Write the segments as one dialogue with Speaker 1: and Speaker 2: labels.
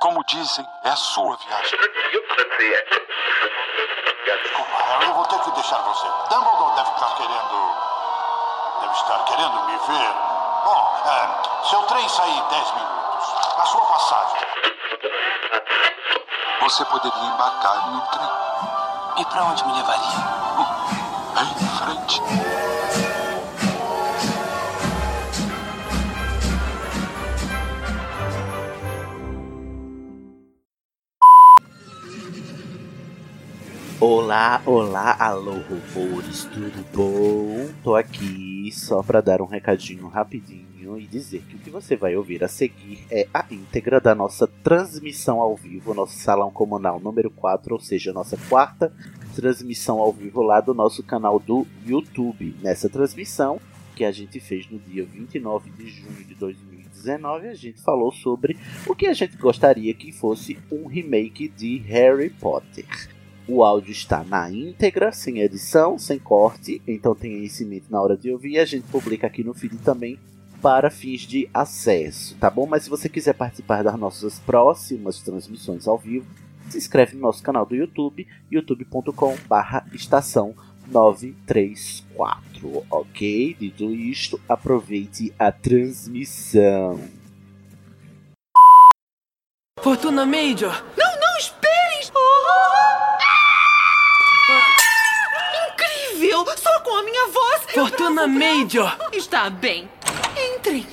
Speaker 1: como dizem, é a sua viagem.
Speaker 2: Desculpa, eu vou ter que deixar você. Dumbledore deve estar querendo. Deve estar querendo me ver. Bom, é, seu trem sai em 10 minutos. A sua passagem.
Speaker 1: Você poderia embarcar em um trem É
Speaker 3: E pra onde me levaria?
Speaker 1: em frente.
Speaker 4: Olá, olá, alô, robôs, tudo bom? Tô aqui só pra dar um recadinho rapidinho e dizer que o que você vai ouvir a seguir é a íntegra da nossa transmissão ao vivo, nosso salão comunal número 4, ou seja, nossa quarta transmissão ao vivo lá do nosso canal do YouTube. Nessa transmissão que a gente fez no dia 29 de junho de 2019, a gente falou sobre o que a gente gostaria que fosse um remake de Harry Potter. O áudio está na íntegra, sem edição, sem corte, então tenha isso em mente na hora de ouvir. A gente publica aqui no feed também para fins de acesso, tá bom? Mas se você quiser participar das nossas próximas transmissões ao vivo, se inscreve no nosso canal do YouTube, youtube.com/barra estação 934, ok? Dito isto, aproveite a transmissão.
Speaker 3: Fortuna Major!
Speaker 5: Ah! Incrível! Só com a minha voz!
Speaker 3: Fortuna Major!
Speaker 5: Está bem. Entrem.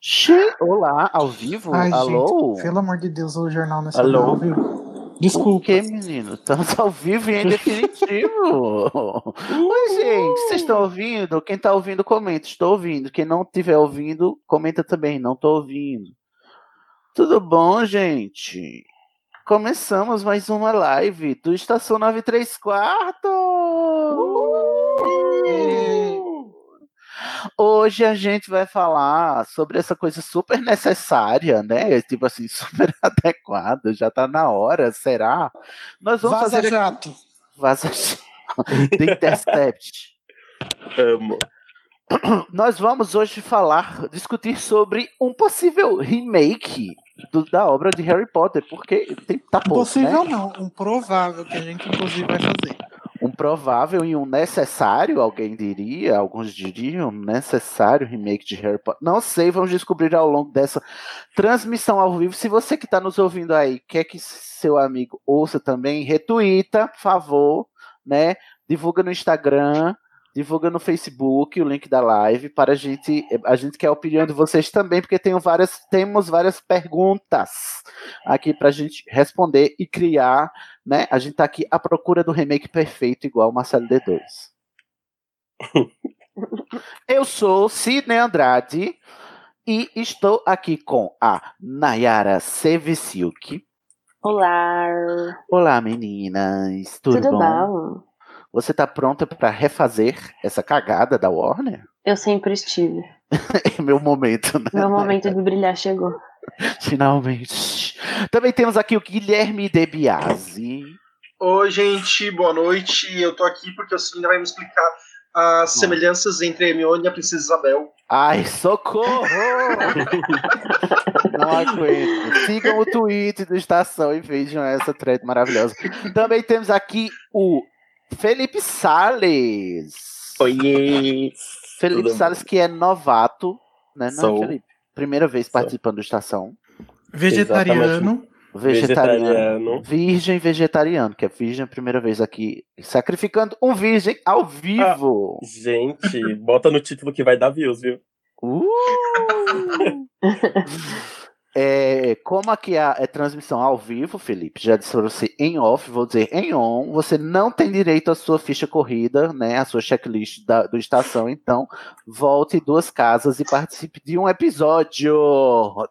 Speaker 4: Che- Olá, ao vivo?
Speaker 6: Ai,
Speaker 4: tipo, Alô?
Speaker 6: gente, pelo amor de Deus, o Jornal Nacional,
Speaker 4: Alô?
Speaker 6: viu?
Speaker 4: O
Speaker 6: Desculpa.
Speaker 4: que, menino? Estamos ao vivo e em definitivo. Oi, gente, vocês estão ouvindo? Quem está ouvindo, comenta. Estou ouvindo. Quem não estiver ouvindo, comenta também. Não estou ouvindo. Tudo bom, gente? Começamos mais uma live do Estação 93 Quarto. Hoje a gente vai falar sobre essa coisa super necessária, né? Tipo assim, super adequada, já tá na hora, será? Nós vamos
Speaker 6: Vaza
Speaker 4: fazer
Speaker 6: Jato.
Speaker 4: Vaza Jato. The Intercept. Amo. Nós vamos hoje falar, discutir sobre um possível remake do- da obra de Harry Potter, porque tem, tá pouco,
Speaker 6: Possível
Speaker 4: né?
Speaker 6: não, um provável que a gente inclusive vai fazer.
Speaker 4: Um provável e um necessário, alguém diria, alguns diriam, um necessário remake de Harry Potter. Não sei, vamos descobrir ao longo dessa transmissão ao vivo. Se você que está nos ouvindo aí quer que seu amigo ouça também, retuita, por favor, né? Divulga no Instagram, divulga no Facebook o link da live para a gente, a gente quer a opinião de vocês também, porque tenho várias, temos várias perguntas aqui para a gente responder e criar, né? A gente tá aqui à procura do remake perfeito igual o Marcelo D2. Eu sou Sidney Andrade e estou aqui com a Nayara Sevicilk.
Speaker 7: Olá,
Speaker 4: Olá, meninas. Tudo,
Speaker 7: tudo
Speaker 4: bom?
Speaker 7: bom?
Speaker 4: Você tá pronta para refazer essa cagada da Warner?
Speaker 7: Eu sempre estive.
Speaker 4: É meu momento, né?
Speaker 7: Meu momento de brilhar chegou.
Speaker 4: Finalmente. Também temos aqui o Guilherme De Biasi.
Speaker 8: Oi, gente, boa noite. Eu tô aqui porque o Celina vai me explicar as
Speaker 4: Hum.
Speaker 8: semelhanças entre a Hermione e a Princesa Isabel.
Speaker 4: Ai, socorro! Não aguento. Sigam o tweet do Estação e vejam essa thread maravilhosa. Também temos aqui o Felipe Salles.
Speaker 9: Oiê!
Speaker 4: Felipe
Speaker 9: Tudo
Speaker 4: Salles, que é novato, né? Não,
Speaker 9: Sou.
Speaker 4: Felipe? Primeira vez participando do Estação.
Speaker 6: Vegetariano.
Speaker 4: Vegetariano. Virgem vegetariano, que é virgem a primeira vez aqui. Sacrificando um virgem ao vivo.
Speaker 9: Gente, bota no título que vai dar views, viu?
Speaker 4: Uh! É, como aqui é, é transmissão ao vivo, Felipe, já disse pra você em off, vou dizer em on, você não tem direito à sua ficha corrida, né, à sua checklist da, do Estação, então volte duas casas e participe de um episódio,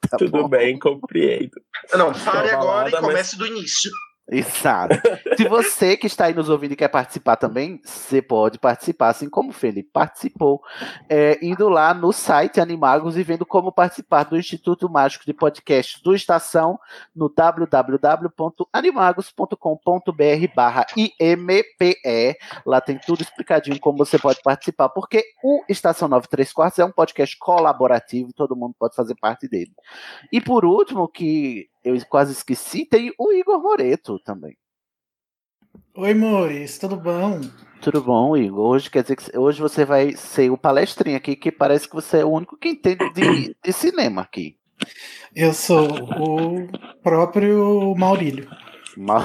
Speaker 4: tá
Speaker 9: Tudo
Speaker 4: bom?
Speaker 9: bem, compreendo.
Speaker 8: Não, pare
Speaker 9: Tá
Speaker 8: agora
Speaker 9: balada,
Speaker 8: e
Speaker 9: mas-
Speaker 8: comece do início.
Speaker 4: Exato. Se você que está aí nos ouvindo e quer participar também, você pode participar, assim como o Felipe participou, é, indo lá no site Animagos e vendo como participar do Instituto Mágico de Podcast do Estação no www.animagos.com.br barra IMPE. Lá tem tudo explicadinho como você pode participar, porque o Estação 93 Quartos é um podcast colaborativo, todo mundo pode fazer parte dele. E por último, que eu quase esqueci, tem o Igor Moreto também.
Speaker 6: Oi, Mores, tudo bom?
Speaker 4: Tudo bom, Igor? Hoje quer dizer que hoje você vai ser o palestrinho aqui, que parece que você é o único que entende de, de cinema aqui.
Speaker 6: Eu sou o próprio Maurílio.
Speaker 4: Mal...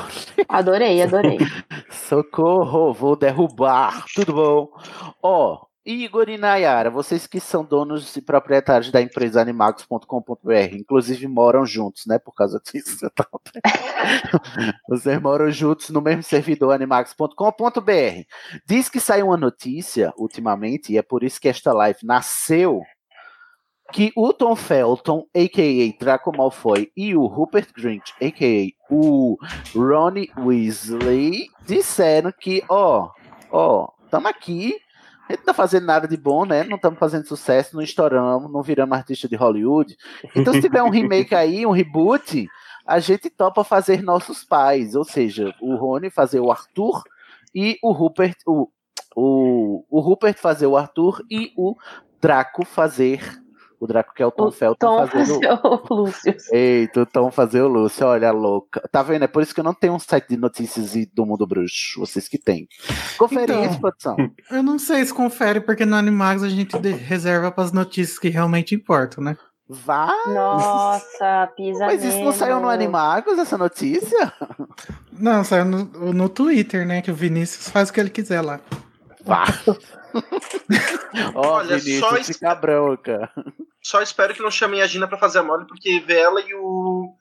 Speaker 7: Adorei, adorei.
Speaker 4: Tá Socorro, vou derrubar. Tudo bom? Ó, Igor e Nayara, vocês que são donos e proprietários da empresa animagos.com.br, inclusive moram juntos, né? Por causa disso. eu tava- Vocês moram juntos no mesmo servidor animagos.com.br. Diz que saiu uma notícia ultimamente, e é por isso que esta live nasceu, que o Tom Felton, a.k.a. Draco Malfoy, e o Rupert Grint, a.k.a. o Ronnie Weasley, disseram que, ó, ó, estamos aqui, a gente não tá fazendo nada de bom, né? Não estamos fazendo sucesso, não estouramos, não viramos artista de Hollywood. Então, se tiver um remake aí, um reboot, a gente topa fazer nossos pais, ou seja, o Rony fazer o Arthur e o Rupert, o, o, o Rupert fazer o Arthur e o Draco fazer. O Draco que é o Tom
Speaker 7: O
Speaker 4: Felton
Speaker 7: Tom
Speaker 4: fazendo.
Speaker 7: fazer o Lúcio.
Speaker 4: Eita, então fazer o Lúcio, olha louca. Tá vendo? É por isso que eu não tenho um site de notícias e do mundo bruxo. Vocês que têm. Conferência,
Speaker 6: Então.
Speaker 4: produção.
Speaker 6: Eu não sei se confere, porque no Animagos a gente de- reserva para as notícias que realmente importam, né?
Speaker 4: Vá.
Speaker 7: Nossa, pisa
Speaker 4: Mas isso não saiu no
Speaker 7: menos.
Speaker 4: Animagos, essa notícia?
Speaker 6: Não, saiu no, é no Twitter, né? Que o Vinícius faz o que ele quiser lá.
Speaker 4: Vá. Ó,
Speaker 8: Olha,
Speaker 4: Vinícius,
Speaker 8: só isso-
Speaker 4: fica branca.
Speaker 8: Só espero que não chamem a Gina pra fazer a mole, porque ver ela e o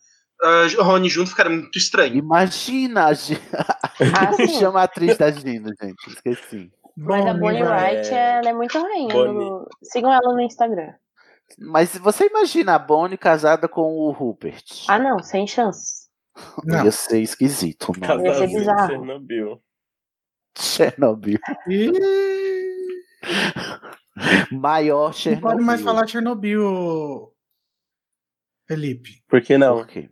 Speaker 8: ah, Rony junto ficaram muito estranho.
Speaker 4: Imagina a Gina.
Speaker 7: Ah, sim.
Speaker 4: Chama a atriz da Gina, gente. Esqueci.
Speaker 7: Mas a Bonnie
Speaker 6: né?
Speaker 7: Wright,
Speaker 9: é.
Speaker 7: ela é muito rainha.
Speaker 9: Bonnie.
Speaker 7: no- Sigam ela no Instagram.
Speaker 4: Mas você imagina a Bonnie casada com o Rupert.
Speaker 7: Ah, não, sem chance.
Speaker 6: Não.
Speaker 4: Ia ser esquisito, mano.
Speaker 7: Ia ser
Speaker 9: Casalzinho de
Speaker 7: bizarro.
Speaker 9: Chernobyl.
Speaker 4: Chernobyl.
Speaker 6: Ih,
Speaker 4: Maior
Speaker 6: não
Speaker 4: Chernobyl.
Speaker 6: pode mais falar Chernobyl, ô, Felipe.
Speaker 9: Por que não?
Speaker 4: Por quê?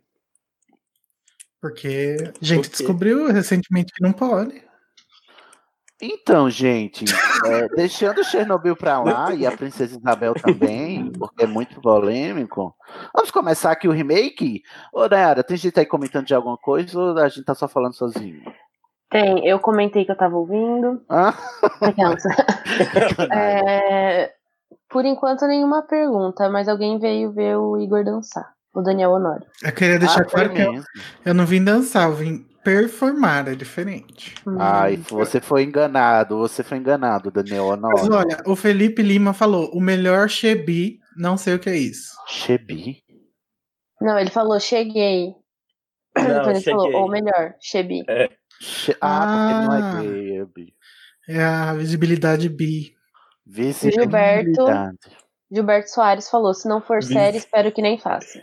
Speaker 6: Porque a gente
Speaker 9: quê?
Speaker 6: descobriu recentemente que não pode.
Speaker 4: Então, gente, é, deixando Chernobyl pra lá e a Princesa Isabel também, porque é muito polêmico, vamos começar aqui o remake? Ô, Nayara, tem gente aí comentando de alguma coisa ou a gente tá só falando sozinho?
Speaker 7: Tem, eu comentei que eu tava ouvindo.
Speaker 4: Hã?
Speaker 7: Aquelas. É, por enquanto, nenhuma pergunta, mas alguém veio ver o Igor dançar. O Daniel Honório.
Speaker 6: Eu queria deixar
Speaker 4: Ah, foi
Speaker 6: claro que é um eu,
Speaker 4: mesmo.
Speaker 6: eu não vim dançar, eu vim performar, é diferente.
Speaker 4: Ai, você foi enganado, você foi enganado, Daniel.
Speaker 6: Mas
Speaker 4: Honório.
Speaker 6: olha, o Felipe Lima falou: o melhor Chebi, não sei o que é isso.
Speaker 4: Chebi.
Speaker 7: Não, ele falou, cheguei. Depois
Speaker 9: Não,
Speaker 7: ele falou, ou
Speaker 9: cheguei.
Speaker 7: melhor, chebi.
Speaker 4: Che- Ah,
Speaker 6: Ah.
Speaker 4: porque não é gay, é bi.
Speaker 6: É a visibilidade bi.
Speaker 4: Visibilidade.
Speaker 7: Gilberto Soares falou, se não for
Speaker 9: Vixe.
Speaker 7: série, espero que nem faça.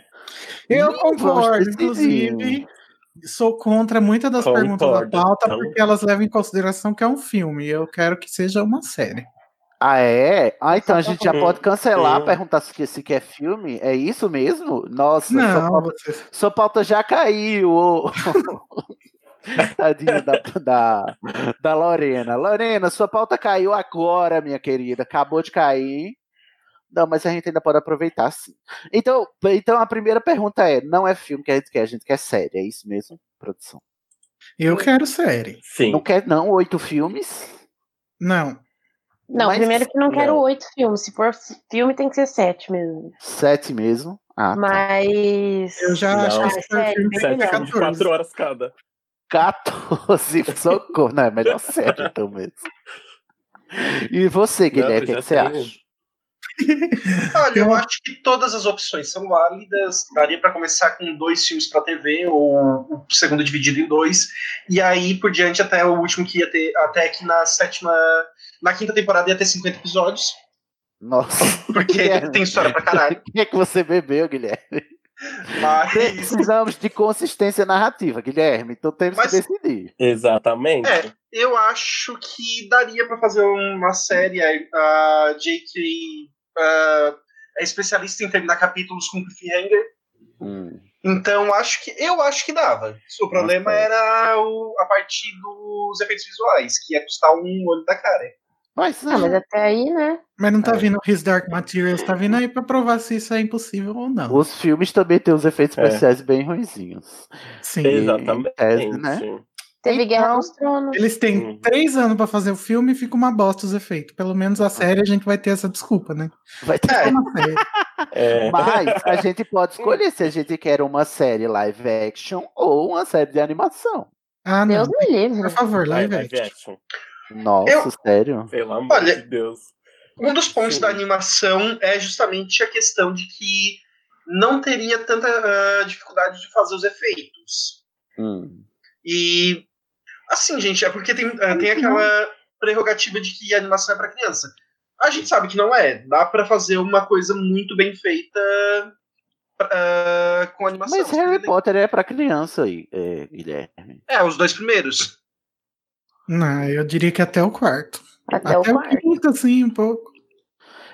Speaker 6: Eu
Speaker 4: Ih, vamos
Speaker 6: concordo,
Speaker 4: decidir.
Speaker 6: inclusive. Sou contra muitas das
Speaker 9: Concordo,
Speaker 6: perguntas da pauta,
Speaker 9: então.
Speaker 6: porque elas levam em consideração que é um filme. E eu quero que seja uma série.
Speaker 4: Ah, é? Ah, então a gente já
Speaker 6: um
Speaker 9: Hum,
Speaker 4: pode cancelar,
Speaker 9: hum.
Speaker 4: perguntar se, que- se quer filme? É isso mesmo? Nossa, sua,
Speaker 6: Não,
Speaker 4: pauta,
Speaker 6: vocês-
Speaker 4: sua pauta já caiu. ô. Tadinha da, da, da Lorena. Lorena, sua pauta caiu agora, minha querida. Acabou de cair. Não, mas a gente ainda pode aproveitar, sim. Então, então a primeira pergunta é: não é filme que a gente quer, a gente quer série. É isso mesmo, produção?
Speaker 6: eu quero série.
Speaker 9: Sim.
Speaker 4: Não quer, não, oito filmes?
Speaker 6: Não.
Speaker 7: Não,
Speaker 4: Mas-
Speaker 7: primeiro que não quero
Speaker 9: não.
Speaker 7: oito filmes. Se for filme, tem que ser sete mesmo.
Speaker 4: Sete mesmo? Ah, tá.
Speaker 7: Mas.
Speaker 6: Eu já
Speaker 9: Não.
Speaker 6: achava
Speaker 7: Ah,
Speaker 6: que foi um
Speaker 7: série,
Speaker 6: filme
Speaker 7: série
Speaker 9: Sete
Speaker 6: de
Speaker 9: filmes
Speaker 6: 14.
Speaker 9: de quatro horas cada.
Speaker 4: 14, socorro. Não, é melhor sério então mesmo. E você, Guilherme,
Speaker 9: Não,
Speaker 4: o que,
Speaker 9: já
Speaker 4: que você
Speaker 9: tenho.
Speaker 4: acha?
Speaker 8: Olha, eu acho que todas as opções são válidas. Daria pra começar com dois filmes pra TV, ou o segundo dividido em dois, e aí por diante até o último que ia ter, até que na sétima. Na quinta temporada ia ter 50 episódios,
Speaker 4: Nossa,
Speaker 9: um.
Speaker 8: porque
Speaker 4: É.
Speaker 8: tem história pra caralho.
Speaker 4: o que é que você bebeu, Guilherme?
Speaker 8: Mas-
Speaker 4: Precisamos de consistência narrativa, Guilherme. Então temos
Speaker 8: Mas-
Speaker 4: que decidir.
Speaker 9: Exatamente.
Speaker 8: É, eu acho que daria pra fazer uma série. A a J.K. ah, é especialista em terminar capítulos com cliffhanger. Então acho que eu acho que dava. O problema era o- a partir dos efeitos visuais, que ia custar um olho da cara.
Speaker 4: Mas,
Speaker 7: Ah, mas até aí, né?
Speaker 6: Mas não tá vindo His Dark Materials, tá vindo aí pra provar se isso é impossível ou não.
Speaker 4: Os filmes também têm os efeitos
Speaker 6: É.
Speaker 4: especiais bem ruinzinhos.
Speaker 6: Sim.
Speaker 4: E,
Speaker 6: Exatamente,
Speaker 4: em tese, né?
Speaker 7: Teve Guerra
Speaker 4: Então,
Speaker 7: dos Tronos.
Speaker 6: Eles têm três anos pra fazer o filme e fica uma bosta os efeitos. Pelo menos a série a gente vai ter essa desculpa, né?
Speaker 4: Vai ter
Speaker 6: uma série.
Speaker 9: É,
Speaker 4: Mas a gente pode escolher se a gente quer uma série live action ou uma série de animação.
Speaker 6: Ah, não.
Speaker 7: Deus me livre.
Speaker 6: Por favor, live action.
Speaker 4: Nossa, sério?
Speaker 9: Pelo amor
Speaker 8: Olha-
Speaker 9: de Deus.
Speaker 8: Um dos pontos da animação é justamente a questão de que não teria tanta ah, dificuldade de fazer os efeitos. E assim, gente, é porque tem, ah, tem aquela prerrogativa de que a animação é pra criança. A gente sabe que não é. Dá pra fazer uma coisa muito bem feita ah, com animação.
Speaker 4: Mas Harry Potter é pra criança aí, é, Guilherme.
Speaker 8: É, os dois primeiros.
Speaker 6: Não, eu diria que até o quarto.
Speaker 4: Até o quarto.
Speaker 6: quinto, assim, um pouco.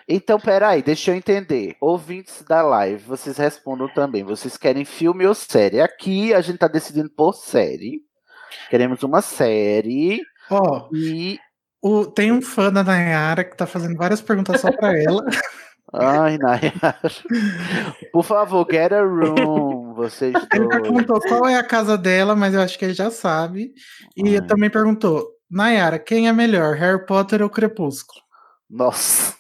Speaker 4: Então, peraí, deixa eu entender. Ouvintes da live, vocês respondam também. Vocês querem filme ou série? Aqui a gente tá decidindo por série. Queremos uma série.
Speaker 6: Ó,
Speaker 4: e...
Speaker 6: o, tem um fã da Nayara que tá fazendo várias perguntas só pra ela.
Speaker 4: Ai, Nayara. Por favor, get a room, vocês
Speaker 6: Ele
Speaker 4: dois.
Speaker 6: perguntou qual é a casa dela, mas eu acho que ele já sabe.
Speaker 4: É.
Speaker 6: E também perguntou, Nayara, quem é melhor, Harry Potter ou Crepúsculo?
Speaker 4: Nossa.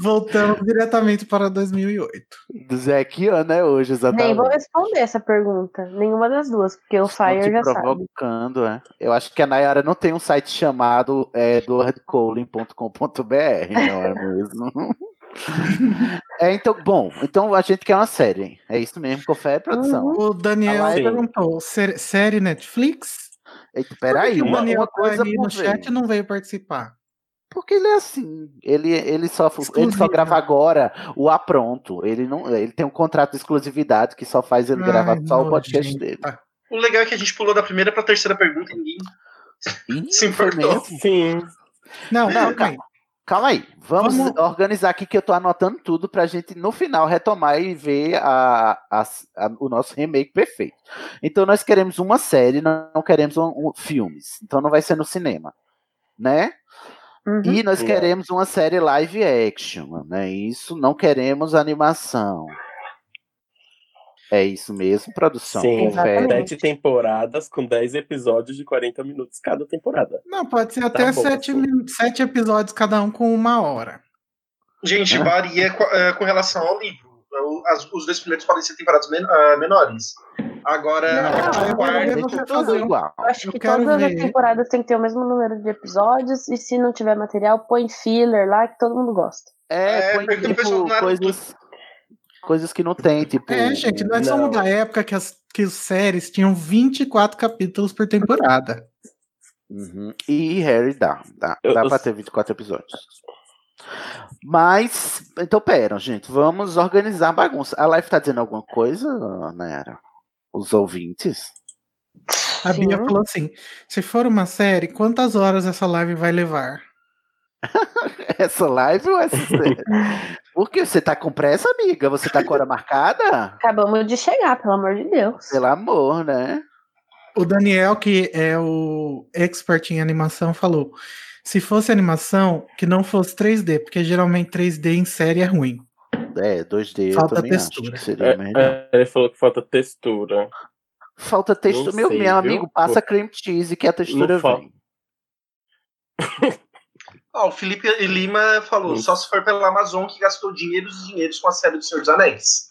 Speaker 6: Voltamos diretamente para 2008.
Speaker 4: Zé, que ano é hoje,
Speaker 7: Nem vou
Speaker 4: exatamente?
Speaker 7: responder essa pergunta. Nenhuma das duas, porque o Fire
Speaker 4: Tá Te
Speaker 7: já sabe.
Speaker 4: provocando, é. Eu acho que a Nayara não tem um site chamado é, edwardcolin.com.br, não é mesmo? é, então, bom, então a gente quer uma série, hein? É isso mesmo, confere,
Speaker 7: Uhum.
Speaker 4: produção.
Speaker 6: O Daniel
Speaker 4: A live-
Speaker 6: perguntou, "Sé- série Netflix?
Speaker 4: Eita, peraí,
Speaker 6: Por que que o
Speaker 4: uma,
Speaker 6: Daniel
Speaker 4: uma coisa
Speaker 6: tá ali
Speaker 4: por
Speaker 6: no
Speaker 4: vez.
Speaker 6: chat não veio participar.
Speaker 4: Porque ele é assim, ele, ele, só, ele só
Speaker 6: Exclusivo.
Speaker 4: grava agora o apronto. Ele não, ele tem um contrato de exclusividade que só faz ele gravar
Speaker 6: Ai,
Speaker 4: só o
Speaker 6: nojento.
Speaker 4: podcast dele.
Speaker 8: O legal é que a gente pulou da primeira pra terceira pergunta e ninguém se importou.
Speaker 9: Sim.
Speaker 6: Não,
Speaker 4: Não,
Speaker 6: não,
Speaker 4: calma. Calma aí, vamos, organizar aqui que eu tô anotando tudo pra gente no final retomar e ver a- a- a- o nosso remake perfeito. Então nós queremos uma série, não não queremos um- um- filmes. Então não vai ser no cinema, né?
Speaker 7: Uhum.
Speaker 6: Uhum.
Speaker 4: E nós
Speaker 9: É.
Speaker 4: queremos uma série live action, né? Isso, não queremos animação. É isso mesmo, produção.
Speaker 9: Sim,
Speaker 4: Confere.
Speaker 9: sete temporadas com 10 episódios de 40 minutos cada temporada.
Speaker 6: Não, pode
Speaker 4: Tá
Speaker 6: ser até
Speaker 9: bom,
Speaker 6: sete, min- sete episódios, cada um com uma hora.
Speaker 4: É.
Speaker 8: Gente, varia co- eh, com, relação ao livro. O- as- os dois primeiros podem ser temporadas men- ah, menores. Agora, a partir do quarto.
Speaker 4: Deixa tudo igual.
Speaker 7: Eu acho
Speaker 6: Eu
Speaker 7: que
Speaker 6: quero
Speaker 7: todas as
Speaker 6: ver.
Speaker 7: temporadas têm que ter o mesmo número de episódios. E se não tiver material, põe filler lá que todo mundo gosta.
Speaker 4: É,
Speaker 8: É,
Speaker 4: põe,
Speaker 8: pergunta o pessoal do
Speaker 4: tipo,
Speaker 8: Naruto.
Speaker 4: coisas, coisas que não tem, tipo.
Speaker 6: É, gente, nós somos da época que as, que as séries tinham 24 capítulos por temporada.
Speaker 4: Uhum. E Harry dá. Dá, dá pra ter 24 episódios. Mas, então pera, gente, vamos organizar a bagunça. A live tá dizendo alguma coisa, Nayara? Os ouvintes?
Speaker 6: A
Speaker 7: Sim.
Speaker 6: Bia falou assim: se for uma série, quantas horas essa live vai levar?
Speaker 4: Essa live ou essa série? Por que você tá com pressa, amiga? Você tá com hora marcada?
Speaker 7: Acabamos de chegar, pelo amor de Deus.
Speaker 4: Pelo amor, né?
Speaker 6: O Daniel, que é o expert em animação, falou: se fosse animação, que não fosse 3D, porque geralmente 3D em série é ruim.
Speaker 4: É, 2D
Speaker 6: Falta
Speaker 4: eu também
Speaker 6: textura.
Speaker 4: acho que
Speaker 9: É,
Speaker 4: seria melhor.
Speaker 9: Ele falou que falta textura.
Speaker 4: Falta textura.
Speaker 9: Não
Speaker 4: Meu,
Speaker 9: sei,
Speaker 4: meu
Speaker 9: viu?
Speaker 4: amigo, passa
Speaker 9: Pô.
Speaker 4: cream cheese que a textura
Speaker 9: Não fa-
Speaker 4: vem.
Speaker 8: Ó, o Felipe Lima falou: só se for pela Amazon que gastou dinheiros e dinheiros com a série do Senhor dos Anéis.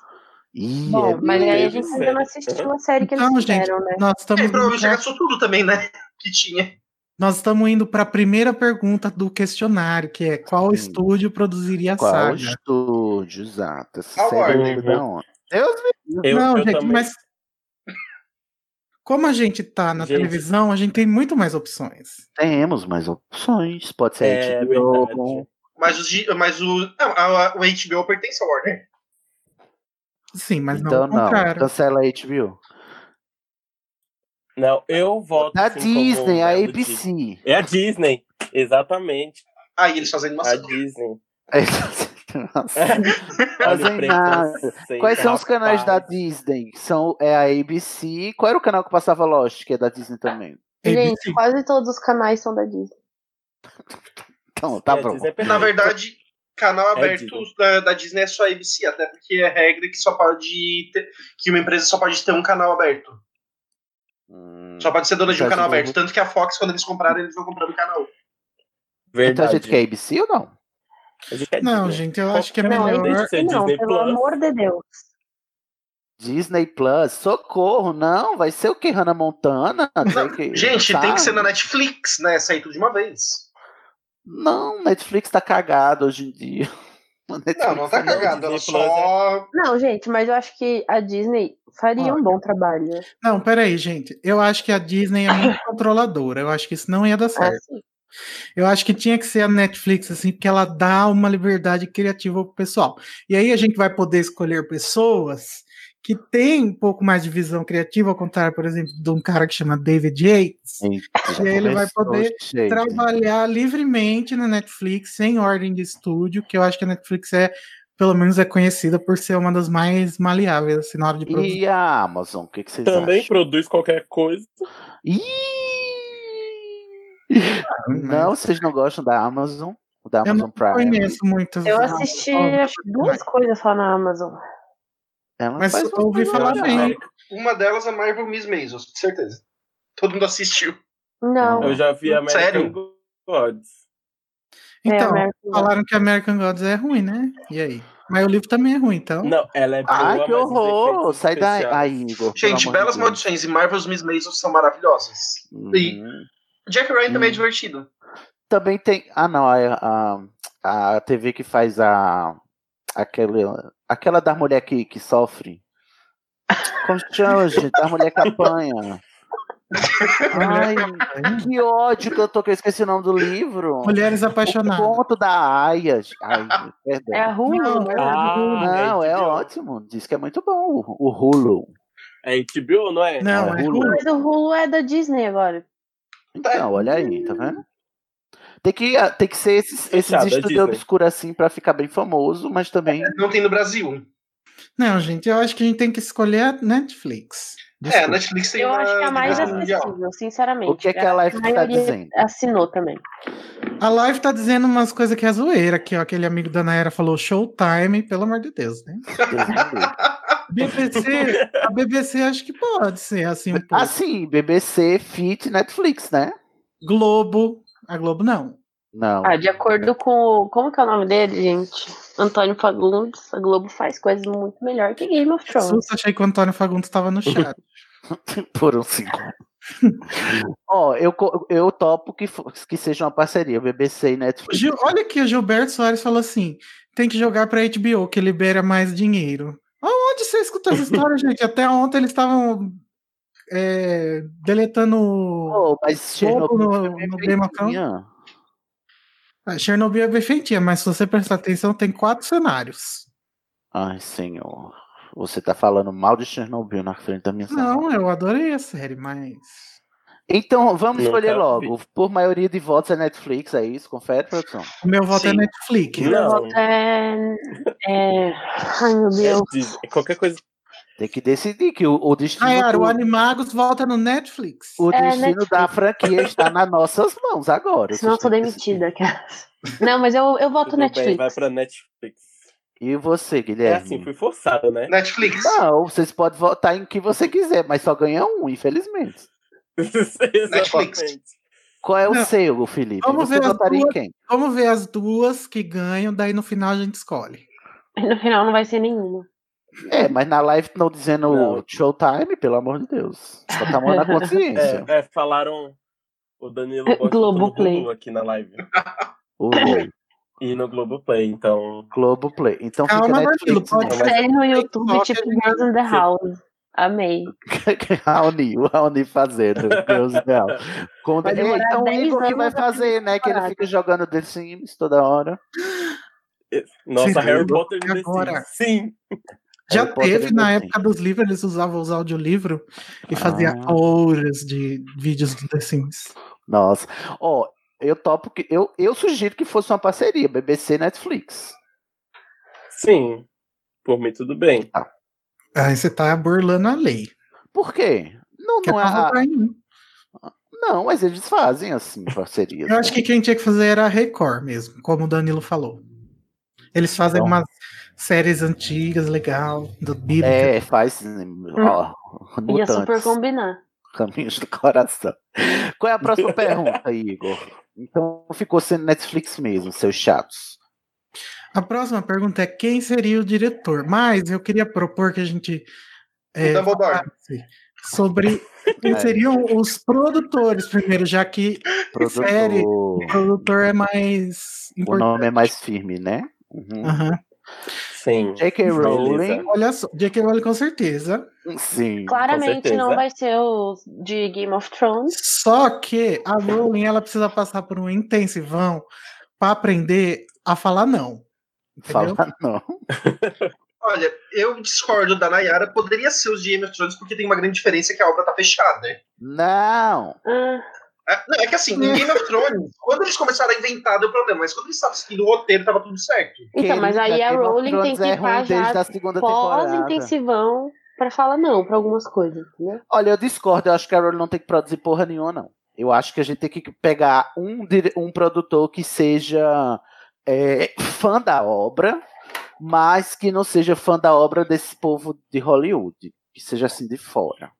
Speaker 4: Ih,
Speaker 7: Bom,
Speaker 4: é
Speaker 7: mas aí a
Speaker 4: mesmo.
Speaker 7: gente
Speaker 9: sério.
Speaker 7: ainda não assistiu a série que
Speaker 6: Então,
Speaker 7: eles
Speaker 6: gente,
Speaker 7: fizeram, né?
Speaker 4: É.
Speaker 6: nós
Speaker 9: É,
Speaker 8: Ele
Speaker 6: estamos
Speaker 8: É, provavelmente já
Speaker 9: assim.
Speaker 6: indo
Speaker 8: gastou tudo também, né? Que tinha.
Speaker 6: Nós estamos indo para a primeira pergunta do questionário, que é qual estúdio produziria a
Speaker 4: Qual é
Speaker 6: saga?
Speaker 4: estúdio, exato? Essa
Speaker 8: Qual
Speaker 4: série
Speaker 9: ordem?
Speaker 4: veio da onde? Deus me livre.
Speaker 6: Não,
Speaker 9: eu
Speaker 6: gente,
Speaker 9: também.
Speaker 6: mas como a gente tá na
Speaker 9: Gente.
Speaker 6: televisão, a gente tem muito mais opções.
Speaker 4: Temos mais opções. Pode ser
Speaker 9: É
Speaker 4: HBO.
Speaker 8: Mas, os, di- mas o, não, a- a- o HBO pertence ao Warner.
Speaker 6: Sim, mas
Speaker 4: Então
Speaker 6: não o
Speaker 4: não,
Speaker 6: contrário.
Speaker 4: cancela a HBO.
Speaker 9: Não, eu voto.
Speaker 4: É Da
Speaker 9: assim, como
Speaker 4: Disney, a
Speaker 9: Melo
Speaker 4: ABC.
Speaker 9: disse. É a Disney, exatamente.
Speaker 8: Ah, e eles fazem
Speaker 9: A Disney.
Speaker 4: É, Nossa.
Speaker 9: É, Olha o
Speaker 4: Fazem nada.
Speaker 9: preconceito,
Speaker 4: Quais são os canais da
Speaker 9: rapaz.
Speaker 4: Disney? São, é a ABC. Qual era o canal que passava Lost, que é da Disney também?
Speaker 6: é
Speaker 7: Gente, quase todos os canais são da Disney.
Speaker 4: Então, tá
Speaker 9: É,
Speaker 4: bom.
Speaker 9: Disney é
Speaker 8: Na verdade, canal
Speaker 9: É
Speaker 8: aberto da, da Disney é só a ABC, até porque é regra que só pode ter, que uma empresa só pode ter um canal aberto. Só pode ser dona de um
Speaker 4: Então,
Speaker 8: canal
Speaker 4: assim,
Speaker 8: aberto. Tanto que a Fox, quando eles compraram, eles vão comprando canal.
Speaker 4: Então a
Speaker 9: Verdade.
Speaker 4: gente quer ABC ou não?
Speaker 9: A gente quer
Speaker 6: Não,
Speaker 9: Disney.
Speaker 6: gente, eu acho que é
Speaker 9: Qualquer um
Speaker 6: melhor.
Speaker 9: desde ser
Speaker 7: Não,
Speaker 9: Disney
Speaker 7: pelo
Speaker 9: Plus.
Speaker 7: amor de Deus.
Speaker 4: Disney Plus, socorro, não, vai ser o que? Hannah Montana? Tem que-
Speaker 8: Gente, tem
Speaker 9: Tá.
Speaker 8: que ser
Speaker 4: sabe?
Speaker 8: na Netflix, né? Sair tudo de uma vez.
Speaker 4: Não, Netflix tá cagado hoje em dia. A Netflix
Speaker 8: Não, não tá
Speaker 4: não-
Speaker 8: cagado. Ela
Speaker 9: Disney Plus é-
Speaker 8: só.
Speaker 7: Não, gente, mas eu acho que a Disney
Speaker 6: Ah.
Speaker 7: faria um bom trabalho.
Speaker 6: Não, peraí, gente. Eu acho que a Disney é muito controladora. Eu acho que isso não ia dar
Speaker 4: É.
Speaker 6: certo.
Speaker 7: Assim.
Speaker 6: Eu acho que tinha que ser a Netflix, assim, porque ela dá uma liberdade criativa pro pessoal. E aí a gente vai poder escolher pessoas que têm um pouco mais de visão criativa, ao contrário, por exemplo, de um cara que chama David Yates.
Speaker 4: Gente, já
Speaker 6: E aí ele vai
Speaker 4: assim, começou,
Speaker 6: poder
Speaker 4: gente.
Speaker 6: trabalhar livremente na Netflix, sem ordem de estúdio, que eu acho que a Netflix é, pelo menos é conhecida por ser uma das mais maleáveis, assim, na hora de produzir.
Speaker 4: E a Amazon, o que, que vocês
Speaker 9: Também
Speaker 4: acham?
Speaker 9: produz qualquer coisa.
Speaker 4: Ih! Não, vocês não gostam da Amazon? Da
Speaker 6: né? Eu
Speaker 4: Amazon
Speaker 6: não
Speaker 4: Prime.
Speaker 6: conheço muitas.
Speaker 7: Eu assisti acho que duas coisas só na Amazon.
Speaker 4: Ela
Speaker 6: Mas
Speaker 4: faz um
Speaker 6: ouvi falar
Speaker 4: trabalho
Speaker 6: bem.
Speaker 4: legal.
Speaker 8: Uma delas é Marvel Miss Maisel, com certeza. Todo mundo assistiu.
Speaker 7: Não.
Speaker 9: Eu já vi American
Speaker 8: Sério?
Speaker 9: Gods.
Speaker 7: é
Speaker 6: Então,
Speaker 7: American
Speaker 6: falaram que American Gods é ruim, né? E aí? Mas o livro também é ruim, então.
Speaker 9: Não, ela é boa,
Speaker 4: Ai, que
Speaker 9: mas os
Speaker 4: horror!
Speaker 9: efeitos
Speaker 4: Sai daí,
Speaker 9: especiais-
Speaker 4: Ai, Igor. pelo
Speaker 8: Gente,
Speaker 4: amor de
Speaker 8: belas
Speaker 4: Deus.
Speaker 8: maldições e Marvel's Miss Maisel são maravilhosas. E
Speaker 4: Uhum.
Speaker 8: Jack Ryan também é
Speaker 4: Hum.
Speaker 8: divertido.
Speaker 4: Também tem. Ah, não, a, a, a TV que faz a. Aquela, aquela da mulher que, que sofre. Como se chama, gente? Da mulher que apanha. Ai, que ódio que eu tô, que eu esqueci o nome do livro.
Speaker 6: Mulheres
Speaker 4: O
Speaker 6: apaixonadas.
Speaker 4: conto da Aya. Ai, perdão.
Speaker 7: É a Hulu,
Speaker 6: Não,
Speaker 7: né?
Speaker 6: é a
Speaker 9: Ah,
Speaker 4: Não, é
Speaker 9: HBO.
Speaker 4: ótimo. Diz que é muito bom o, o Hulu.
Speaker 9: É HBO, não é?
Speaker 6: Não,
Speaker 4: é
Speaker 6: é
Speaker 4: Hulu.
Speaker 6: Hulu.
Speaker 7: Mas o Hulu é da Disney agora.
Speaker 4: Então, olha aí, tá vendo? Tem que, ah, tem que ser esses, esses
Speaker 9: Fechado, é
Speaker 4: estúdios
Speaker 9: Disney.
Speaker 4: obscuros assim pra ficar bem famoso, mas também.
Speaker 8: Não tem no Brasil. É,
Speaker 6: Não, gente, eu acho que a gente tem que escolher a Netflix.
Speaker 8: É, a Netflix tem
Speaker 7: Eu
Speaker 8: na-
Speaker 7: acho que é a mais
Speaker 8: na mundial.
Speaker 7: acessível, sinceramente.
Speaker 4: O que é que a Life tá
Speaker 7: maioria
Speaker 4: dizendo?
Speaker 7: assinou também.
Speaker 6: A live tá dizendo umas coisas que é zoeira aqui, ó. Aquele amigo da Naira falou showtime, pelo amor de Deus, né?
Speaker 4: Deus me livre.
Speaker 6: BBC, a BBC acho que pode ser assim um pouco.
Speaker 4: Assim, BBC, Fit, Netflix, né?
Speaker 6: Globo, a Globo não.
Speaker 4: Não.
Speaker 7: Ah, de acordo com. o- Como que é o nome dele, gente? Antônio Fagundes. A Globo faz coisas muito melhor que Game of Thrones.
Speaker 6: Susto, achei que o Antônio Fagundes estava no chat.
Speaker 4: Por um segundo. Ó, eu, co- eu topo que, fo- que seja uma parceria, BBC e
Speaker 6: O
Speaker 4: Netflix.
Speaker 6: Gil- olha aqui, o Gilberto Soares falou assim: tem que jogar pra HBO, que libera mais dinheiro. Aonde você escuta essa história, gente? Até ontem eles estavam é, deletando
Speaker 4: Pô, mas
Speaker 6: pouco
Speaker 4: Chernobyl foi
Speaker 6: no,
Speaker 4: bem
Speaker 6: no Demacron.
Speaker 4: feitinha.
Speaker 6: Ah, Chernobyl é bem feitinha, mas se você prestar atenção, tem quatro cenários.
Speaker 4: Ai, senhor. Você tá falando mal de Chernobyl na frente da minha
Speaker 6: Não,
Speaker 4: sala.
Speaker 6: eu adorei a série, mas.
Speaker 4: Então, vamos
Speaker 9: Não
Speaker 4: escolher
Speaker 9: quero
Speaker 4: logo. Por maioria de votos é Netflix, é isso? Confere, produção.
Speaker 6: O meu voto é
Speaker 8: Sim.
Speaker 6: Netflix.
Speaker 7: Meu
Speaker 9: Não.
Speaker 7: voto é. é... Ai, meu
Speaker 9: É
Speaker 7: Deus.
Speaker 9: Disney. É Qualquer coisa.
Speaker 4: Tem que decidir que o, o destino,
Speaker 6: Nayara,
Speaker 4: do-
Speaker 6: o Animagos volta no Netflix.
Speaker 4: o
Speaker 7: É,
Speaker 4: destino
Speaker 7: Netflix.
Speaker 4: da franquia está nas nossas mãos agora.
Speaker 7: Senão eu
Speaker 4: Vocês
Speaker 7: sou
Speaker 4: têm que decidir.
Speaker 7: demitida. cara. Não, mas eu, eu voto
Speaker 9: Tudo bem, vai
Speaker 7: Netflix.
Speaker 9: pra Netflix.
Speaker 4: E você,
Speaker 9: É
Speaker 4: Guilherme?
Speaker 9: assim, fui forçado, né?
Speaker 8: Netflix.
Speaker 4: Não, vocês podem votar em que você quiser, mas só ganha um, infelizmente.
Speaker 9: Exatamente.
Speaker 4: Qual é o
Speaker 6: Não.
Speaker 4: seu, Felipe?
Speaker 6: Vamos
Speaker 4: você
Speaker 6: ver as
Speaker 4: votaria em
Speaker 6: duas.
Speaker 4: quem?
Speaker 6: Vamos ver as duas que ganham, daí no final a gente escolhe.
Speaker 7: No final não vai ser nenhuma.
Speaker 4: É, mas na live não dizendo
Speaker 9: Não.
Speaker 4: showtime, pelo amor de Deus. Só tá mão na consciência.
Speaker 9: É, é, falaram. O Danilo gosta do
Speaker 7: É, Globoplay.
Speaker 9: Hulu aqui na live.
Speaker 4: O Globo,
Speaker 9: E no Globoplay, então.
Speaker 4: Globoplay. Então
Speaker 6: Calma,
Speaker 4: fica
Speaker 6: Danilo,
Speaker 4: Netflix.
Speaker 6: pode
Speaker 9: Não,
Speaker 4: Né?
Speaker 9: mas-
Speaker 7: Série no YouTube,
Speaker 6: Só que
Speaker 7: tipo
Speaker 6: a gente-
Speaker 7: Girls in the
Speaker 9: Sim.
Speaker 7: House. Amei.
Speaker 4: Raoni, o Raoni fazendo. Deus do céu. Com...
Speaker 7: Vai
Speaker 4: É,
Speaker 7: demorar
Speaker 4: então o
Speaker 7: 10
Speaker 4: Igor que vai
Speaker 7: anos pra primeira
Speaker 4: fazer, né? Que ele
Speaker 7: temporada.
Speaker 4: fica jogando The Sims toda hora.
Speaker 9: Nossa,
Speaker 6: Sim,
Speaker 9: Harry
Speaker 6: Danilo.
Speaker 9: Potter e The
Speaker 6: Agora.
Speaker 9: Sims. Sim.
Speaker 6: Já
Speaker 4: Harry Potter
Speaker 6: teve,
Speaker 4: é
Speaker 6: na
Speaker 4: desenho.
Speaker 6: época dos livros, eles usavam os audiolivro e
Speaker 4: Ah.
Speaker 6: fazia horas de vídeos do The Sims.
Speaker 4: Nossa. Ó, eu topo que. Eu, eu sugiro que fosse uma parceria, BBC e Netflix.
Speaker 9: Sim. Por mim, tudo bem.
Speaker 6: Aí você tá burlando a lei.
Speaker 4: Por quê? Não,
Speaker 6: Quer
Speaker 4: não é.
Speaker 6: passar
Speaker 4: ra-
Speaker 6: pra mim.
Speaker 4: Não, mas eles fazem assim parcerias.
Speaker 6: Eu acho que quem tinha que fazer era a Record mesmo, como o Danilo falou. Eles fazem
Speaker 4: Então.
Speaker 6: umas séries antigas, legal, do Bíblia.
Speaker 4: É, faz. Ó,
Speaker 6: Hum.
Speaker 7: Ia
Speaker 6: é
Speaker 4: mutantes,
Speaker 7: super combinar.
Speaker 4: caminhos do coração. Qual é a próxima pergunta, Igor? Então ficou sendo Netflix mesmo, seus chatos.
Speaker 6: A próxima pergunta é quem seria o diretor? Mas eu queria propor que a gente é,
Speaker 8: Dumbledore.
Speaker 6: falasse sobre quem
Speaker 4: É.
Speaker 6: seriam os produtores primeiro, já que
Speaker 4: Produtor.
Speaker 6: série produtor é mais
Speaker 4: O
Speaker 6: importante.
Speaker 4: nome é mais firme, né? Uhum.
Speaker 6: Aham.
Speaker 9: Sim.
Speaker 4: J.K. Rowling.
Speaker 6: Olha só, J.K. Rowling com certeza.
Speaker 4: Sim.
Speaker 7: Claramente
Speaker 9: certeza.
Speaker 7: não vai ser os de Game of Thrones.
Speaker 6: Só que a Rowling ela precisa passar por um intensivão para aprender a falar não.
Speaker 4: Fala
Speaker 6: Entendeu?
Speaker 4: não.
Speaker 8: Olha, eu discordo da Nayara, poderia ser os de Game of Thrones, porque tem uma grande diferença que a obra tá fechada, né?
Speaker 4: Não!
Speaker 7: Ah,
Speaker 8: É, Não, é que assim, em Game of Thrones, quando eles começaram a inventar, deu problema, mas quando eles estavam seguindo o roteiro, tava tudo certo.
Speaker 7: então, mas aí
Speaker 4: Querida,
Speaker 7: a
Speaker 4: Game of
Speaker 7: Rowling tem
Speaker 4: Thrones
Speaker 7: que
Speaker 4: é
Speaker 7: estar
Speaker 4: ruim desde
Speaker 7: já
Speaker 4: a segunda temporada.
Speaker 7: pós-intensivão pra falar não pra algumas coisas, entendeu?
Speaker 4: Olha, eu discordo, eu acho que a Rowling não tem que produzir porra nenhuma, não. Eu acho que a gente tem que pegar um, dire- um produtor que seja é, fã da obra, mas que não seja fã da obra desse povo de Hollywood. Que seja assim de fora.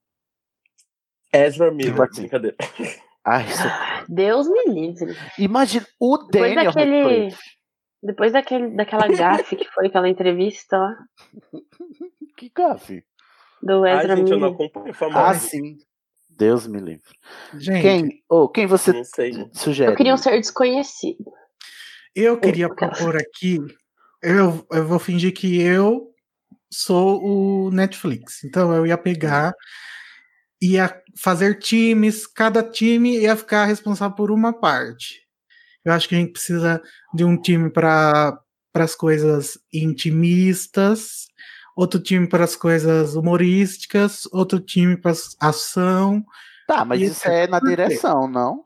Speaker 9: Ezra Miller.
Speaker 4: Tipo assim.
Speaker 9: Brincadeira.
Speaker 4: Ai, isso...
Speaker 7: Deus me livre.
Speaker 4: Imagina o
Speaker 7: Depois
Speaker 4: Daniel
Speaker 7: daquele-
Speaker 4: Radcliffe.
Speaker 7: Depois daquele, daquela gafe que foi aquela entrevista lá
Speaker 4: Que gafe.
Speaker 7: do
Speaker 9: Ai,
Speaker 7: Ezra
Speaker 9: gente, eu não
Speaker 7: Miller.
Speaker 9: acompanho famosa.
Speaker 4: Ah, sim. Deus me livre.
Speaker 6: Gente,
Speaker 4: Quem, oh, quem você
Speaker 9: Não sei.
Speaker 4: sugere?
Speaker 7: Eu queria um ser desconhecido.
Speaker 6: eu queria
Speaker 7: cara.
Speaker 6: propor aqui. Eu, eu vou fingir que eu sou o Netflix. Então eu ia pegar, ia fazer times, cada time ia ficar responsável por uma parte. Eu acho que a gente precisa de um time para as coisas intimistas, outro time para as coisas humorísticas, outro time para ação.
Speaker 4: Tá, mas
Speaker 6: Isso,
Speaker 4: isso é na
Speaker 6: por quê?
Speaker 4: direção, não?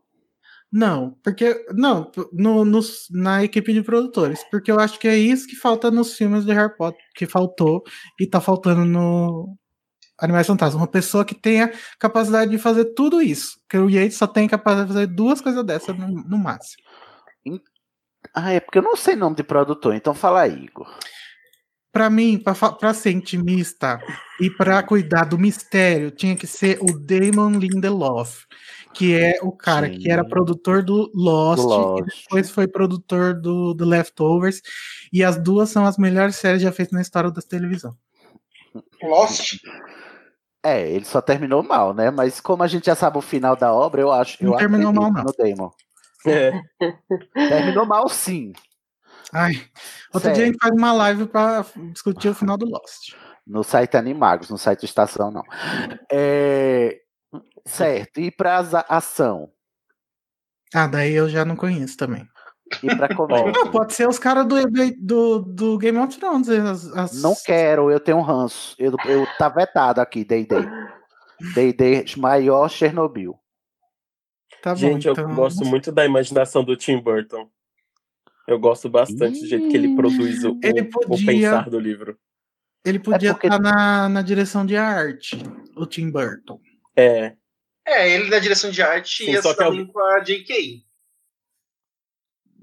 Speaker 6: Não, porque. Não, p- no, nos- na equipe de produtores. Porque eu acho que é isso que falta nos filmes de Harry Potter, que faltou e tá faltando no Animais Fantásticos. Uma pessoa que tenha capacidade de fazer tudo isso. Porque o Yates só tem capacidade de fazer duas coisas dessas no, no máximo.
Speaker 4: Ah, é porque eu não sei nome de produtor, então fala aí, Igor.
Speaker 6: Pra mim, pra, fa- pra ser intimista e pra cuidar do mistério, tinha que ser o Damon Lindelof, que é o cara que era
Speaker 4: Sim.
Speaker 6: produtor do Lost,
Speaker 4: Do
Speaker 6: e
Speaker 4: Lost.
Speaker 6: depois foi produtor do The Leftovers. E as duas são as melhores séries já feitas na história da televisão.
Speaker 8: Lost,
Speaker 4: É, ele só terminou mal, né? Mas como a gente já sabe o final da obra, eu acho.
Speaker 6: Não
Speaker 4: eu
Speaker 6: terminou
Speaker 4: acredito
Speaker 6: mal, não.
Speaker 4: No Damon.
Speaker 9: É.
Speaker 4: Terminou mal, sim.
Speaker 6: Ai, outro dia a
Speaker 4: Sério.
Speaker 6: gente faz uma live pra discutir o final do Lost.
Speaker 4: No site Animagos, no site Estação, não. É, Certo. E pra za- ação?
Speaker 6: Ah, daí eu já não conheço também.
Speaker 4: E pra comédia?
Speaker 6: Não, pode ser os caras do, do, do Game of Thrones. as- as-
Speaker 4: Não quero, eu tenho um ranço. Eu, eu tá vetado aqui, D&D. D&D maior Chernobyl.
Speaker 6: Tá bom,
Speaker 9: Gente, eu
Speaker 6: então-
Speaker 9: gosto muito da imaginação do Tim Burton. Eu gosto bastante do jeito que ele produz o,
Speaker 6: Ele
Speaker 9: o- o
Speaker 6: podia-
Speaker 9: pensar do livro.
Speaker 6: Ele podia
Speaker 4: É porque-
Speaker 6: estar na, na direção de arte, o Tim Burton.
Speaker 9: É,
Speaker 8: é, ele na direção de arte
Speaker 9: Sim,
Speaker 8: ia
Speaker 9: só
Speaker 8: se
Speaker 9: que
Speaker 8: dar
Speaker 9: alguém-
Speaker 8: bem com a J.K.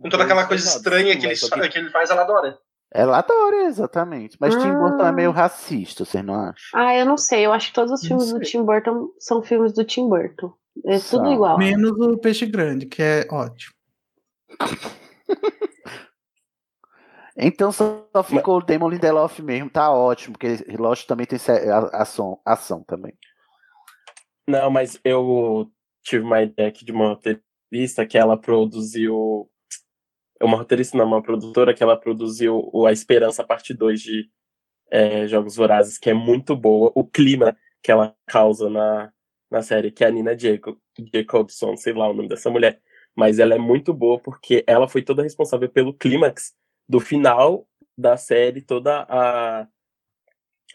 Speaker 8: Com toda aquela coisa estranha é que ele,
Speaker 9: Mas só
Speaker 8: fa- que ele faz, ela adora.
Speaker 4: Ela adora, É exatamente. Mas Tim Burton é
Speaker 7: Ah.
Speaker 4: meio racista, vocês não acham?
Speaker 7: Ah, eu não sei. Eu acho que todos os
Speaker 6: Não
Speaker 7: filmes do
Speaker 6: sei.
Speaker 7: Tim Burton são filmes do Tim Burton. É tudo
Speaker 4: São.
Speaker 7: igual.
Speaker 6: Menos o Peixe Grande, que é ótimo.
Speaker 4: Então só só ficou o Damon Lindelof mesmo, tá ótimo, porque Lost também tem sé- a- ação, ação também.
Speaker 9: Não, mas eu tive uma ideia aqui de uma roteirista que ela produziu. Uma roteirista, não, uma produtora que ela produziu o A Esperança, parte 2 de é, Jogos Vorazes, que é muito boa. O clima que ela causa na, na série, que é a Nina Jaco- Jacobson, sei lá o nome dessa mulher. Mas ela é muito boa porque ela foi toda responsável pelo clímax do final da série, toda a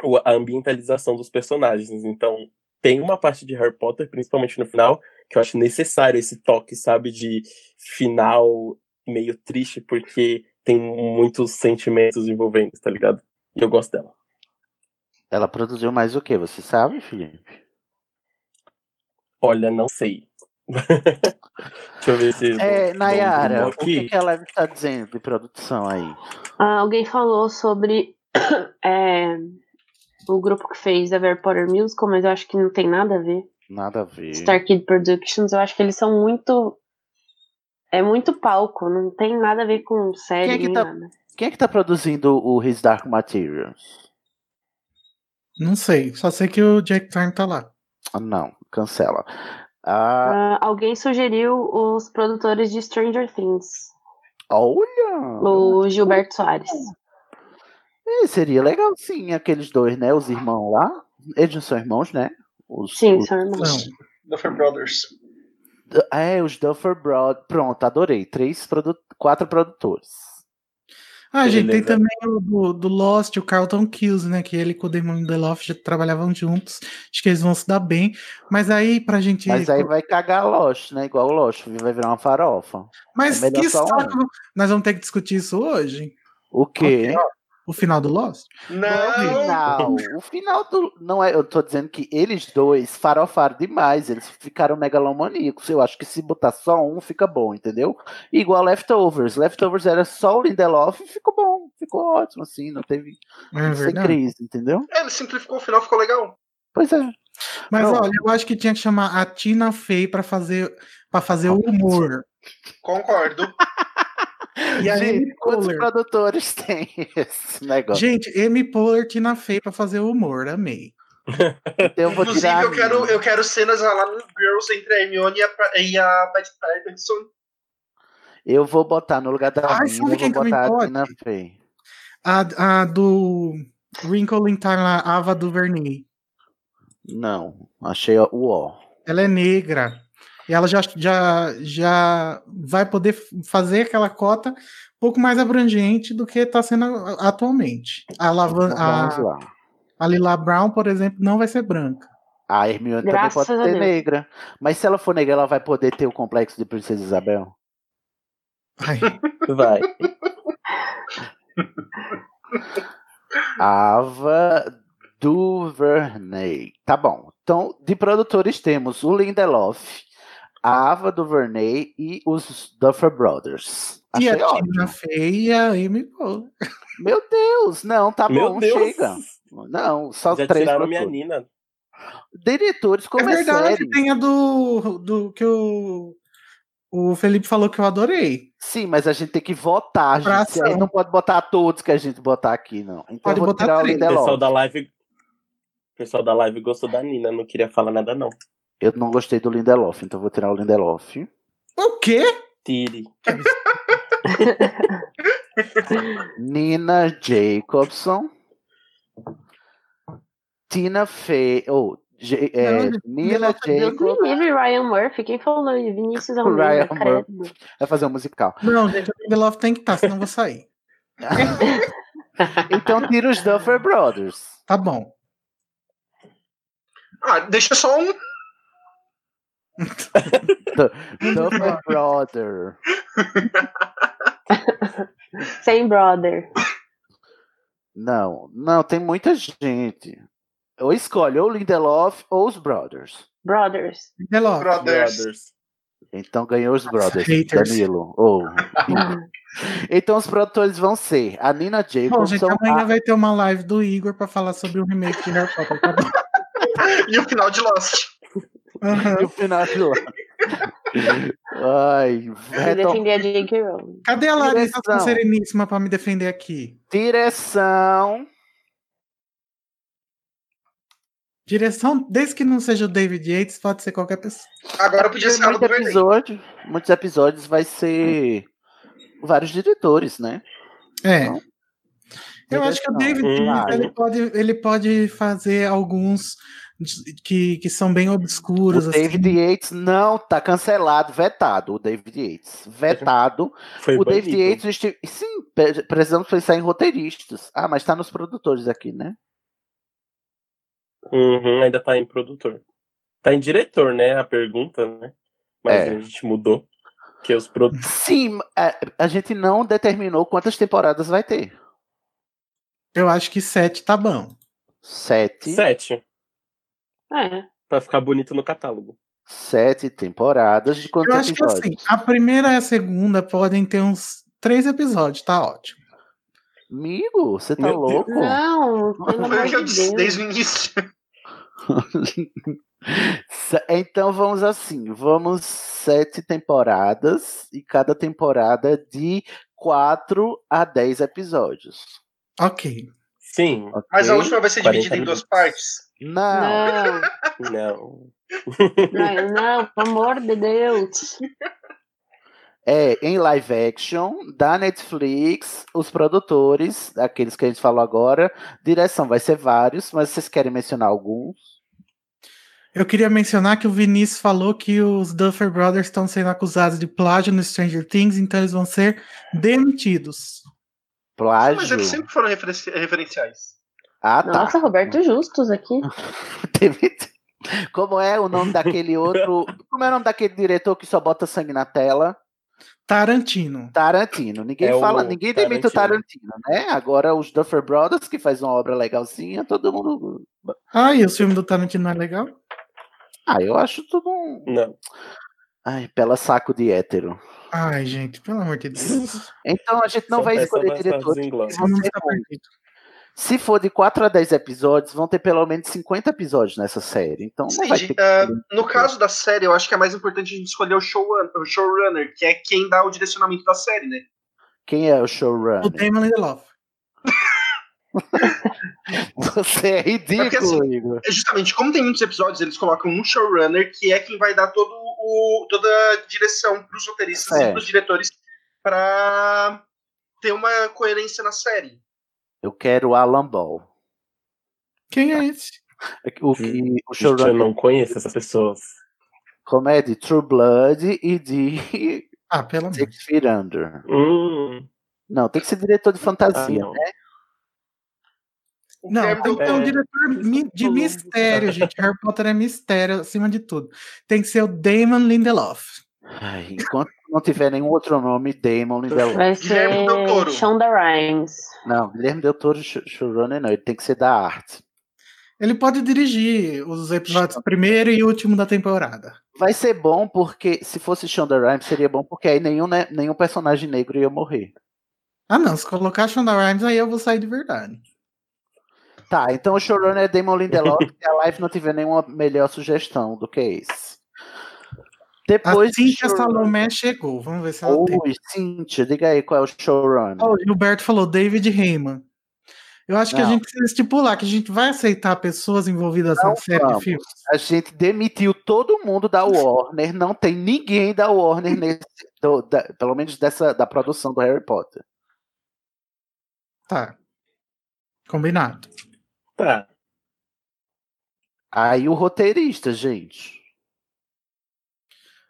Speaker 9: o- a ambientalização dos personagens. Então, tem uma parte de Harry Potter, principalmente no final, que eu acho necessário esse toque, sabe, de final meio triste, porque tem muitos sentimentos envolvendo, tá ligado? E eu gosto dela.
Speaker 4: Ela produziu mais o que, você sabe, Felipe?
Speaker 9: Olha, não sei. Deixa eu ver se.
Speaker 4: É,
Speaker 9: vou-
Speaker 4: Nayara,
Speaker 9: vou-
Speaker 4: o que, que ela está dizendo de produção aí?
Speaker 7: Ah, alguém falou sobre é, o grupo que fez a Harry Potter Musical, mas eu acho que não tem nada a ver.
Speaker 4: Nada a ver.
Speaker 7: Star Kid Productions, eu acho que eles são muito. É muito palco, não tem nada a ver com série
Speaker 4: Quem é que
Speaker 7: nem
Speaker 4: tá-
Speaker 7: nada.
Speaker 4: Quem é que tá produzindo o His Dark Materials?
Speaker 6: Não sei, só sei que o Jack Thorne tá lá.
Speaker 4: Ah, Não, cancela. Ah,
Speaker 7: Ah, alguém sugeriu os produtores de Stranger Things,
Speaker 4: olha!
Speaker 7: o Gilberto Soares.
Speaker 4: É, seria legal sim, aqueles dois, né? Os irmãos lá. Eles não são irmãos, né? Os,
Speaker 7: Sim,
Speaker 4: os-
Speaker 7: são
Speaker 6: Então,
Speaker 7: irmãos.
Speaker 8: Duffer Brothers.
Speaker 4: É, os Duffer Broad. Pronto, adorei. Três produ... Quatro produtores.
Speaker 6: Ah, gente, tem
Speaker 4: Beleza.
Speaker 6: também o do, do Lost, o Carlton Kills, né? Que ele com o Damon Lindelof já trabalhavam juntos. Acho que eles vão se dar bem. Mas aí, pra gente.
Speaker 4: Mas aí vai cagar Lost, né? Igual o Lost, vai virar uma farofa.
Speaker 6: Mas
Speaker 4: é melhor
Speaker 6: que
Speaker 4: só um.
Speaker 6: saco! Nós vamos ter que discutir isso hoje.
Speaker 4: O quê?
Speaker 6: O final do Lost?
Speaker 4: Não, final. O final do. Não é, eu tô dizendo que eles dois farofaram demais, eles ficaram megalomaníacos. Eu acho que se botar só um, fica bom, entendeu? Igual Leftovers. Leftovers era só o Lindelof e ficou bom, ficou ótimo, assim, não teve.
Speaker 6: É
Speaker 4: sem
Speaker 6: verdade.
Speaker 4: crise, entendeu?
Speaker 8: É, ele simplificou o final, ficou legal.
Speaker 4: Pois é.
Speaker 6: Mas
Speaker 4: Não.
Speaker 6: olha, eu acho que tinha que chamar a Tina Fey pra fazer, pra fazer o humor.
Speaker 8: Concordo.
Speaker 6: E a
Speaker 4: Gente,
Speaker 6: Amy
Speaker 4: quantos
Speaker 6: Poehler.
Speaker 4: produtores tem esse negócio?
Speaker 6: Gente, Amy Poehler, Tina Fey pra fazer o humor, amei.
Speaker 4: então eu vou
Speaker 8: Inclusive,
Speaker 4: tirar. a
Speaker 8: eu quero,
Speaker 4: minha.
Speaker 8: eu quero cenas lá no Girls entre a Hermione e a, Pa- e a Pat Patterson.
Speaker 4: Eu vou botar no lugar da
Speaker 6: Ai,
Speaker 4: Ai,
Speaker 6: sabe
Speaker 4: eu vou
Speaker 6: quem também
Speaker 4: botar a
Speaker 6: pode?
Speaker 4: Tina Fey.
Speaker 6: A, a do Wrinkle in Time, a Ava do Verney.
Speaker 4: Não, achei o
Speaker 7: Ah.
Speaker 4: ó.
Speaker 6: Ela é negra. E ela já, já, já vai poder f- fazer aquela cota um pouco mais abrangente do que está sendo a- atualmente. A, Lavan,
Speaker 4: Então vamos
Speaker 6: a,
Speaker 4: lá.
Speaker 6: a Lila Brown, por exemplo, não vai ser branca.
Speaker 4: A Hermione
Speaker 7: Graças
Speaker 4: também
Speaker 7: a
Speaker 4: pode ser
Speaker 7: Deus.
Speaker 4: negra. Mas se ela for negra, ela vai poder ter o complexo de Princesa Isabel?
Speaker 6: Ai,
Speaker 4: é?
Speaker 9: Vai.
Speaker 4: Ava DuVernay. Tá bom. Então, de produtores temos o Lindelof, a Ava DuVernay e os Duffer Brothers.
Speaker 6: e a
Speaker 4: Achei
Speaker 6: Tina
Speaker 4: ótimo.
Speaker 6: Fey e a Amy Poehler.
Speaker 4: Meu Deus, não, tá
Speaker 9: Meu
Speaker 4: bom,
Speaker 9: Deus!
Speaker 4: chega. Não, só
Speaker 9: Já
Speaker 4: três
Speaker 9: tiraram minha
Speaker 4: produtores.
Speaker 9: Nina.
Speaker 4: Diretores,
Speaker 6: É
Speaker 4: como é,
Speaker 6: verdade,
Speaker 4: série?
Speaker 6: tem a do, do que o, o Felipe falou que eu adorei.
Speaker 4: Sim, mas a gente tem que votar, gente.
Speaker 6: Ação.
Speaker 4: A gente não pode botar todos que a gente botar aqui, não. Então
Speaker 6: Pode
Speaker 4: eu vou
Speaker 6: botar
Speaker 4: tirar o
Speaker 6: três.
Speaker 9: O pessoal
Speaker 4: Lindelof.
Speaker 9: da live. O pessoal da live gostou da Nina, não queria falar nada, não.
Speaker 4: Eu não gostei do Lindelof, então eu vou tirar o Lindelof.
Speaker 6: O quê?
Speaker 9: Tire.
Speaker 4: Nina Jacobson. Tina Fey. Ou J- é,
Speaker 6: gente,
Speaker 4: Nina
Speaker 6: Lindelof é Deus
Speaker 7: Deus
Speaker 4: Jacobson.
Speaker 7: me livre, Ryan Murphy. Quem falou? Vinícius Almeida,
Speaker 4: Ryan
Speaker 7: credo.
Speaker 4: Vai fazer um musical.
Speaker 6: Não, gente, a Linda Love tem que estar, senão eu vou sair.
Speaker 4: Então tira os Duffer Brothers.
Speaker 6: Tá bom.
Speaker 8: Ah, deixa só um.
Speaker 4: Duffer Brother.
Speaker 7: Sem brother.
Speaker 4: Não, não, tem muita gente. Ou escolhe ou Lindelof ou os Brothers.
Speaker 7: Brothers.
Speaker 6: Linda Love.
Speaker 8: Brothers.
Speaker 9: Brothers.
Speaker 4: Então ganhou os Brothers.
Speaker 6: haters.
Speaker 4: Danilo. Ou.
Speaker 7: Uhum.
Speaker 4: Então os produtores vão ser a Nina
Speaker 6: Bom, gente,
Speaker 4: Jacobson.
Speaker 6: amanhã
Speaker 4: a-
Speaker 6: vai ter uma live do Igor pra falar sobre o remake de Harry Potter. Tá bom?
Speaker 8: E o final de Lost.
Speaker 6: Aham.
Speaker 4: E o final de lá. Ai,
Speaker 7: E
Speaker 4: retom-
Speaker 7: defender a J.K. Rowling.
Speaker 6: Cadê a Larissa
Speaker 4: Direção.
Speaker 6: Sereníssima pra me defender aqui?
Speaker 4: Direção.
Speaker 6: Direção, desde que não seja o David Yates, pode ser qualquer pessoa.
Speaker 8: Agora podia
Speaker 4: Tem
Speaker 8: ser a
Speaker 4: muito
Speaker 8: do Vernay.
Speaker 4: episódio. Muitos episódios vai ser vários diretores, né?
Speaker 6: É.
Speaker 4: Não.
Speaker 6: Eu acho que o
Speaker 4: Direção.
Speaker 6: David
Speaker 9: Hum.
Speaker 6: Yates, ele pode, ele pode fazer alguns de- que, que são bem
Speaker 4: O
Speaker 6: obscuros. assim.
Speaker 4: David Yates não tá cancelado, vetado. O David Yates. Vetado.
Speaker 9: Foi
Speaker 4: o
Speaker 9: banido.
Speaker 4: David Yates. o Steve- Sim, pe- precisamos pensar em roteiristas. Ah, mas tá nos produtores aqui, né?
Speaker 9: Uhum, ainda tá em produtor. Tá em diretor, né? A pergunta, né? Mas
Speaker 4: É.
Speaker 9: a gente mudou. Que os produ...
Speaker 4: Sim, a, a gente não determinou quantas temporadas vai ter.
Speaker 6: Eu acho que sete tá bom.
Speaker 4: Sete.
Speaker 9: Sete.
Speaker 7: É.
Speaker 9: Pra ficar bonito no catálogo.
Speaker 4: Sete temporadas de quantos
Speaker 6: Eu acho que
Speaker 4: episódios?
Speaker 6: assim, a primeira e a segunda podem ter uns três episódios, tá ótimo.
Speaker 4: Amigo, você tá
Speaker 6: Meu Deus.
Speaker 4: louco?
Speaker 7: Ah. Não, pelo
Speaker 8: Foi
Speaker 7: amor
Speaker 8: o é
Speaker 4: né?
Speaker 8: que eu
Speaker 7: de
Speaker 8: disse
Speaker 7: Deus.
Speaker 8: desde o início.
Speaker 4: Se- Então vamos assim, vamos sete temporadas e cada temporada é de quatro a dez episódios.
Speaker 6: Ok.
Speaker 9: Sim.
Speaker 8: Mas
Speaker 6: é
Speaker 8: a
Speaker 6: um
Speaker 4: ok?
Speaker 8: última vai ser
Speaker 9: 40
Speaker 8: dividida em duas
Speaker 9: minutos.
Speaker 8: partes.
Speaker 4: Não,
Speaker 7: Não,
Speaker 9: Não.
Speaker 7: não, não, pelo amor de Deus.
Speaker 4: é em live action da Netflix, os produtores, aqueles que a gente falou agora, direção vai ser vários, mas vocês querem mencionar algum?
Speaker 6: Eu queria mencionar que o Vinícius falou que os Duffer Brothers estão sendo acusados de plágio no Stranger Things, então eles vão ser demitidos.
Speaker 4: Plágio.
Speaker 8: Mas eles sempre foram referenci- referenciais.
Speaker 4: Ah, tá.
Speaker 7: Nossa, Roberto Justus aqui.
Speaker 4: Teve- Como é o nome daquele outro? Como é o nome daquele diretor que só bota sangue na tela?
Speaker 6: Tarantino.
Speaker 4: Tarantino. Ninguém
Speaker 9: É o
Speaker 4: fala, ninguém demite o
Speaker 9: Tarantino.
Speaker 4: Tarantino, né? Agora os Duffer Brothers, que faz uma obra legalzinha, todo mundo.
Speaker 6: Ah, e o filme do Tarantino não é legal?
Speaker 4: Ah, eu acho tudo um.
Speaker 9: Não.
Speaker 4: Ai, pela saco de hétero.
Speaker 6: Ai, gente, pelo amor de Deus.
Speaker 4: Então a gente não
Speaker 9: Só
Speaker 4: vai
Speaker 9: peça
Speaker 4: escolher
Speaker 9: Bastardos
Speaker 4: diretor. é
Speaker 9: Inglórios.
Speaker 6: Todo mundo tá perdido.
Speaker 4: Se for de 4 a 10 episódios, vão ter pelo menos 50 episódios nessa série. Então não vai
Speaker 8: Entendi.
Speaker 4: ter.
Speaker 8: Ah, no caso da série, eu acho que é mais importante a gente escolher o, showrun- o showrunner, que é quem dá o direcionamento da série, né?
Speaker 4: Quem é o
Speaker 6: O
Speaker 4: showrunner?
Speaker 6: Damon Lindelof.
Speaker 4: Você é
Speaker 8: Porque,
Speaker 4: ridículo,
Speaker 8: assim,
Speaker 4: Igor.
Speaker 8: É justamente, como tem muitos episódios, eles colocam um showrunner que é quem vai dar todo o, toda a direção pros roteiristas
Speaker 4: É.
Speaker 8: e pros diretores pra ter uma coerência na série.
Speaker 4: Eu quero o Alan Ball.
Speaker 6: Quem é esse?
Speaker 4: O, que, o
Speaker 9: Gente, eu
Speaker 4: showrunner
Speaker 9: não conheço essas pessoas.
Speaker 4: como é de True Blood e de
Speaker 6: Ah, pelo amor.
Speaker 4: Six Feet Under.
Speaker 9: Hum.
Speaker 4: Não, tem que ser diretor de fantasia,
Speaker 9: Ah, não.
Speaker 4: né?
Speaker 8: O
Speaker 6: Não,
Speaker 8: Guilherme
Speaker 6: tem que
Speaker 8: deu-
Speaker 6: ter um
Speaker 9: É,
Speaker 6: diretor mi- de
Speaker 9: Columbo.
Speaker 6: mistério, gente. Harry Potter é mistério, acima de tudo. Tem que ser o Damon Lindelof.
Speaker 4: Ai, enquanto não tiver nenhum outro nome, Damon Lindelof.
Speaker 7: Vai
Speaker 8: Guilherme Del Toro.
Speaker 7: ser Shonda Rhimes.
Speaker 4: Não, Guilherme Del Toro sh- showrunner não, ele tem que ser da arte.
Speaker 6: Ele pode dirigir os episódios primeiro e último da temporada.
Speaker 4: Vai ser bom porque, se fosse Shonda Rhimes, seria bom porque aí nenhum, né, nenhum personagem negro ia morrer.
Speaker 6: Ah, não. Se colocar Shonda Rhimes, aí eu vou sair de verdade.
Speaker 4: Tá, então o showrunner é Damon Lindelof, se a live não tiver nenhuma melhor sugestão do que esse. Depois
Speaker 6: Assim
Speaker 4: de
Speaker 6: que a Salomé chegou. Vamos ver se ela tem.
Speaker 4: Oi, Cíntia, diga aí qual é o showrunner.
Speaker 6: Ó, o Gilberto falou David Heyman. Eu acho que a
Speaker 4: Não.
Speaker 6: gente precisa estipular que a gente vai aceitar pessoas envolvidas
Speaker 4: Não
Speaker 6: na série
Speaker 4: vamos.
Speaker 6: de filmes.
Speaker 4: A gente demitiu todo mundo da Warner, não tem ninguém da Warner, nesse, do- da- pelo menos dessa da produção do Harry Potter.
Speaker 6: Tá. Combinado.
Speaker 9: Tá.
Speaker 4: Aí o roteirista, gente.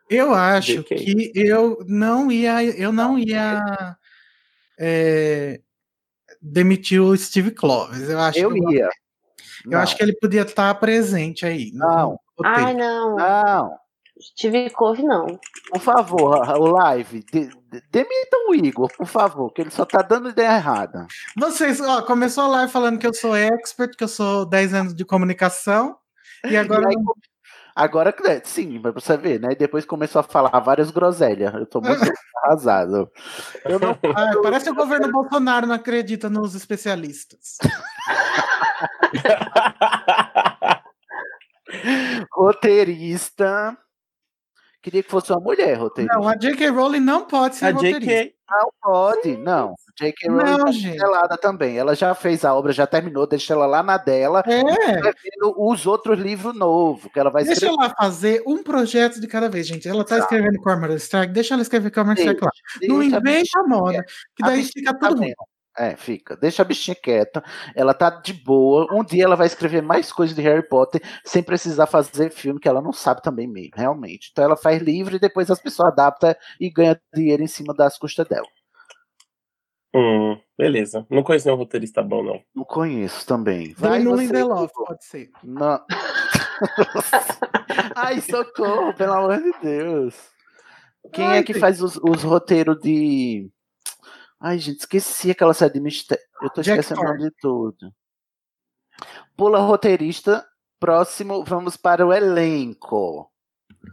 Speaker 6: Eu acho
Speaker 9: quem?
Speaker 6: que eu não ia, eu não ia é, demitir o Steve Clovis. Eu acho,
Speaker 4: Eu
Speaker 6: que, eu-
Speaker 4: ia.
Speaker 6: eu
Speaker 4: não, Ah.
Speaker 6: acho que ele podia estar presente aí. no-
Speaker 4: Não.
Speaker 6: no roteiro.
Speaker 7: Ai, não.
Speaker 4: não.
Speaker 7: Steve Cove, não.
Speaker 8: É.
Speaker 4: Por favor, o live, de, de- demitam o Igor, por favor, que ele só tá dando ideia errada.
Speaker 6: Vocês, ó, começou lá falando que eu sou expert, que eu sou 10 anos de comunicação. E agora.
Speaker 4: E aí, Agora, né, sim, mas pra você ver, né? Depois começou a falar várias groselhas. Eu tô muito arrasado. Eu não
Speaker 6: Ai, ah, parece o governo Bolsonaro não acredita nos especialistas.
Speaker 4: roteirista. Queria que fosse uma mulher roteirista.
Speaker 6: Não, a J.K. Rowling não pode
Speaker 4: é
Speaker 6: ser
Speaker 9: A
Speaker 6: roteirista.
Speaker 9: JK.
Speaker 4: Não pode, não. J.K. Rowling
Speaker 6: Não,
Speaker 4: tá
Speaker 6: gente.
Speaker 4: cancelada também. Ela já fez a obra, já terminou, deixa ela lá na dela,
Speaker 6: É.
Speaker 4: escrevendo os outros livros novos que ela vai
Speaker 6: Deixa
Speaker 4: escrever.
Speaker 6: ela fazer um projeto de cada vez, gente. Ela tá
Speaker 4: Tá.
Speaker 6: escrevendo Cormoran Strike, deixa ela escrever Cormoran Strike lá. Não
Speaker 4: Deixa a
Speaker 6: inventa
Speaker 4: bichinha
Speaker 6: a moda, que
Speaker 4: A
Speaker 6: daí
Speaker 4: bichinha
Speaker 6: fica
Speaker 4: tá
Speaker 6: tudo ruim.
Speaker 4: bem. É, fica. Deixa a bichinha quieta. Ela tá de boa. Um dia ela vai escrever mais coisas de Harry Potter sem precisar fazer filme, que ela não sabe também mesmo, realmente. Então ela faz livro e depois as pessoas adaptam e ganham dinheiro em cima das custas dela.
Speaker 9: Hum. Beleza. Não conheço nenhum roteirista bom, não.
Speaker 4: Não conheço também.
Speaker 6: Vai no
Speaker 4: você,
Speaker 6: Lindelof,
Speaker 4: Igor.
Speaker 6: pode ser.
Speaker 4: Não. Ai, socorro, pelo amor de Deus. Quem
Speaker 6: Ai,
Speaker 4: é que
Speaker 6: tem-
Speaker 4: faz os, os roteiros de. Ai, gente, esqueci aquela série de mistério. Eu tô
Speaker 6: Jack
Speaker 4: esquecendo o nome de tudo. Pula roteirista. Próximo, vamos para o elenco.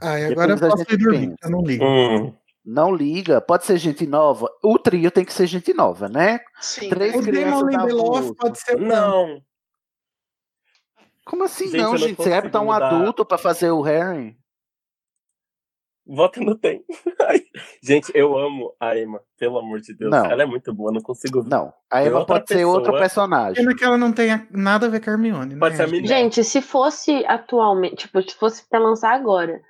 Speaker 6: Ah, e agora eu
Speaker 4: Depois a
Speaker 6: posso
Speaker 4: gente
Speaker 6: ir dormir,
Speaker 4: pensa.
Speaker 6: eu não ligo.
Speaker 9: Hum,
Speaker 4: Não liga. Pode ser gente nova. O trio tem que ser gente nova, né?
Speaker 8: Sim.
Speaker 4: Três
Speaker 6: O Damon
Speaker 4: crianças da
Speaker 6: Lindelof
Speaker 4: avulsa.
Speaker 6: pode ser o
Speaker 9: Não.
Speaker 4: Como assim
Speaker 9: Gente, eu
Speaker 4: não,
Speaker 9: não
Speaker 4: gente? Você é botar um
Speaker 9: consigo mudar.
Speaker 4: adulto pra fazer o Harry?
Speaker 9: Vota no tem. Ai, Gente, eu amo a Emma, pelo amor de Deus.
Speaker 4: Não.
Speaker 9: Ela é muito boa, não consigo ver.
Speaker 4: Não. A
Speaker 9: É
Speaker 4: Eva
Speaker 9: outra
Speaker 4: pode ser outro
Speaker 9: pessoa.
Speaker 4: personagem.
Speaker 6: Pena que ela não tenha nada a ver com a Hermione, né?
Speaker 9: Pode ser a menina.
Speaker 7: Gente, se fosse atualmente, tipo, se fosse pra lançar agora,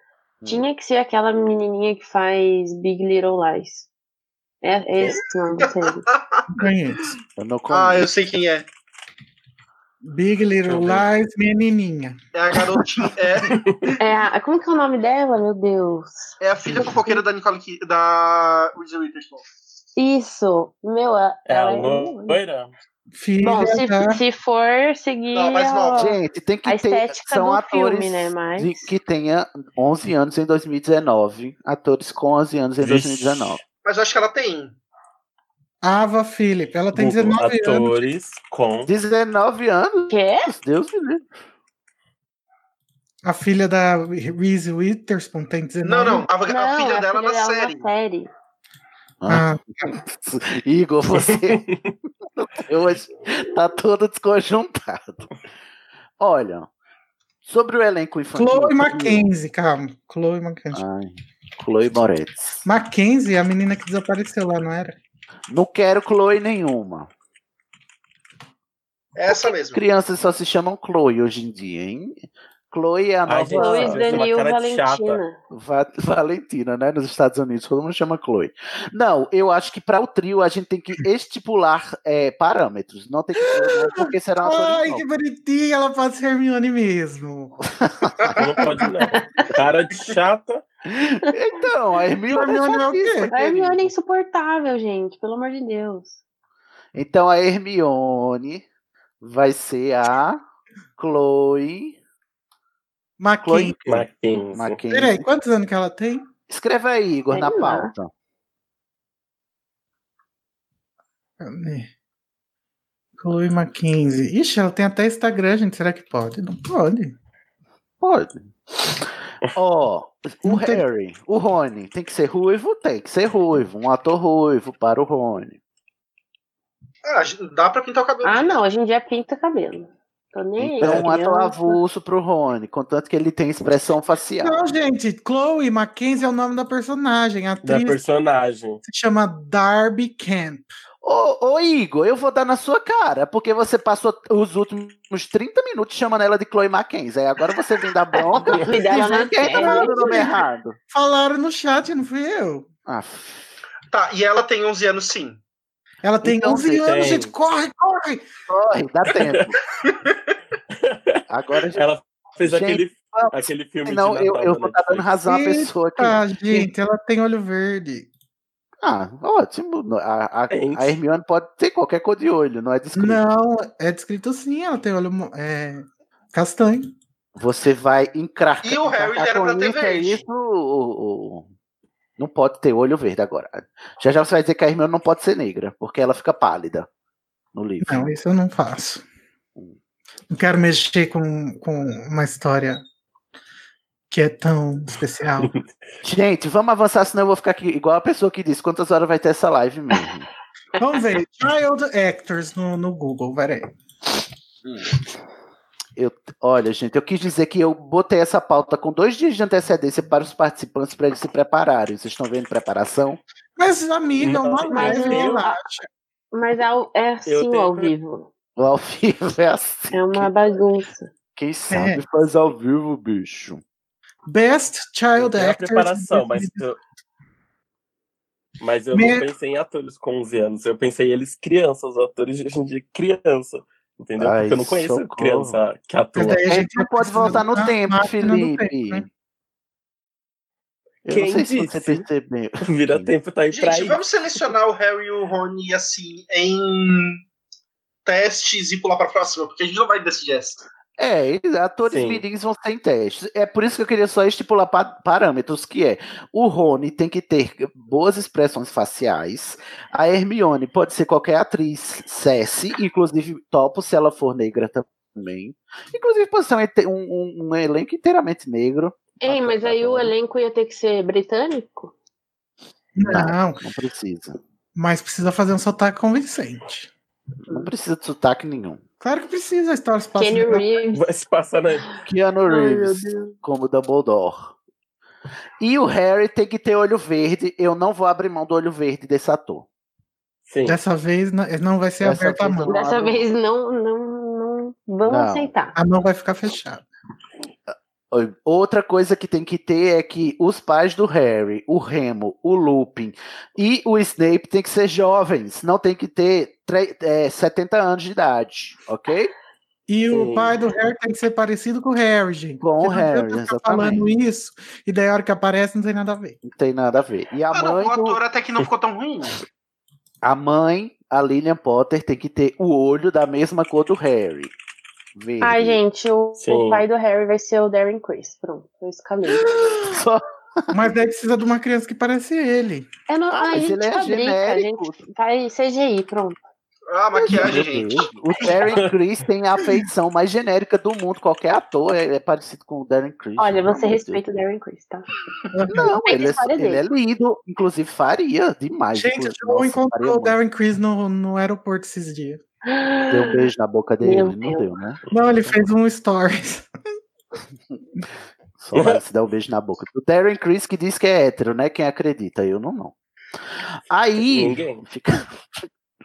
Speaker 8: Hum.
Speaker 7: tinha que ser aquela menininha que faz Big Little Lies. É, é esse nome da série.
Speaker 6: Não conheço.
Speaker 4: Eu não
Speaker 8: Ah,
Speaker 4: conheço.
Speaker 8: eu sei quem é.
Speaker 6: Big Little
Speaker 9: Deixa
Speaker 6: Lies, menininha.
Speaker 8: É a garotinha. É,
Speaker 7: É a, como que é o nome dela, meu Deus?
Speaker 8: é a filha fofoqueira da Nicole Ki- da Reese Witherspoon.
Speaker 7: Isso, meu, a-
Speaker 9: É a
Speaker 7: ela é.
Speaker 9: loira.
Speaker 6: Filha
Speaker 7: Bom, se,
Speaker 6: da...
Speaker 7: se for seguir.
Speaker 8: Não, mas não.
Speaker 7: a-
Speaker 4: Gente, tem que
Speaker 7: A
Speaker 4: ter.
Speaker 7: estética
Speaker 4: São
Speaker 7: do
Speaker 4: atores
Speaker 7: filme, né, mas-
Speaker 4: de- que tenha 11 anos em 2019. Atores com 11 anos em
Speaker 9: Vixe.
Speaker 4: 2019.
Speaker 8: Mas eu acho que ela tem.
Speaker 6: Ava Philip, ela tem
Speaker 9: Google,
Speaker 6: 19 anos.
Speaker 9: atores com.
Speaker 4: 19 anos?
Speaker 7: Quê?
Speaker 4: Deus me livre.
Speaker 6: A filha da Reese Witherspoon tem 19
Speaker 8: Não, não. A, a
Speaker 7: Não,
Speaker 8: filha
Speaker 7: a
Speaker 8: dela é
Speaker 7: filha
Speaker 8: na
Speaker 7: dela é
Speaker 8: série.
Speaker 7: na série.
Speaker 6: Ah,
Speaker 4: Igor, você. Hoje tá todo desconjuntado. Olha, sobre o elenco infantil.
Speaker 6: Chloe Mackenzie, calma. Chloe Mackenzie.
Speaker 4: Ai, Chloe Moretz.
Speaker 6: Mackenzie é a menina que desapareceu lá, não era?
Speaker 4: Não quero Chloe nenhuma.
Speaker 8: É Essa mesmo.
Speaker 4: Crianças só se chamam Chloe hoje em dia, hein? Chloe é a
Speaker 9: Ai,
Speaker 4: nova
Speaker 9: gente,
Speaker 7: Luiz
Speaker 9: essa é uma
Speaker 7: Danil
Speaker 9: cara de chata.
Speaker 7: Valentina.
Speaker 4: Va- Valentina, né? Nos Estados Unidos, todo mundo chama Chloe. Não, eu acho que para o trio a gente tem que estipular é, parâmetros. Não tem que ser, não, porque será um uma
Speaker 6: Ai,
Speaker 4: Ai,
Speaker 6: que bonitinha, ela pode ser Hermione mesmo.
Speaker 9: Não pode, não. Cara de chata.
Speaker 4: Então, a Hermione,
Speaker 6: Hermione
Speaker 4: já
Speaker 6: é o
Speaker 4: disse,
Speaker 6: quê?
Speaker 7: A Hermione é
Speaker 4: querido.
Speaker 7: insuportável, gente, pelo amor de Deus. é
Speaker 4: Então a Hermione vai ser a Chloe. Chloe
Speaker 6: Mackenzie.
Speaker 9: Mackenzie.
Speaker 4: Mackenzie.
Speaker 6: Peraí, quantos anos que ela tem?
Speaker 4: Escreve aí, Igor, na
Speaker 7: Sei lá.
Speaker 4: pauta.
Speaker 6: Cadê? Chloe Mackenzie. Ixi, ela tem até Instagram, gente. Será que pode? Não pode.
Speaker 4: Pode. Ó, o
Speaker 6: Não tem-
Speaker 4: Harry, o Rony, tem que ser ruivo? Tem que ser ruivo. Um ator ruivo para o Rony.
Speaker 8: Ah, dá pra pintar o cabelo.
Speaker 7: Ah, não, hoje em dia pinta cabelo. Tô nem aí,
Speaker 4: Então, um ator
Speaker 7: criança.
Speaker 4: avulso para o Rony, contanto que ele tem expressão facial.
Speaker 6: Não, gente. Chloe Mackenzie é o nome da personagem. A
Speaker 9: Da
Speaker 6: atriz
Speaker 9: personagem.
Speaker 6: se chama Darby Camp.
Speaker 4: Ô, ô, Igor, eu vou dar na sua cara, porque você passou os últimos 30 minutos chamando ela de Chloe Mackenzie. Aí agora você vem dar bronca
Speaker 7: O filho dela
Speaker 4: dizendo
Speaker 7: na
Speaker 4: que ainda tá
Speaker 7: série.
Speaker 4: falando o nome errado.
Speaker 6: Falaram no chat, não fui eu.
Speaker 4: Ah,
Speaker 8: Tá, e ela tem 11 anos, sim.
Speaker 6: Ela tem
Speaker 4: Então,
Speaker 6: 11
Speaker 4: tem.
Speaker 6: anos, gente. Corre, corre.
Speaker 4: corre, dá tempo. Agora a gente
Speaker 9: Ela fez
Speaker 4: Gente,
Speaker 9: aquele,
Speaker 4: vamos.
Speaker 9: aquele filme
Speaker 4: Não,
Speaker 9: de
Speaker 4: eu,
Speaker 9: Natal
Speaker 4: eu
Speaker 9: da
Speaker 4: vou estar dando
Speaker 9: Netflix.
Speaker 4: razão à pessoa que.
Speaker 6: Eita, Ah, gente. Ela tem olho verde.
Speaker 4: Ah, ótimo. No- A, a-
Speaker 9: Gente.
Speaker 4: a Hermione pode ter qualquer cor de olho, não é descrito.
Speaker 6: Não, é descrito sim. Ela tem olho mo- é, castanho.
Speaker 4: Você vai encrar.
Speaker 8: E o Harry
Speaker 4: encarcar
Speaker 8: era
Speaker 4: com
Speaker 8: pra ter
Speaker 4: isso,
Speaker 8: verde.
Speaker 4: isso o- o- não pode ter olho verde agora. Já já você vai dizer que a Hermione não pode ser negra, porque ela fica pálida no livro.
Speaker 6: Não, isso eu não faço. Não quero mexer com, com uma história que é tão especial.
Speaker 4: Gente, vamos avançar, senão eu vou ficar aqui igual a pessoa que disse quantas horas vai ter essa live mesmo.
Speaker 6: Vamos ver. Child Actors no, no Google, peraí.
Speaker 4: Eu, olha, gente, eu quis dizer que eu botei essa pauta com dois dias de antecedência para os participantes para eles se prepararem. Vocês estão vendo preparação?
Speaker 6: Mas, amiga,
Speaker 9: Não,
Speaker 6: uma
Speaker 9: eu
Speaker 6: live,
Speaker 7: tenho-
Speaker 6: relaxa.
Speaker 7: Mas é ao- é assim
Speaker 9: tenho-
Speaker 7: ao vivo.
Speaker 4: O ao vivo é assim.
Speaker 7: É uma bagunça.
Speaker 4: Quem sabe faz ao vivo, bicho.
Speaker 6: Best
Speaker 9: Eu
Speaker 6: Child
Speaker 9: tenho a
Speaker 6: Actors.
Speaker 9: preparação, mas eu, mas eu
Speaker 6: Me-
Speaker 9: não pensei em atores com 11 anos. Eu pensei eles crianças, atores de hoje em dia criança. Entendeu?
Speaker 4: Ai,
Speaker 9: Porque eu não conheço
Speaker 4: socorro.
Speaker 9: criança que atua.
Speaker 6: Mas daí
Speaker 4: A gente não
Speaker 6: vai
Speaker 4: pode
Speaker 6: precisar
Speaker 4: voltar no
Speaker 6: da
Speaker 4: tempo,
Speaker 6: máquina do
Speaker 4: Felipe.
Speaker 6: tempo, né?
Speaker 4: Eu
Speaker 8: Quem
Speaker 4: não sei se você
Speaker 8: disse?
Speaker 4: percebeu.
Speaker 9: Vira tempo tá aí pra
Speaker 8: Gente,
Speaker 9: ir.
Speaker 8: vamos selecionar o Harry e o Rony assim em testes e pular pra próxima, porque a gente não vai decidir essa.
Speaker 4: É, e atores
Speaker 8: Sim.
Speaker 4: mirins vão ter testes. É por isso que eu queria só estipular pa- parâmetros, que é o Rony tem que ter boas expressões faciais. A Hermione pode ser qualquer atriz, Cessi, inclusive topo se ela for negra também. Inclusive pode ser um ete- um, um- um elenco inteiramente negro.
Speaker 7: Ei, mas aí o elenco ia ter que ser britânico?
Speaker 6: Não,
Speaker 4: Não precisa.
Speaker 6: mas precisa fazer um sotaque convincente.
Speaker 4: Não precisa de sotaque nenhum.
Speaker 6: Claro que precisa, a história se passa.
Speaker 4: Keanu
Speaker 7: Reeves.
Speaker 9: Vai se passar né? na.
Speaker 4: Keanu Reeves como Dumbledore. E o Harry tem que ter olho verde. Eu não vou abrir mão do olho verde desse ator.
Speaker 6: Dessa vez não- eh, não vai ser
Speaker 4: Dessa
Speaker 6: aberta a
Speaker 4: vez
Speaker 6: mão.
Speaker 4: não
Speaker 7: Dessa
Speaker 4: abre-
Speaker 7: vez não, não, não vamos
Speaker 4: Não.
Speaker 7: aceitar.
Speaker 6: A mão vai ficar fechada.
Speaker 4: Outra coisa que tem que ter é que os pais do Harry, o Remo, o Lupin e o Snape tem que ser jovens, não tem que ter tre- é, 70 anos de idade, ok?
Speaker 6: E o pai do Harry tem que ser parecido com o Harry, gente.
Speaker 4: Com o
Speaker 6: Porque não adianta
Speaker 4: Harry,
Speaker 6: ficar
Speaker 4: exatamente.
Speaker 6: falando isso, e daí a hora que aparece não tem nada a ver.
Speaker 4: Não tem nada a ver. E a
Speaker 8: Ah, não,
Speaker 4: mãe,
Speaker 8: o
Speaker 4: do-
Speaker 8: ator até que não ficou tão ruim.
Speaker 4: a mãe, a Lillian Potter, tem que ter o olho da mesma cor do Harry. Verde.
Speaker 7: Ai, gente, o, o
Speaker 4: Sim.
Speaker 7: pai do Harry vai ser o Darren Criss. Pronto, eu escalei.
Speaker 6: Mas daí precisa de uma criança que parece ele.
Speaker 7: É no,
Speaker 6: Ah,
Speaker 7: a
Speaker 6: mas
Speaker 7: gente
Speaker 6: ele é
Speaker 7: fabrica,
Speaker 6: genérico.
Speaker 7: a gente faz CGI, pronto.
Speaker 8: Ah, maquiagem,
Speaker 4: Meu
Speaker 8: gente.
Speaker 4: Deus, O Darren Criss tem a feição mais genérica do mundo. Qualquer ator é, é parecido com o Darren Criss.
Speaker 7: Olha,
Speaker 4: pelo
Speaker 7: você
Speaker 4: amor de
Speaker 7: respeita o Darren Criss, tá?
Speaker 4: Não,
Speaker 7: Respeita
Speaker 4: ele
Speaker 7: a
Speaker 4: é,
Speaker 7: história
Speaker 4: ele é
Speaker 7: dele.
Speaker 4: lindo, inclusive faria demais.
Speaker 6: Gente,
Speaker 4: inclusive,
Speaker 6: eu um
Speaker 4: nossa,
Speaker 6: encontrei
Speaker 4: faria
Speaker 6: o
Speaker 4: muito.
Speaker 6: Darren Criss no, no aeroporto esses dias.
Speaker 4: Deu um beijo na boca dele,
Speaker 6: Meu
Speaker 4: não deu, né?
Speaker 6: Não, ele fez um stories.
Speaker 4: Só vale se dar um beijo na boca. O Darren Criss que diz que é hétero, né? Quem acredita? Eu não, não. Aí.
Speaker 9: Ninguém.
Speaker 4: Fica...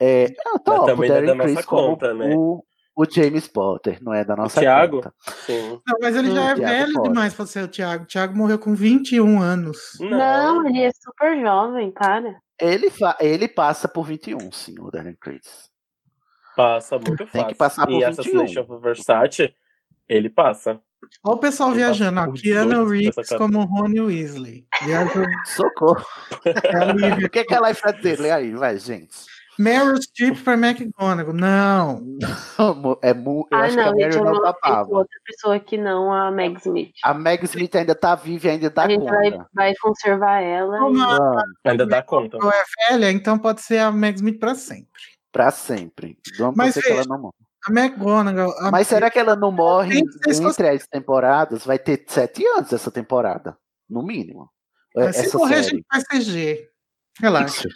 Speaker 4: É, eu
Speaker 9: Mas
Speaker 4: topo o
Speaker 9: também não é da
Speaker 4: Darren
Speaker 9: nossa
Speaker 4: Criss como
Speaker 9: conta, né?
Speaker 4: o, o James Potter, não é da nossa
Speaker 9: Thiago?
Speaker 4: conta.
Speaker 9: Sim.
Speaker 6: Não, mas ele já é
Speaker 4: Hum, Thiago
Speaker 6: velho
Speaker 4: pode.
Speaker 6: demais pra ser o Thiago. O Thiago morreu com 21 anos.
Speaker 7: Não, ele é super jovem, para.
Speaker 4: Ele, fa- ele passa por 21, sim, o Darren Criss.
Speaker 9: Passa muito
Speaker 4: Tem
Speaker 9: fácil.
Speaker 4: que passar por
Speaker 9: e
Speaker 4: 21.
Speaker 9: Assassination of Versace, ele passa.
Speaker 6: Olha o pessoal
Speaker 4: tá
Speaker 9: Ele
Speaker 6: viajando, ó.
Speaker 9: passa por
Speaker 6: Keanu
Speaker 9: 18
Speaker 6: Reeves
Speaker 9: dessa
Speaker 6: como Rony Weasley. Viajou.
Speaker 4: Socorro.
Speaker 6: Lívia.
Speaker 4: o que, que ela vai dizer? Lê aí, vai, gente.
Speaker 6: Meryl Streep pra McGonagall. Não.
Speaker 4: É mu... Eu
Speaker 7: ah,
Speaker 4: acho que a
Speaker 7: não, gente,
Speaker 4: Mary
Speaker 7: eu
Speaker 4: não
Speaker 7: não aceito
Speaker 4: topava.
Speaker 7: outra pessoa que não a Meg Smith.
Speaker 4: A Meg Smith ainda tá viva e ainda dá
Speaker 7: A gente vai,
Speaker 4: conta.
Speaker 7: vai conservar ela. e-
Speaker 9: Ainda dá conta.
Speaker 6: Ou é velha, é então pode ser a Meg Smith pra sempre.
Speaker 4: Pra sempre. Vamos
Speaker 6: Mas é-
Speaker 4: torcer que ela
Speaker 6: veja,
Speaker 4: não morre.
Speaker 6: A McGonagall. a-
Speaker 4: Mas será que ela não morre
Speaker 6: tem que ser só-
Speaker 4: entre as temporadas? Vai ter sete anos essa temporada, no mínimo. É,
Speaker 6: Mas Se
Speaker 4: Essa
Speaker 6: morrer, a
Speaker 4: série.
Speaker 6: gente faz CG. Relaxa.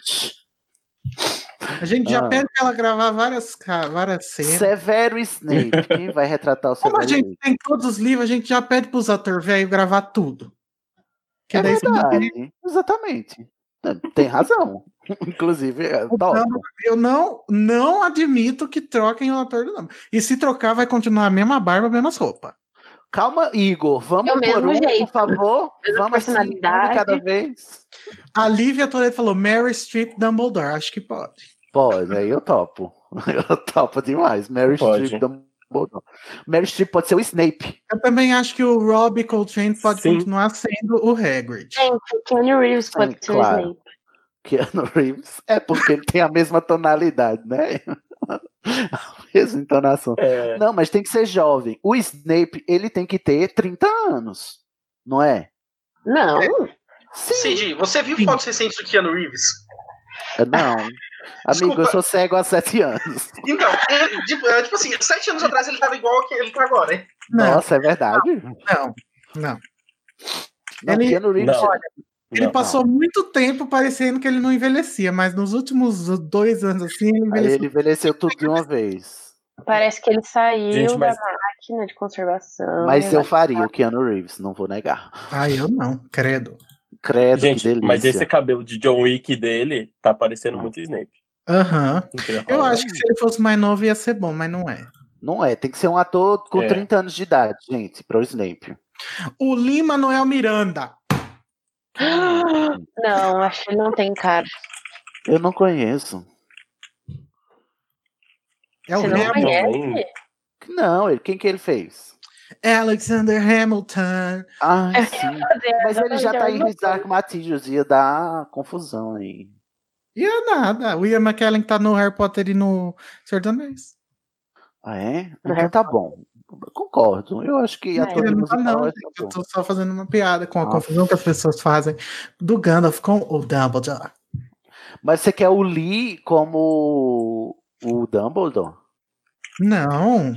Speaker 6: A gente já
Speaker 4: Ah.
Speaker 6: pede pra ela gravar várias, ca- várias cenas.
Speaker 4: Severo Snape. Quem vai retratar o
Speaker 6: Como
Speaker 4: Severo
Speaker 6: a gente
Speaker 4: Snape?
Speaker 6: tem todos os livros, a gente já pede pros atores velhos gravar tudo. Que
Speaker 4: É
Speaker 6: daí você não
Speaker 4: verdade.
Speaker 6: tem-
Speaker 4: Exatamente. Tem razão. Inclusive, é top.
Speaker 6: Então, eu não, não admito que troquem o ator do nome. E se trocar, vai continuar a mesma barba, as mesmas roupas.
Speaker 4: Calma, Igor. Vamos
Speaker 6: É o
Speaker 4: por
Speaker 6: mesmo
Speaker 4: um,
Speaker 6: jeito.
Speaker 4: por favor.
Speaker 6: Mesma
Speaker 4: Vamos assim, um de cada
Speaker 6: personalidade.
Speaker 4: vez.
Speaker 6: A Lívia Toledo falou Mary Streep Dumbledore. Acho que pode.
Speaker 4: Pode, aí eu topo. Eu topo demais. Mary
Speaker 6: Pode.
Speaker 4: Streep Dumbledore. Mary Streep pode ser o Snape.
Speaker 6: Eu também acho que o Rob Coltrane pode
Speaker 4: Sim.
Speaker 6: continuar sendo o Hagrid.
Speaker 7: Gente, o Keanu Reeves pode ser o
Speaker 4: claro.
Speaker 7: Snape.
Speaker 4: Keanu Reeves. É porque ele tem a mesma tonalidade, né? A mesma entonação.
Speaker 9: É,
Speaker 4: Não, mas tem que ser jovem. O Snape, ele tem que ter 30 anos, não é?
Speaker 7: Não.
Speaker 8: Cid, você viu fotos recentes do Keanu Reeves?
Speaker 4: Não. Amigo, eu sou cego há 7 anos.
Speaker 8: Então, é, tipo, é, tipo assim, sete anos atrás ele tava igual que ele tá agora, hein?
Speaker 4: Nossa, é verdade?
Speaker 6: Não, não.
Speaker 4: Não,
Speaker 6: ele,
Speaker 4: Keanu Reeves- Não.
Speaker 6: olha, ele
Speaker 4: Não.
Speaker 6: passou muito tempo parecendo que ele não envelhecia, mas nos últimos dois anos assim, ele
Speaker 4: Aí
Speaker 6: envelheceu.
Speaker 4: ele envelheceu tudo de uma vez.
Speaker 7: Parece que ele saiu
Speaker 4: Gente, mas-
Speaker 7: da máquina de conservação. né?
Speaker 4: Mas eu
Speaker 7: vai-
Speaker 4: faria o Keanu Reeves, não vou negar.
Speaker 6: Ah, eu não, credo.
Speaker 4: Credo, que
Speaker 9: Gente,
Speaker 4: delícia.
Speaker 9: mas esse cabelo de John Wick dele tá parecendo muito Snape.
Speaker 6: Aham.
Speaker 9: Não queria
Speaker 6: Eu
Speaker 9: falar.
Speaker 6: acho que se ele fosse mais novo ia ser bom, mas não é.
Speaker 4: Não é, tem que ser um ator com
Speaker 6: É.
Speaker 4: 30 anos de idade, gente, para o Snape.
Speaker 6: O Lima não é o Miranda.
Speaker 7: Não, acho que ele não tem cara.
Speaker 4: Eu não conheço.
Speaker 6: É o
Speaker 7: Você não
Speaker 6: Remo.
Speaker 4: É
Speaker 6: É
Speaker 7: conhece?
Speaker 4: né? Não, ele- quem que ele fez?
Speaker 6: É Alexander Hamilton.
Speaker 4: Ah,
Speaker 6: É.
Speaker 4: sim.
Speaker 7: é
Speaker 4: Mas ele já tá enrisado com Matilhos, ia dar confusão aí.
Speaker 6: Ia é nada. O Ian McKellen tá no Harry Potter e no Senhor dos Anéis.
Speaker 4: Ah, é? Então tá bom. Concordo. Eu acho que
Speaker 6: Não,
Speaker 4: ator
Speaker 6: não,
Speaker 4: musical
Speaker 6: não,
Speaker 4: é tá
Speaker 6: Eu
Speaker 4: bom.
Speaker 6: tô só fazendo uma piada com a
Speaker 4: Ah.
Speaker 6: confusão que as pessoas fazem do Gandalf com o Dumbledore.
Speaker 4: Mas você quer o Lee como o Dumbledore?
Speaker 6: Não.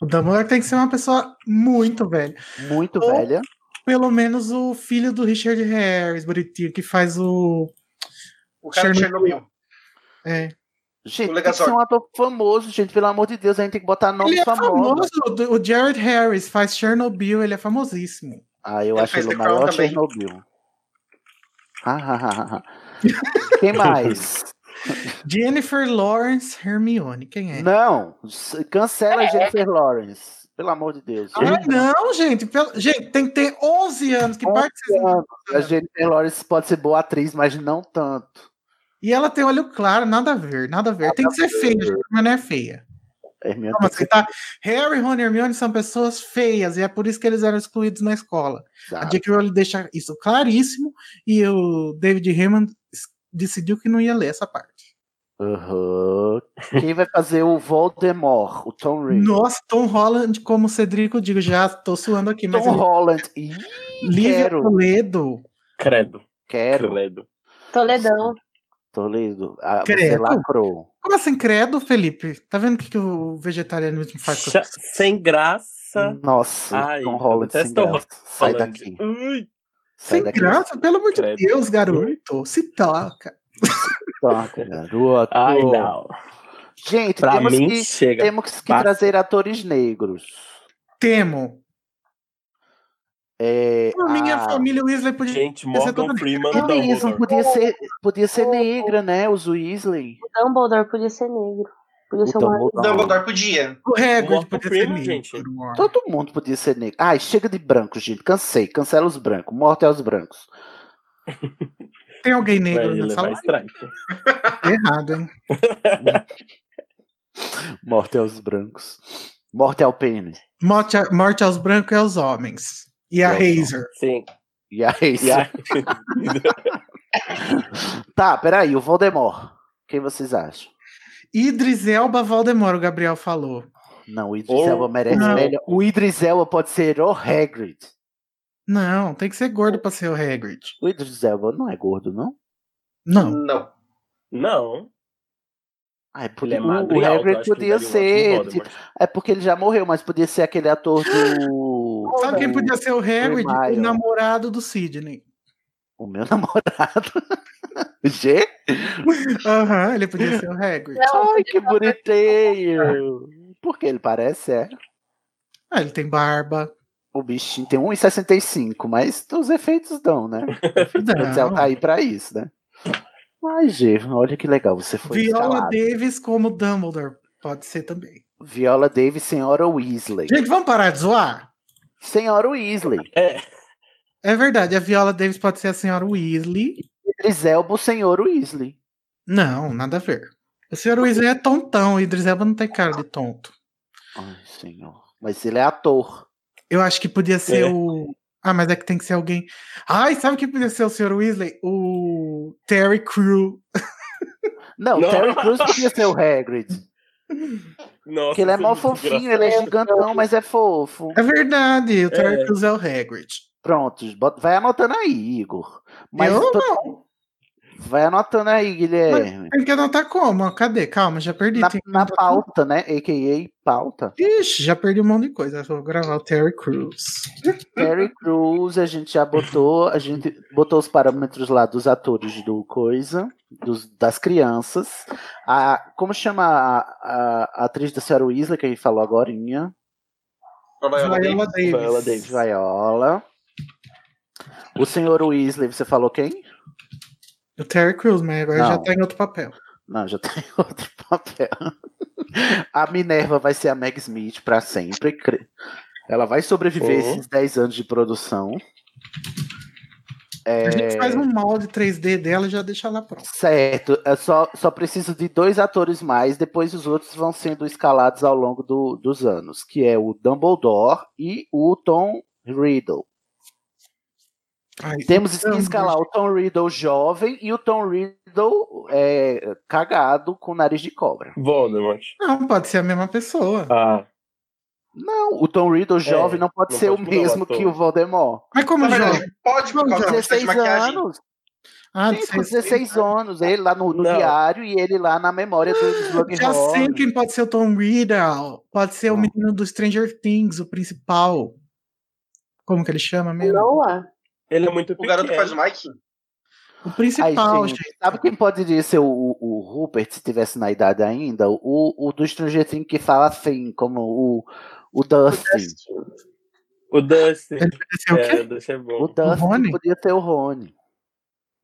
Speaker 6: O Dumbledore tem que ser uma pessoa muito velha.
Speaker 4: Muito
Speaker 6: Ou,
Speaker 4: velha.
Speaker 6: Pelo menos o filho do Richard Harris, bonitinho, que faz o.
Speaker 8: O cara de Chernobyl.
Speaker 6: É.
Speaker 4: Gente,
Speaker 8: O
Speaker 4: tem que
Speaker 8: Legasor.
Speaker 4: ser um ator famoso, gente. Pelo amor de Deus, a gente tem que botar nome
Speaker 6: Ele é
Speaker 4: famoso.
Speaker 6: famoso, o Jared Harris faz Chernobyl, ele é famosíssimo.
Speaker 4: Ah, eu
Speaker 8: Ele
Speaker 4: acho
Speaker 8: fez
Speaker 4: ele o
Speaker 8: The Crown
Speaker 4: maior
Speaker 8: também.
Speaker 4: Chernobyl. Ah, ah, ah, ah, ah. Quem mais?
Speaker 6: Jennifer Lawrence Hermione, quem é?
Speaker 4: Não, s- cancela Jennifer Lawrence. Pelo amor de Deus.
Speaker 6: Ah, não, gente. pelo- Gente, tem que ter 11 anos. Que parte que vocês não
Speaker 4: Não, a Jennifer Lawrence pode ser boa atriz, mas não tanto.
Speaker 6: E ela tem olho claro, nada a ver, nada a ver. tem que ser feia, gente, mas não é feia.
Speaker 4: Hermione
Speaker 6: Toma,
Speaker 4: tem
Speaker 6: você tá- Harry, Ron e Hermione são pessoas feias e é por isso que eles eram excluídos na escola.
Speaker 4: que usar.
Speaker 6: A J.K. Rowling deixa isso claríssimo e o David Raymond decidiu que não ia ler essa parte.
Speaker 4: Aham. Quem vai fazer o Voldemort? O Tom Riddle.
Speaker 6: Nossa, Tom Holland, como o Cedrico, digo, já tô suando aqui, mas
Speaker 4: Tom Holland. Ih,
Speaker 6: Lívia
Speaker 4: quero.
Speaker 6: Toledo,
Speaker 9: Credo.
Speaker 4: Quero.
Speaker 9: Credo.
Speaker 7: Toledão.
Speaker 4: Toledo. Ah, você
Speaker 6: Credo.
Speaker 4: lacrou.
Speaker 6: Como assim, credo, Felipe? Tá vendo o que, que o vegetarianismo faz com
Speaker 9: Cha- Sem
Speaker 6: Tá.
Speaker 9: graça.
Speaker 4: Nossa,
Speaker 9: Ai,
Speaker 4: Tom
Speaker 9: eu
Speaker 4: Holland sem
Speaker 9: detesto Tom
Speaker 4: graça. Hum, Sai
Speaker 9: Holland.
Speaker 4: daqui.
Speaker 9: Ui,
Speaker 4: Sai
Speaker 6: Sem
Speaker 4: daqui.
Speaker 6: graça? Pelo amor de
Speaker 9: Credo.
Speaker 6: Deus, garoto. Se toca.
Speaker 4: Toca, garoto.
Speaker 9: Ai, não.
Speaker 4: Gente,
Speaker 9: Pra
Speaker 4: temos
Speaker 9: mim,
Speaker 4: que,
Speaker 9: chega.
Speaker 4: temos que
Speaker 9: Basta.
Speaker 4: trazer atores negros.
Speaker 6: Temo.
Speaker 4: É,
Speaker 6: Por mim, a
Speaker 4: a-
Speaker 6: família Weasley podia
Speaker 9: Gente,
Speaker 6: Essa é toda
Speaker 9: Morgan Freeman um
Speaker 4: E
Speaker 9: no
Speaker 4: mesmo,
Speaker 9: Dumbledore.
Speaker 4: podia ser, podia ser negra, né? Os Weasley.
Speaker 7: Dumbledore podia ser negro. Podia
Speaker 4: O
Speaker 7: ser uma
Speaker 8: O
Speaker 4: Dumbledore.
Speaker 8: Dumbledore podia.
Speaker 6: O Hagrid
Speaker 9: Morgan
Speaker 4: tá
Speaker 6: podia ser
Speaker 9: Freeman,
Speaker 6: negro.
Speaker 9: gente.
Speaker 6: mano.
Speaker 4: Todo mundo podia ser negro. Ai, chega de branco, gente. Cansei. Cancela os brancos. Morte aos brancos.
Speaker 6: Tem alguém
Speaker 9: Vai
Speaker 6: negro nessa
Speaker 9: levar
Speaker 6: live?
Speaker 9: é strike.
Speaker 6: Tá Errado, hein?
Speaker 4: Morte aos brancos. Morte ao pênis.
Speaker 6: Morte, a- morte aos brancos e aos homens. E a
Speaker 4: E aos É homens.
Speaker 6: Razer.
Speaker 9: Sim.
Speaker 4: E é isso.
Speaker 9: E a-
Speaker 4: Tá, peraí. O Voldemort. Quem vocês acham?
Speaker 6: Idris Elba Valdemoro, o Gabriel falou.
Speaker 4: Não, o Idris
Speaker 9: Ou-
Speaker 4: Elba merece
Speaker 6: Não.
Speaker 4: melhor. O Idris Elba pode ser o Hagrid.
Speaker 6: Não, tem que ser gordo pra ser o Hagrid.
Speaker 4: O Idris Elba não é gordo, não?
Speaker 6: Não.
Speaker 8: Não.
Speaker 9: Não.
Speaker 4: Ah, é porque
Speaker 9: Ele é
Speaker 4: o-
Speaker 9: magro
Speaker 4: o
Speaker 9: e alto. eu
Speaker 4: Hagrid
Speaker 9: acho que ele
Speaker 4: podia
Speaker 9: daria um ótimo
Speaker 4: ser.
Speaker 9: Voldemort.
Speaker 4: É porque ele já morreu, mas podia ser aquele ator do.
Speaker 6: Sabe quem
Speaker 4: do-
Speaker 6: podia ser o Hagrid?
Speaker 4: Miles.
Speaker 6: O namorado do Sidney.
Speaker 4: O meu namorado. G?
Speaker 6: Aham, ele podia ser o Hagrid.
Speaker 4: Ai, que bonitinho! Porque ele parece, é.
Speaker 6: Ah, ele tem barba.
Speaker 4: O bichinho tem 1,65, mas os efeitos dão, né? O céu tá
Speaker 6: é, Não.
Speaker 4: aí pra isso, né? Ai, G, olha que legal, você foi
Speaker 6: Viola
Speaker 4: escalado.
Speaker 6: Davis como Dumbledore. Pode ser também.
Speaker 4: Viola Davis, senhora Weasley.
Speaker 6: Gente, vamos parar de zoar?
Speaker 4: Senhora Weasley.
Speaker 9: É,
Speaker 6: É verdade, a Viola Davis pode ser a senhora Weasley.
Speaker 4: Idris Elba, o senhor Weasley.
Speaker 6: Não, nada a ver. A senhora Weasley é tontão, o Idris Elba não tem cara de tonto.
Speaker 4: Ai, senhor. Mas ele é ator.
Speaker 6: Eu acho que podia ser
Speaker 9: É.
Speaker 6: o. Ah, mas é que tem que ser alguém. Ai, sabe quem podia ser o senhor Weasley? O Terry Crew.
Speaker 4: Não,
Speaker 9: Não.
Speaker 4: Terry Crews podia ser o Hagrid.
Speaker 9: nossa.
Speaker 4: Porque ele é
Speaker 9: isso
Speaker 4: mó
Speaker 9: muito
Speaker 4: fofinho,
Speaker 9: engraçado.
Speaker 4: ele é gigantão, mas é fofo.
Speaker 6: É verdade, o Terry
Speaker 9: É.
Speaker 6: Crews é o Hagrid.
Speaker 4: Pronto, bota- vai anotando aí, Igor. Mas
Speaker 6: Eu
Speaker 4: tô-
Speaker 6: não.
Speaker 4: vai anotando aí, Guilherme.
Speaker 6: Tem que anotar como? Cadê? Calma, já perdi.
Speaker 4: Na,
Speaker 6: tem que
Speaker 4: na
Speaker 6: anotar
Speaker 4: pauta, né? A.k.a. pauta.
Speaker 6: tudo. Ixi, já perdi um monte de coisa. Vou gravar o Terry Crews.
Speaker 4: Terry Crews, a gente já botou, a gente botou os parâmetros lá dos atores do coisa, dos- das crianças. A, como chama a, a- a atriz da Sarah Weasley, que a gente falou agora?
Speaker 6: Viola Davis.
Speaker 9: Viola Davis.
Speaker 4: Viola. O senhor Weasley, você falou quem?
Speaker 6: O Terry Crews, mas agora já
Speaker 4: Não.
Speaker 6: tá em outro papel.
Speaker 4: Não, já tem outro papel. A Minerva vai ser a Meg Smith pra sempre. Cre- Ela vai sobreviver
Speaker 9: Oh.
Speaker 4: esses 10 anos de produção. É...
Speaker 6: A gente faz um molde 3D dela e já deixa lá pronto.
Speaker 4: Certo, eu só, só preciso de dois atores mais, depois os outros vão sendo escalados ao longo do- dos anos, que é o Dumbledore e o Tom Riddle. Temos que escalar o Tom Riddle jovem e o Tom Riddle é, cagado com nariz de cobra.
Speaker 9: Voldemort.
Speaker 6: Não, pode ser a mesma pessoa.
Speaker 9: Ah.
Speaker 4: Não, o Tom Riddle jovem não pode
Speaker 6: É, não
Speaker 4: ser
Speaker 6: pode
Speaker 4: o
Speaker 6: mudar o
Speaker 4: mesmo
Speaker 6: ator.
Speaker 4: que o Voldemort.
Speaker 6: Mas como
Speaker 4: Na
Speaker 6: jovem?
Speaker 4: verdade, Pode,
Speaker 6: Como
Speaker 4: com
Speaker 6: jovem?
Speaker 4: 16 anos.
Speaker 6: Ah,
Speaker 4: Sim, com
Speaker 6: 16
Speaker 4: 16 anos. Ele lá no, no
Speaker 6: Não.
Speaker 4: diário e ele lá na memória do
Speaker 6: Já sei
Speaker 4: Slughorn.
Speaker 6: quem pode ser o Tom Riddle. Pode ser o menino do Stranger Things, o principal. Como que ele chama mesmo?
Speaker 7: Noah.
Speaker 9: Ele é muito
Speaker 8: O garoto que faz o Mike?
Speaker 6: O principal,
Speaker 4: Ai,
Speaker 6: gente.
Speaker 4: Sabe quem poderia ser o, o, o Rupert, se tivesse na idade ainda? O, o do Stranger Things que fala assim, como o, o Dustin.
Speaker 9: O Dustin.
Speaker 6: o
Speaker 9: É, o Dustin é bom.
Speaker 4: O Dustin podia ter o Rony.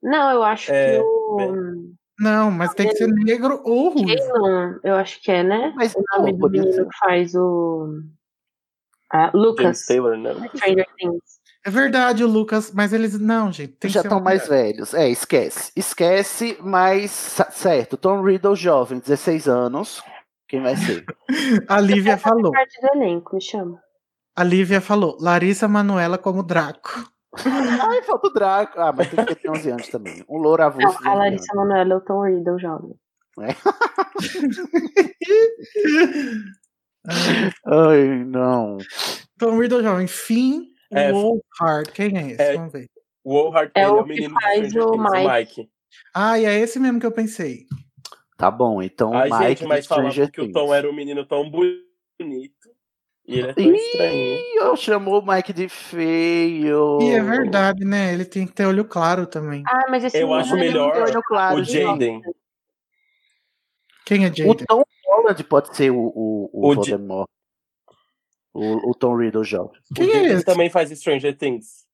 Speaker 7: Não, eu acho
Speaker 4: É,
Speaker 7: que o.
Speaker 6: Não, mas tem que ser negro ou ruivo.
Speaker 7: Keylon, eu acho que é, né?
Speaker 4: Mas
Speaker 7: o nome
Speaker 6: não,
Speaker 7: do
Speaker 6: podia
Speaker 7: menino
Speaker 6: ser.
Speaker 7: que faz o. Ah, Lucas.
Speaker 9: James Taylor, né?
Speaker 7: Stranger Things.
Speaker 6: É verdade, o Lucas, mas eles. Não, gente. Tem
Speaker 4: Já
Speaker 6: que ser
Speaker 4: estão
Speaker 6: um-
Speaker 4: mais velhos. É, esquece. Esquece, mas sa- certo. Tom Riddle jovem, 16 anos. Quem vai ser?
Speaker 6: A Lívia falou.
Speaker 7: Parte do elenco, me chama.
Speaker 6: A Lívia falou. Larissa Manuela como Draco.
Speaker 4: Ai, falta o Draco. Ah, mas tem que ter 11 anos também. Um louro
Speaker 7: Não,
Speaker 4: avulso. de
Speaker 7: a
Speaker 4: 11
Speaker 7: Larissa Manoela é o Tom Riddle jovem.
Speaker 4: anos. Ai, não.
Speaker 6: Tom Riddle jovem. Fim
Speaker 9: É,
Speaker 6: Wolfhard. Quem é esse?
Speaker 9: é-
Speaker 6: Vamos ver.
Speaker 9: O Howard,
Speaker 6: É
Speaker 9: ele
Speaker 6: o
Speaker 9: é o
Speaker 6: que
Speaker 9: menino
Speaker 6: faz
Speaker 9: do Stranger
Speaker 6: o
Speaker 9: Things, o
Speaker 6: Mike.
Speaker 9: Mike.
Speaker 6: Ah, e é esse mesmo que eu pensei.
Speaker 4: Tá bom, então
Speaker 9: Ai,
Speaker 4: Mike
Speaker 9: gente,
Speaker 4: do
Speaker 9: mas falavam
Speaker 4: Stranger
Speaker 9: que o
Speaker 4: Things.
Speaker 9: Tom era um menino tão bonito. E ele é tão estranho.
Speaker 4: Ih, eu chamou o Mike de feio.
Speaker 6: E é verdade, né? Ele tem que ter olho claro também.
Speaker 7: Ah, mas esse
Speaker 9: Eu
Speaker 7: menino
Speaker 9: acho
Speaker 7: é
Speaker 9: melhor
Speaker 7: muito olho claro,
Speaker 9: o
Speaker 7: gente.
Speaker 9: Jaden.
Speaker 6: Quem é
Speaker 4: O
Speaker 6: Jaden?
Speaker 4: Tom Holland pode ser o, o, o
Speaker 9: O Di-
Speaker 4: Voldemort. O, o Tom Riddle jovem.
Speaker 9: O Jaden também faz Stranger Things.
Speaker 6: é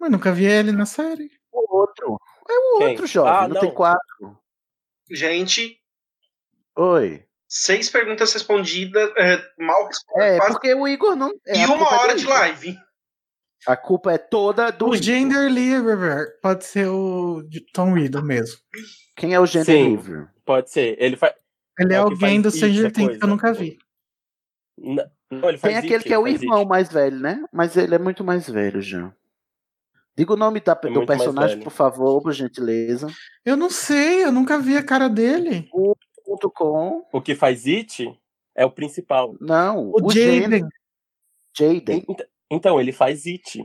Speaker 6: Mas nunca vi ele na série.
Speaker 4: O outro. É o
Speaker 9: Quem?
Speaker 4: outro jovem,
Speaker 9: Ah,
Speaker 4: não,
Speaker 9: não.
Speaker 4: tem quatro.
Speaker 8: Gente,
Speaker 4: Oi.
Speaker 8: seis perguntas respondidas, é, mal respondidas.
Speaker 4: É, porque o Igor não. é,
Speaker 8: e
Speaker 4: a
Speaker 8: uma
Speaker 4: culpa é do
Speaker 8: hora de
Speaker 4: Igor.
Speaker 8: live.
Speaker 4: A culpa é toda do.
Speaker 6: O Gender Liver pode ser o de Tom Riddle mesmo.
Speaker 4: Quem é o Gender
Speaker 9: Sim.
Speaker 4: Livre?
Speaker 9: Pode ser. Ele faz.
Speaker 6: Ele é,
Speaker 9: o que
Speaker 6: alguém
Speaker 9: faz
Speaker 6: do
Speaker 9: It,
Speaker 6: Stranger
Speaker 9: a
Speaker 6: Things que eu
Speaker 9: coisa.
Speaker 6: nunca vi.
Speaker 9: N- Não, ele faz
Speaker 4: Tem aquele
Speaker 9: It,
Speaker 4: que é
Speaker 9: ele
Speaker 4: o
Speaker 9: faz
Speaker 4: irmão
Speaker 9: It.
Speaker 4: mais velho, né? Mas ele é muito mais velho já. Diga o nome da- do
Speaker 9: É muito mais
Speaker 4: personagem,
Speaker 9: velho.
Speaker 4: por favor, por gentileza.
Speaker 6: Eu não sei, eu nunca vi a cara dele.
Speaker 4: Junto com.
Speaker 9: O que faz It é o principal.
Speaker 4: Não,
Speaker 6: O Jaden.
Speaker 4: Jaden.
Speaker 9: Ent- Então, ele faz It.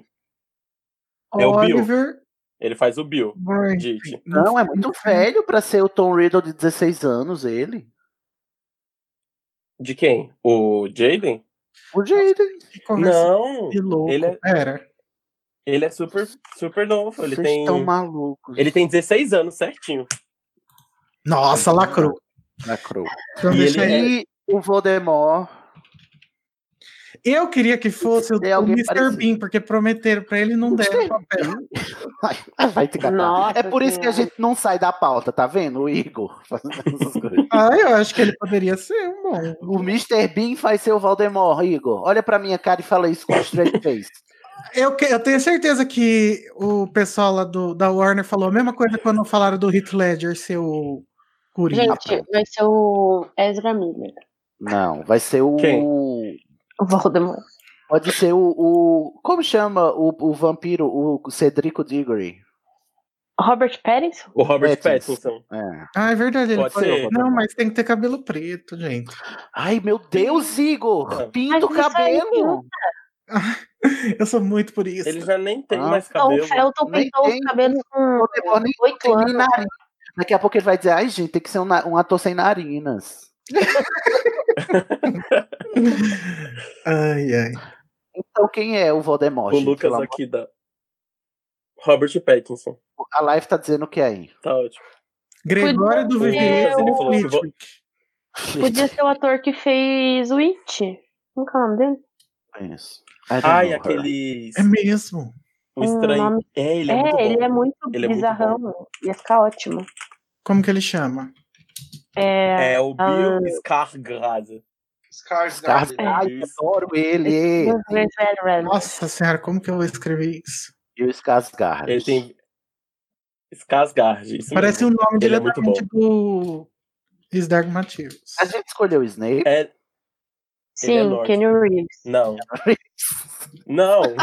Speaker 9: É o Bill.
Speaker 6: Oliver.
Speaker 9: Ele faz o Bill. de It.
Speaker 4: Não, é muito velho pra ser o Tom Riddle de 16 anos, ele.
Speaker 9: De quem? O Jaden?
Speaker 4: O Jaden.
Speaker 6: Que
Speaker 9: Não.
Speaker 6: de louco.
Speaker 9: Ele é,
Speaker 6: Pera.
Speaker 9: ele é super, super novo. Ele
Speaker 4: Vocês
Speaker 9: tem.
Speaker 4: estão malucos.
Speaker 9: Ele tem 16 anos certinho.
Speaker 6: Nossa, lacrou.
Speaker 4: Lacrou.
Speaker 6: Então
Speaker 9: E
Speaker 6: deixa
Speaker 9: ele é
Speaker 6: aí.
Speaker 4: E o Voldemort.
Speaker 6: Eu queria que fosse o,
Speaker 4: Tem
Speaker 6: o
Speaker 4: alguém
Speaker 6: Mr.
Speaker 4: parecido.
Speaker 6: Bean, porque prometeram pra ele e não deram papel.
Speaker 4: Ai, Ah, Vai te catar.
Speaker 6: Nossa
Speaker 4: é por isso que a
Speaker 6: Senhora.
Speaker 4: gente não sai da pauta, tá vendo? O Igor fazendo essas coisas.
Speaker 6: Ah, eu acho que ele poderia ser um bom.
Speaker 4: O Mr. Bean faz ser o Voldemort, Igor. Olha pra minha cara e fala isso com straight face.
Speaker 6: Eu, que- eu tenho certeza que o pessoal lá do, da Warner falou a mesma coisa quando falaram do Heath Ledger ser o Coringa.
Speaker 7: Gente, vai ser o Ezra Miller.
Speaker 4: Não, vai ser o.
Speaker 9: Quem?
Speaker 7: O Voldemort.
Speaker 4: Pode ser o. o- como chama o, o vampiro, o Cedrico Diggory?
Speaker 7: Robert Pattinson?
Speaker 9: O Robert
Speaker 4: Pattinson.
Speaker 9: Pattinson.
Speaker 4: É.
Speaker 6: Ah, é verdade. Ele
Speaker 9: Pode
Speaker 6: pode-
Speaker 9: ser.
Speaker 6: Não, mas tem que ter cabelo preto, gente.
Speaker 4: Ai, meu Deus, Igor! Pinta o
Speaker 7: Mas isso aí
Speaker 4: cabelo!
Speaker 6: Eu sou muito por isso.
Speaker 9: Ele já nem tem
Speaker 4: Ah.
Speaker 9: mais
Speaker 7: Então,
Speaker 9: cabelo.
Speaker 7: o Felton
Speaker 4: Nem
Speaker 7: pintou os
Speaker 4: tem.
Speaker 7: cabelos com
Speaker 4: Voldemort nem
Speaker 7: oito
Speaker 4: tem nem
Speaker 7: anos.
Speaker 4: nariz. Daqui a pouco ele vai dizer, ai, gente, tem que ser um, na- um ator sem narinas.
Speaker 6: Ai, ai.
Speaker 4: Então quem é o Voldemort,
Speaker 9: O
Speaker 4: gente? Pelo
Speaker 9: Lucas
Speaker 4: amor-
Speaker 9: aqui da. Robert Pattinson.
Speaker 4: A live tá dizendo que é aí.
Speaker 9: Tá ótimo.
Speaker 6: Gregório do
Speaker 9: O Lucas
Speaker 6: Vivier.
Speaker 9: ele falou que vo-
Speaker 7: Podia ser o ator que fez o It. Como que é o nome dele?
Speaker 4: Conheço. I don't
Speaker 9: Ai,
Speaker 4: know her.
Speaker 9: aqueles.
Speaker 6: É mesmo.
Speaker 9: O estranho.
Speaker 7: Um nome-
Speaker 9: É, ele é,
Speaker 7: É,
Speaker 9: muito bom.
Speaker 7: ele é muito
Speaker 9: Ele é muito
Speaker 7: bizarrão. Ia ficar ótimo.
Speaker 6: Como que ele chama?
Speaker 7: É,
Speaker 9: É o
Speaker 7: ah,
Speaker 9: Bill Skarsgård.
Speaker 4: Skarsgård.
Speaker 8: Skarsgård.
Speaker 4: Ai, adoro ele!
Speaker 7: é Velvet Underground.
Speaker 6: Nossa senhora, como que eu vou escrever isso?
Speaker 4: E o Skarsgård.
Speaker 9: Ele tem. Skarsgård. isso
Speaker 6: Parece o
Speaker 9: mesmo.
Speaker 6: nome
Speaker 9: Ele é muito bom.
Speaker 6: diretamente do His Dark Materials.
Speaker 4: A gente escolheu o Snape.
Speaker 9: É, Ele é
Speaker 7: Sim,
Speaker 9: nórdico.
Speaker 7: Kenny
Speaker 4: um
Speaker 7: Reeves.
Speaker 9: não. Não.
Speaker 4: É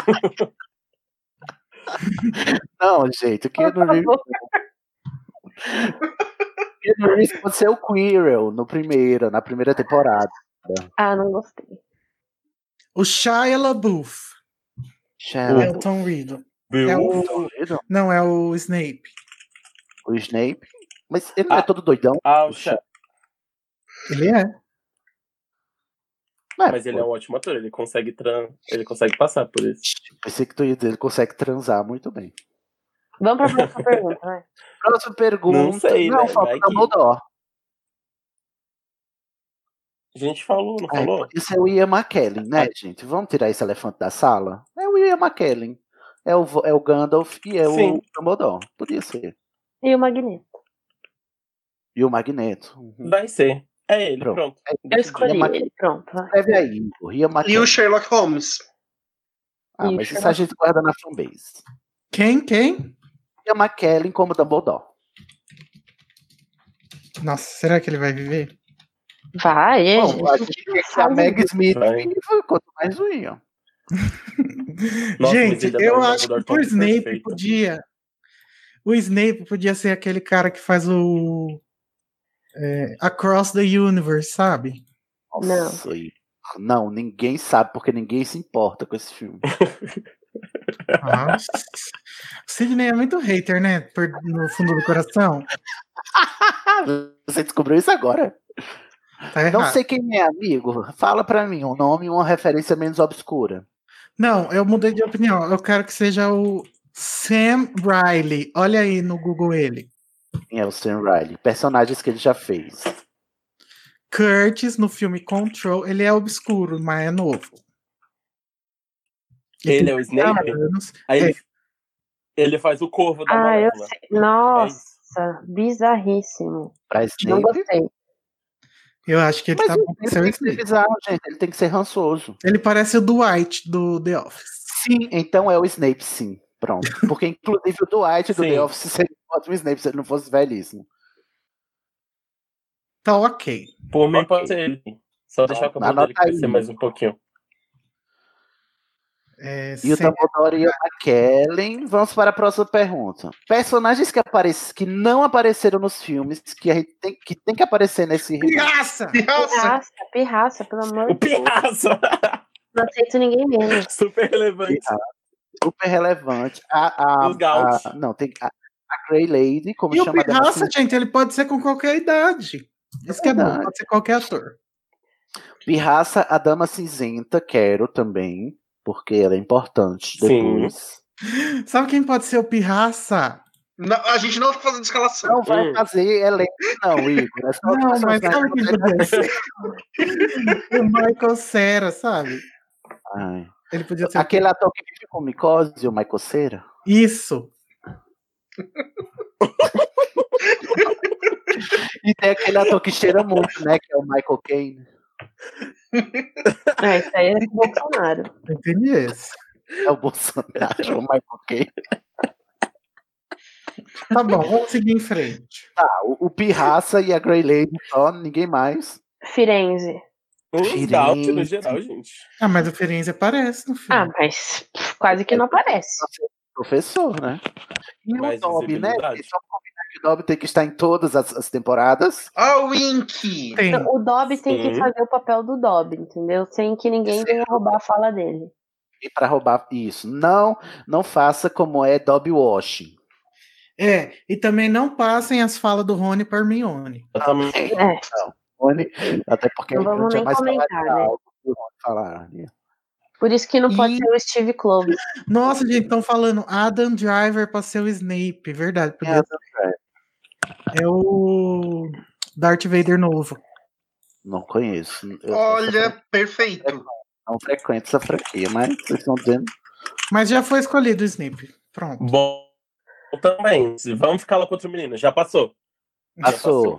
Speaker 4: Não, gente, o Keanu
Speaker 7: Por favor.
Speaker 4: Reeves. o Keanu Reeves pode ser o Quirrell no primeiro, na primeira temporada.
Speaker 7: Ah, não gostei.
Speaker 6: O Shia LaBeouf é o
Speaker 4: Shadow.
Speaker 6: Tom Riddle.
Speaker 9: Beowulf.
Speaker 6: É
Speaker 4: um
Speaker 6: o...
Speaker 4: Riddle?
Speaker 6: Não, é o Snape.
Speaker 4: O Snape. Mas ele não é
Speaker 9: Ah.
Speaker 4: todo doidão.
Speaker 9: Ah, o
Speaker 4: Puxa.
Speaker 9: Sha-
Speaker 6: Ele é.
Speaker 4: Não
Speaker 9: Mas ele é
Speaker 4: pô.
Speaker 9: um ótimo ator, ele consegue, tran... ele consegue passar por isso.
Speaker 4: Pensei que tu ia dizer, ele consegue transar muito bem.
Speaker 7: Vamos pra próxima pergunta, vai.
Speaker 4: Próxima pergunta.
Speaker 9: Não sei, né?
Speaker 4: falta
Speaker 9: Vai
Speaker 4: o Dumbledore.
Speaker 9: A gente falou, não
Speaker 4: Ai,
Speaker 9: falou?
Speaker 4: Isso é o Ian McKellen, né, gente? Vamos tirar esse elefante da sala? É o Ian McKellen. É o, vo- é o Gandalf e é
Speaker 9: Sim.
Speaker 4: o Dumbledore. Podia ser.
Speaker 7: E o Magneto?
Speaker 4: E o Magneto. Uhum.
Speaker 9: Vai ser. É ele,
Speaker 4: Pronto.
Speaker 9: pronto.
Speaker 4: É isso.
Speaker 7: Eu
Speaker 9: Decidi.
Speaker 7: escolhi
Speaker 4: Magneto.
Speaker 7: ele, pronto, vai.
Speaker 4: Escreve aí, o Ian
Speaker 8: E o
Speaker 4: McKellen.
Speaker 8: Sherlock Holmes.
Speaker 4: Ah,
Speaker 7: e o
Speaker 4: mas isso a gente guarda na fanbase.
Speaker 6: Quem? Quem?
Speaker 4: Ian McKellen como Dumbledore.
Speaker 6: Nossa, será que ele vai viver?
Speaker 7: Vai, é, um
Speaker 4: Bom, a
Speaker 7: gente.
Speaker 4: gente quer que a Meg Smith
Speaker 9: Vai.
Speaker 4: viva, quanto mais o Ian.
Speaker 9: Nossa, mas
Speaker 6: Gente,
Speaker 9: ele adora
Speaker 6: eu
Speaker 9: o
Speaker 6: acho
Speaker 9: Dumbledore
Speaker 6: que o
Speaker 9: tão
Speaker 6: Snape
Speaker 9: perfeito.
Speaker 6: podia. O Snape podia ser aquele cara que faz o. é, Across the Universe, sabe?
Speaker 4: Nossa, Ian. Não, ninguém sabe, porque ninguém se importa com esse filme.
Speaker 6: Nossa. O Sidney é muito hater, né? Por- no fundo do coração.
Speaker 4: Você descobriu isso agora?
Speaker 6: Tá errado.
Speaker 4: Não sei quem é, amigo. Fala pra mim um nome e uma referência menos obscura.
Speaker 6: Não, eu mudei de opinião. Eu quero que seja o Sam Riley. Olha aí no Google ele.
Speaker 4: Quem é o Sam Riley? Personagens que ele já fez.
Speaker 6: Curtis no filme Control, ele é obscuro, mas é novo.
Speaker 9: Ele é o Snape?
Speaker 6: Anos.
Speaker 9: Aí ele, ele faz o corvo da
Speaker 7: Ah, eu
Speaker 9: Malévola.
Speaker 7: sei. Nossa, bizarríssimo.
Speaker 4: Pra
Speaker 7: Não
Speaker 4: Snape.
Speaker 7: gostei.
Speaker 6: Eu acho que ele
Speaker 4: Mas
Speaker 6: tá
Speaker 4: o
Speaker 6: bom pra
Speaker 4: Snape
Speaker 6: ser o
Speaker 4: tem que ser
Speaker 6: Snape.
Speaker 4: bizarro, gente. Ele tem que ser rançoso.
Speaker 6: Ele parece o Dwight do The Office.
Speaker 4: Sim, então é o Snape, sim. Pronto. Porque, inclusive, o Dwight do
Speaker 9: Sim.
Speaker 4: The Office seria um ótimo Snape se ele não fosse velhíssimo.
Speaker 6: Tá ok.
Speaker 9: Por mim
Speaker 4: Ok.
Speaker 9: pode ser ele. Só deixar a cabelo
Speaker 4: anota
Speaker 9: dele crescer
Speaker 4: aí.
Speaker 9: mais um pouquinho.
Speaker 6: É,
Speaker 4: E o
Speaker 6: Sam-
Speaker 4: Dumbledore e a Kellen. Vamos para a próxima pergunta. Personagens que, aparec que não apareceram nos filmes, que, a gente tem, que tem que aparecer nesse remake.
Speaker 6: Pirraça!
Speaker 9: Ah.
Speaker 7: Pirraça, pirraça, pelo amor
Speaker 9: O
Speaker 7: de Deus.
Speaker 9: Pirraça!
Speaker 7: Não aceito ninguém menos.
Speaker 9: Super relevante.
Speaker 4: tá? Super relevante. A, a,
Speaker 9: Os Gaunt.
Speaker 4: a- não, tem a, a Grey Lady, como
Speaker 6: E o
Speaker 4: chama a dama
Speaker 6: Pirraça,
Speaker 4: cinza?
Speaker 6: um gente, ele pode ser com qualquer idade. Isso que é bom,
Speaker 4: Verdade.
Speaker 6: pode ser qualquer ator.
Speaker 4: Pirraça, a dama cinzenta, quero também, porque ela é importante
Speaker 9: Sim.
Speaker 4: depois.
Speaker 6: Sabe quem pode ser o Pirraça?
Speaker 8: Não, a gente não tá fazendo escalação.
Speaker 4: Não vai
Speaker 9: Hum.
Speaker 4: fazer elenco, não, Igor. É só
Speaker 6: Não, mas
Speaker 4: personagem
Speaker 6: sabe quem podia ser? o Michael Cera, sabe?
Speaker 4: Ai.
Speaker 6: Ele podia ser.
Speaker 4: Aquele ator que vive com micose, o Michael Cera.
Speaker 6: Isso.
Speaker 4: E tem aquele ator que cheira muito, né? Que é o Michael Caine.
Speaker 7: Ah, isso aí é Bolsonaro.
Speaker 6: Entendi esse.
Speaker 4: É o Bolsonaro, o Michael Caine.
Speaker 6: Tá bom, vamos seguir em frente.
Speaker 4: Tá, o, o Pirraça e a Grey Lady só, ninguém mais.
Speaker 7: Firenze.
Speaker 9: Os
Speaker 4: Firenze.
Speaker 9: Gaunt no geral, gente.
Speaker 6: Ah, mas o Firenze aparece no filme.
Speaker 7: Ah, mas pff, quase que não aparece.
Speaker 4: Professor, né? E
Speaker 9: Mais
Speaker 4: o Dobby, né?
Speaker 9: visibilidade.
Speaker 4: Só combinar que o Dobby tem que estar em todas as- as temporadas.
Speaker 8: Ah, o Wink!
Speaker 6: Tem.
Speaker 4: então-
Speaker 7: Não, O Dobby tem que
Speaker 9: Sim.
Speaker 7: fazer o papel do Dobby, entendeu? Sem que ninguém venha roubar a fala dele.
Speaker 4: para roubar isso. Não, não faça como é Dobby Washing.
Speaker 6: É, e também não passem as falas do Rony para Hermione.
Speaker 9: Eu também-
Speaker 7: É,
Speaker 4: Rony, até porque
Speaker 7: Não vamos
Speaker 4: eu tinha
Speaker 7: nem
Speaker 4: mais
Speaker 7: comentar, né?
Speaker 4: algo que o Rony falar. né?
Speaker 7: por isso que não pode
Speaker 6: E-
Speaker 7: ser o Steve Clover.
Speaker 6: Nossa, gente, estão falando Adam Driver para ser o Snape, verdade? Podia ser. É o Darth Vader novo.
Speaker 4: Não conheço. Eu- essa fran-
Speaker 8: Olha, perfeito.
Speaker 4: não frequento essa franquia, mas vocês estão dizendo.
Speaker 6: Mas já foi escolhido o Snape. Pronto.
Speaker 9: Bom também. Vamos ficar lá com outro menino. Já passou.
Speaker 4: Passou.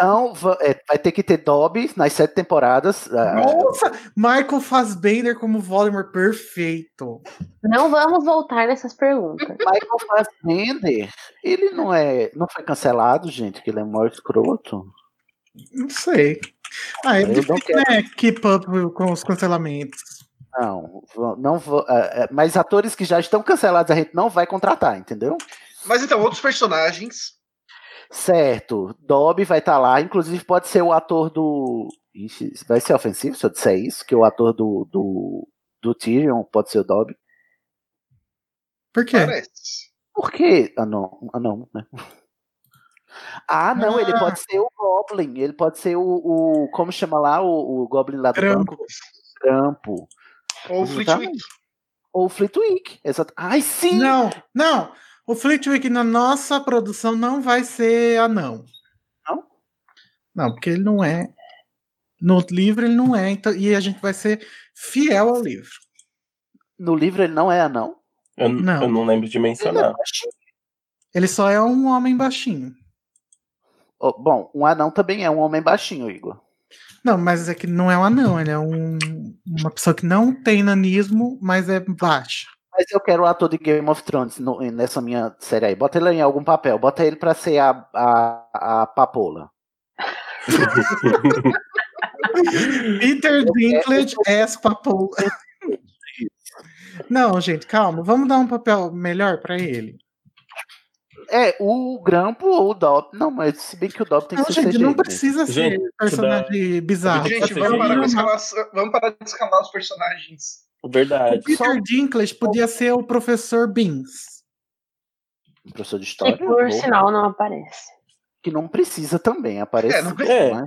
Speaker 4: Então, va- é, vai ter que ter Dobby nas sete temporadas. ah,
Speaker 6: Nossa, Michael Fassbender como Voldemort, perfeito.
Speaker 7: Não vamos voltar nessas perguntas.
Speaker 4: Michael Fassbender, ele não é. Não foi cancelado, gente, que ele é maior escroto.
Speaker 6: Não sei. Ah, é
Speaker 4: Eu não
Speaker 6: difícil, né? Keep up com os cancelamentos.
Speaker 4: Não, va- não vou. ah, ah, mas atores que já estão cancelados, a gente não vai contratar, entendeu?
Speaker 8: Mas então, outros personagens.
Speaker 4: Certo. Dobby vai estar lá. Inclusive, pode ser o ator do. Ixi, vai ser ofensivo se eu disser isso? Que o ator do, do, do Tyrion pode ser o Dobby.
Speaker 6: Por quê?
Speaker 8: Parece.
Speaker 4: Por quê? Ah, não. Ah, não, né? Ah, não, ele pode ser o Goblin. Ele pode ser o. o- como chama lá? O, o Goblin lá do
Speaker 6: Grampo.
Speaker 4: banco? Grampo.
Speaker 8: Ou o
Speaker 9: tá?
Speaker 4: Exatamente.
Speaker 8: Flitwick.
Speaker 4: Ou o Flitwick. Exato. Ai, sim!
Speaker 6: Não, não. O Flitwick na nossa produção não vai ser anão.
Speaker 4: Não?
Speaker 6: Não, porque ele não é. No livro ele não é, então, e a gente vai ser fiel ao livro.
Speaker 4: No livro ele não é anão.
Speaker 9: Eu,
Speaker 6: Não.
Speaker 9: eu não lembro de
Speaker 4: Ele é
Speaker 9: mencionar.
Speaker 4: baixinho.
Speaker 6: Ele só é um homem baixinho.
Speaker 4: Oh, bom, um anão também é um homem baixinho, Igor.
Speaker 6: Não, mas é que não é um anão, ele é um- uma pessoa que não tem nanismo, mas é baixa.
Speaker 4: Mas eu quero o ator de Game of Thrones no- nessa minha série aí. Bota ele em algum papel. Bota ele pra ser a, a, a papola.
Speaker 6: Peter Dinklage as Papoula. Não, gente, calma. Vamos dar um papel melhor pra ele.
Speaker 4: É, o Grampo ou o Dob. Não, mas se bem que o Dob tem
Speaker 6: Não,
Speaker 4: que ser
Speaker 6: gente,
Speaker 4: CGI. né?
Speaker 6: não
Speaker 4: mesmo.
Speaker 6: precisa ser
Speaker 9: Gente,
Speaker 6: personagem bizarro.
Speaker 9: Gente,
Speaker 6: Pode
Speaker 8: Gente,
Speaker 6: ser
Speaker 9: vai
Speaker 8: vamos parar, com
Speaker 6: normal.
Speaker 8: escalação- vamos parar de escalar os personagens.
Speaker 6: O
Speaker 9: Verdade.
Speaker 6: Peter Dinklage podia ser o professor Beans.
Speaker 4: Um professor de história.
Speaker 7: Que por
Speaker 4: bom,
Speaker 7: sinal não aparece.
Speaker 4: que não precisa também aparecer.
Speaker 8: É, não
Speaker 9: precisa.
Speaker 4: né?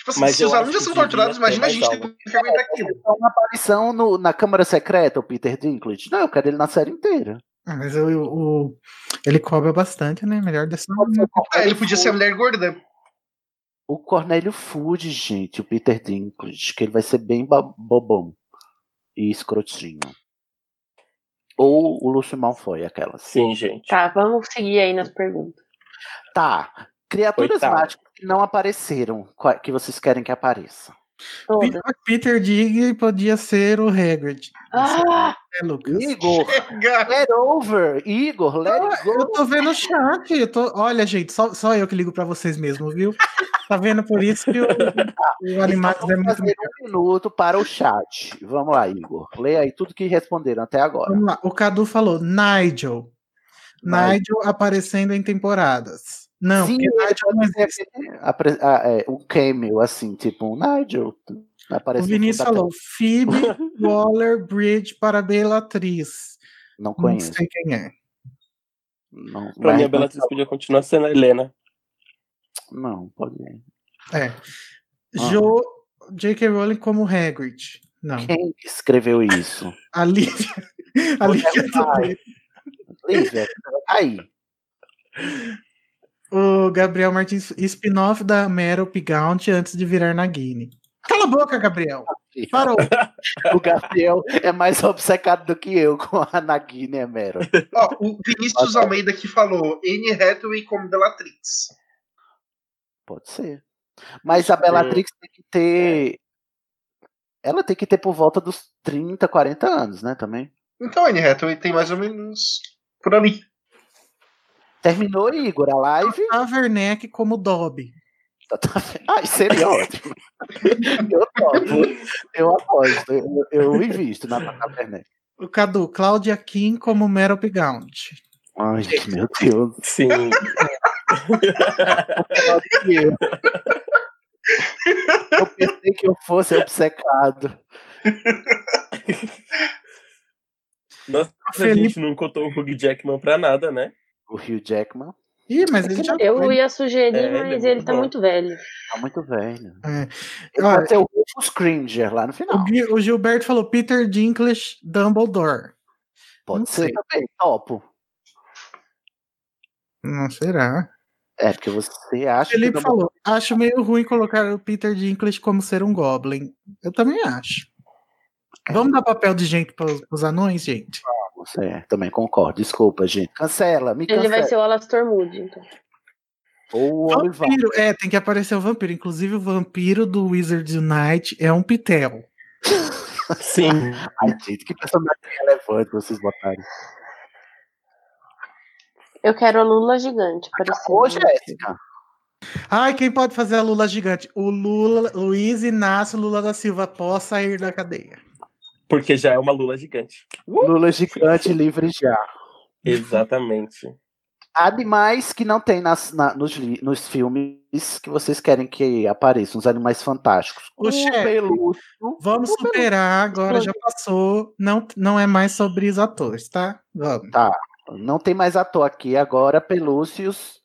Speaker 8: Tipo assim,
Speaker 9: Mas
Speaker 8: se
Speaker 9: eu
Speaker 8: os alunos já
Speaker 9: acho
Speaker 8: são
Speaker 9: que devia
Speaker 8: torturados,
Speaker 9: ter
Speaker 8: imagina a
Speaker 9: mais
Speaker 8: gente
Speaker 9: algo.
Speaker 8: tendo que aguentar aquilo.
Speaker 4: Então, uma aparição no- na Câmara Secreta, o Peter Dinklage. Não, eu quero ele na série inteira.
Speaker 6: Ah, Mas eu, eu- o- ele cobra bastante, né? Melhor dessa.
Speaker 4: Pode ser o
Speaker 8: Ah,
Speaker 9: É,
Speaker 4: Cornélio
Speaker 8: ele podia ser a
Speaker 4: Food.
Speaker 8: mulher gorda.
Speaker 4: O Cornélio Food, gente, o Peter Dinklage, que ele vai ser bem ba- bobão e escrotinho. Ou o Lúcio Malfoy, aquelas.
Speaker 9: Sim, gente.
Speaker 7: Tá, vamos seguir aí nas perguntas.
Speaker 4: Tá. Criaturas
Speaker 9: Oitavo.
Speaker 4: mágicas que não apareceram, qua- que vocês querem que apareça.
Speaker 7: Todas.
Speaker 6: O Peter Dinklage podia ser o Hagrid.
Speaker 7: Ah,
Speaker 6: É, Lucas.
Speaker 4: Igor, let over. Igor, let it
Speaker 6: Eu
Speaker 4: go.
Speaker 6: tô vendo o chat. Eu tô... Olha, gente, só, só eu que ligo pra vocês mesmo, viu? Tá vendo por isso que o, o
Speaker 4: Então,
Speaker 6: Animax é
Speaker 4: vamos
Speaker 6: muito
Speaker 4: fazer um minuto para o chat. Vamos lá, Igor. Leia aí tudo que responderam até agora.
Speaker 6: Vamos lá. O Cadu falou Nigel.
Speaker 4: Nigel.
Speaker 6: Nigel, aparecendo em temporadas. Não,
Speaker 4: Sim,
Speaker 6: porque
Speaker 4: ele
Speaker 6: Nigel não
Speaker 4: vai
Speaker 6: existe.
Speaker 4: ser aquele- apre- ah, é, um cameo, assim, tipo um Nigel.
Speaker 6: O
Speaker 4: Aparece no
Speaker 6: Vinícius
Speaker 4: fundo da
Speaker 6: falou Phoebe Waller Bridge para Bellatriz.
Speaker 4: tela. Não
Speaker 6: Não
Speaker 4: conheço.
Speaker 6: sei quem é.
Speaker 4: Não,
Speaker 9: Pra
Speaker 4: mas
Speaker 9: mim, a
Speaker 4: não-
Speaker 9: Bellatriz podia continuar sendo a Helena.
Speaker 4: Não, pode ir.
Speaker 6: É.
Speaker 4: Ah.
Speaker 6: Jo J.K. Rowling como Hagrid. Não.
Speaker 4: Quem escreveu isso?
Speaker 6: A Lívia. A Lívia também.
Speaker 4: Lívia, aí.
Speaker 6: O Gabriel Martins, spin-off da Meryl Pigount antes de virar Nagini. Cala a boca, Gabriel. Parou.
Speaker 4: O Gabriel é mais obcecado do que eu com a Nagini né, Emero.
Speaker 8: Ó, o Vinícius Almeida que falou Anne Hathaway como Bellatrix.
Speaker 4: Pode ser. Mas a Bellatrix tem que ter. Ela tem que ter por volta dos 30, 40 anos, né? Também.
Speaker 8: Então Anne Hathaway tem mais ou menos por ali.
Speaker 4: Terminou, Igor, a live.
Speaker 6: A Werneck como Dobby.
Speaker 4: Tá- tá- Ai, seria ótimo. Eu topo. Eu aposto. Eu, eu invisto na internet.
Speaker 6: O Cadu, Claudia Kim como Meryl Pigount.
Speaker 4: Ai, meu Deus.
Speaker 9: Sim.
Speaker 4: Pior do que Eu. eu pensei que eu fosse obcecado.
Speaker 9: Nossa, a
Speaker 6: Felipe-
Speaker 9: gente não contou o Hugh Jackman pra nada, né?
Speaker 4: O Hugh Jackman
Speaker 6: Ih,
Speaker 4: É
Speaker 6: mas ele já
Speaker 7: eu
Speaker 6: foi.
Speaker 7: ia sugerir,
Speaker 9: É, ele é
Speaker 7: mas
Speaker 9: muito
Speaker 7: ele tá
Speaker 9: bom.
Speaker 7: muito velho.
Speaker 4: tá muito velho.
Speaker 6: É.
Speaker 4: Ele
Speaker 6: Olha,
Speaker 4: pode ser o Rufus Cringer lá no final.
Speaker 6: o, Gui- o Gilberto falou Peter Dinklage Dumbledore. não
Speaker 4: Pode ser
Speaker 6: sei.
Speaker 4: também, topo.
Speaker 6: Não será?
Speaker 4: É, porque você acha
Speaker 6: Felipe
Speaker 4: que. não-
Speaker 6: falou, acho meio ruim colocar o Peter Dinklage como ser um Goblin. Eu também acho.
Speaker 9: É.
Speaker 6: Vamos dar papel de gente pros, pros anões, gente?
Speaker 4: Você é, também concordo. Desculpa, gente. Cancela, me
Speaker 7: Ele
Speaker 4: cancela.
Speaker 7: vai ser o Alastor Moody, então.
Speaker 4: Ou o homem
Speaker 6: Vampiro, é, tem que aparecer o vampiro. Inclusive, o vampiro do Wizards Unite é um pitel.
Speaker 9: Sim.
Speaker 4: Ai, gente, que personagem relevante vocês botaram.
Speaker 7: Eu quero a Lula gigante. Aparecendo.
Speaker 4: Ô, Jéssica.
Speaker 6: Ai, quem pode fazer a Lula gigante? O Lula, Luiz Inácio Lula da Silva, após sair da cadeia.
Speaker 9: Porque já é uma Lula gigante.
Speaker 4: Lula gigante livre já.
Speaker 9: Exatamente.
Speaker 4: Animais que não tem nas, na- nos, li- nos filmes que vocês querem que apareçam, os animais fantásticos.
Speaker 6: Ô, chefe, Vamos superar agora, já passou. Não, não é mais sobre os atores, tá? Vamos.
Speaker 4: Tá. Não tem mais ator aqui agora, pelúcios.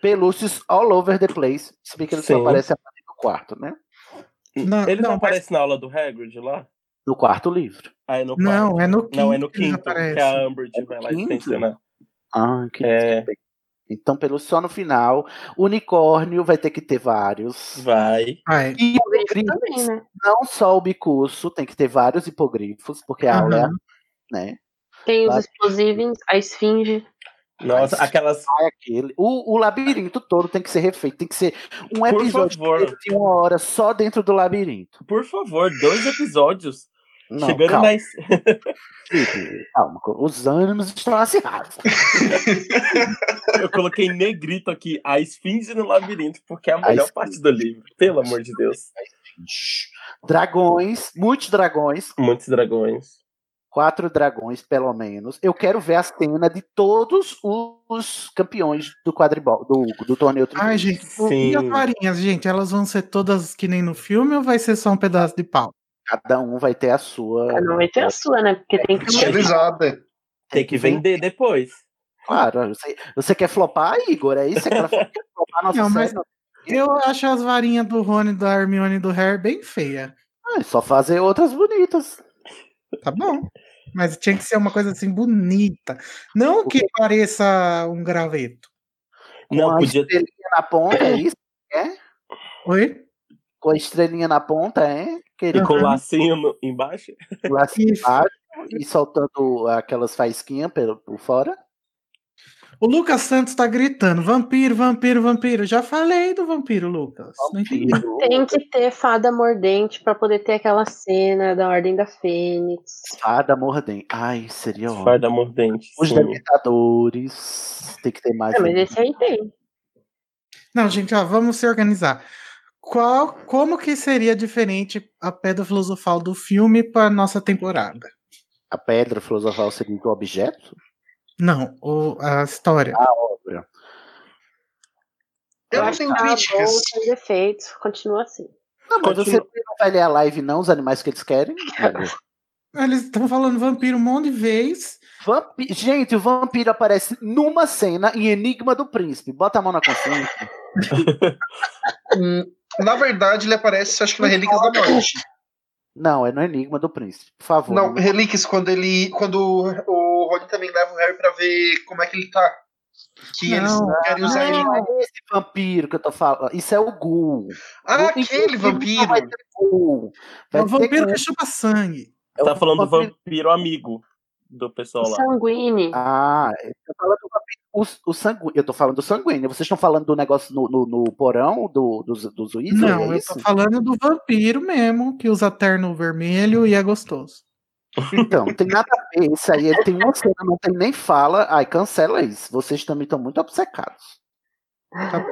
Speaker 4: Pelúcios all over the place. Se bem que ele só
Speaker 9: Sim.
Speaker 4: aparece a partir do quarto, né?
Speaker 6: Não,
Speaker 9: Hum, Ele não,
Speaker 6: não,
Speaker 9: aparece na aula do Hagrid lá?
Speaker 4: No quarto livro.
Speaker 9: Ah, é no
Speaker 6: Não,
Speaker 9: quarto.
Speaker 6: é no
Speaker 9: Não, é no
Speaker 6: quinto que ele
Speaker 9: quinto, que
Speaker 6: aparece.
Speaker 9: a Umbridge vai lá e
Speaker 4: É
Speaker 9: né?
Speaker 4: quinto?
Speaker 9: tensionar.
Speaker 4: Ah, que,
Speaker 9: É.
Speaker 4: que bem. Então, pelo só no final, unicórnio vai ter que ter vários.
Speaker 9: Vai.
Speaker 6: Ai,
Speaker 4: E
Speaker 7: Hipogrifo também, né?
Speaker 4: não só o bicurso, tem que ter vários hipogrifos, porque a aula é, a-
Speaker 6: aham.
Speaker 4: né?
Speaker 7: Tem os
Speaker 4: Vai.
Speaker 7: explosivos, a esfinge.
Speaker 9: Nossa,
Speaker 4: Mas-
Speaker 9: aquelas.
Speaker 4: Ai, aquele. O, o labirinto todo tem que ser refeito, tem que ser um
Speaker 9: Por
Speaker 4: episódio
Speaker 9: favor.
Speaker 4: inteiro de uma hora só dentro do labirinto.
Speaker 9: Por favor, dois episódios.
Speaker 4: Não,
Speaker 9: Chegando
Speaker 4: calma,
Speaker 9: na. es-
Speaker 4: Felipe, calma. Os ânimos estão acirrados.
Speaker 9: Eu coloquei em negrito aqui, a esfinge no labirinto, porque é a melhor
Speaker 4: esfinge.
Speaker 9: parte do livro. Pelo amor de Deus.
Speaker 4: Dragões, muitos dragões,
Speaker 9: Muitos dragões.
Speaker 4: quatro dragões, pelo menos. Eu quero ver a cena de todos os campeões do quadribol, do, do torneio
Speaker 6: Ai,
Speaker 4: tribal.
Speaker 6: gente, o- e as
Speaker 9: Sim.
Speaker 6: varinhas, gente? Elas vão ser todas que nem no filme ou vai ser só um pedaço de pau?
Speaker 4: Cada um vai ter a sua.
Speaker 7: Não vai ter a sua, né? Porque tem que
Speaker 8: Estilizada.
Speaker 9: Tem que vender depois.
Speaker 4: Claro, você, você quer flopar, Igor? É isso? Você quer flopar a nossa
Speaker 6: Não, mas-
Speaker 4: série?
Speaker 6: Eu acho as varinhas do Rony, da Hermione e do Harry bem feia.
Speaker 4: Ah, é só fazer outras bonitas.
Speaker 6: Tá bom. Mas tinha que ser uma coisa assim bonita. Não que pareça um graveto.
Speaker 4: Com
Speaker 9: Não,
Speaker 4: a
Speaker 9: podia.
Speaker 4: estrelinha na ponta, é isso?
Speaker 6: Oi?
Speaker 4: Com a estrelinha na ponta, é?
Speaker 9: E
Speaker 4: Querido,
Speaker 9: com o lacinho no- embaixo?
Speaker 4: lá
Speaker 6: Isso.
Speaker 4: embaixo e soltando aquelas faísquinhas pelo- por fora.
Speaker 6: O Lucas Santos tá gritando: vampiro, vampiro, vampiro. Já falei do vampiro, Lucas. Não entendi.
Speaker 7: Tem que ter fada mordente pra poder ter aquela cena da Ordem da Fênix.
Speaker 4: Fada mordem. Ai, seria ótimo.
Speaker 9: Farda mordente.
Speaker 4: Os
Speaker 9: Sim.
Speaker 4: dementadores. Tem que ter mais.
Speaker 7: É, mas
Speaker 4: dementadores.
Speaker 7: esse aí tem.
Speaker 6: Não, gente, ó, vamos se organizar. Qual, como que seria diferente a pedra filosofal do filme para nossa temporada?
Speaker 4: A pedra filosofal seria o objeto?
Speaker 6: Não, o- a história.
Speaker 4: A obra.
Speaker 8: Eu
Speaker 7: Eu
Speaker 8: não
Speaker 7: acho
Speaker 8: tenho
Speaker 7: que tá bom,
Speaker 8: críticas.
Speaker 7: sem defeitos. Continua assim.
Speaker 4: Não, mas você
Speaker 9: Continua.
Speaker 4: não vai ler a live, não, os animais que eles querem? Ah.
Speaker 6: Eles estão falando vampiro um monte de vez.
Speaker 4: Vampi- Gente, o vampiro aparece numa cena em Enigma do Príncipe. Bota a mão na consciência.
Speaker 8: Hum, Na verdade, ele aparece, acho que na Relíquias da Morte.
Speaker 4: Não, é no Enigma do Príncipe. Por favor.
Speaker 8: Não,
Speaker 4: me-
Speaker 8: Relíquias, quando ele. Quando o Rony também leva o Harry pra ver como é que ele tá. Que eles
Speaker 6: Não.
Speaker 8: querem usar ele.
Speaker 4: Não, é esse vampiro que eu tô falando. Isso é o Ghoul.
Speaker 8: Ah,
Speaker 4: O-
Speaker 8: aquele
Speaker 4: inclusive, não Vai
Speaker 8: vampiro.
Speaker 4: ter Ghoul.
Speaker 6: É
Speaker 4: Vai
Speaker 6: o
Speaker 4: ter
Speaker 6: vampiro
Speaker 4: Ghoul.
Speaker 6: que chupa sangue.
Speaker 4: É o
Speaker 9: Tá falando do
Speaker 4: vampiro-
Speaker 9: vampiro amigo do pessoal
Speaker 7: O
Speaker 9: lá.
Speaker 7: Sanguine.
Speaker 4: Ah, eu tô falando do vampiro. O, o sangu... Eu tô falando do sanguíneo. Vocês estão falando do negócio no, no- no porão do, dos, dos Weasley?
Speaker 6: Não,
Speaker 4: é
Speaker 6: eu
Speaker 4: isso?
Speaker 6: tô falando do vampiro mesmo, que usa terno vermelho e é gostoso.
Speaker 4: Então, não tem nada a ver. Isso aí, ele tem uma cena, não tem nem fala. Ai, cancela isso. Vocês também estão muito obcecados.
Speaker 6: Tá bom.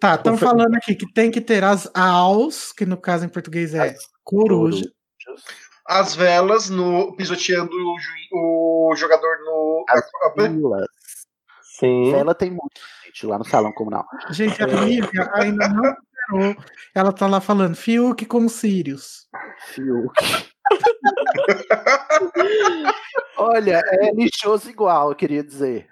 Speaker 6: Tá,
Speaker 4: Tipo,
Speaker 6: estão falando aqui que tem que ter as aos, que no caso em português é coruja.
Speaker 8: As velas no pisoteando o, juiz- o jogador no.
Speaker 4: As
Speaker 8: a- a-
Speaker 4: velas. é
Speaker 9: Sim.
Speaker 4: Vela tem muito, gente, lá no salão comunal.
Speaker 6: Gente,
Speaker 4: É.
Speaker 6: a Lívia ainda não superou. Ela tá lá falando, Fiuk com Sirius.
Speaker 4: Fiuk. Olha, é lixoso igual, eu queria dizer.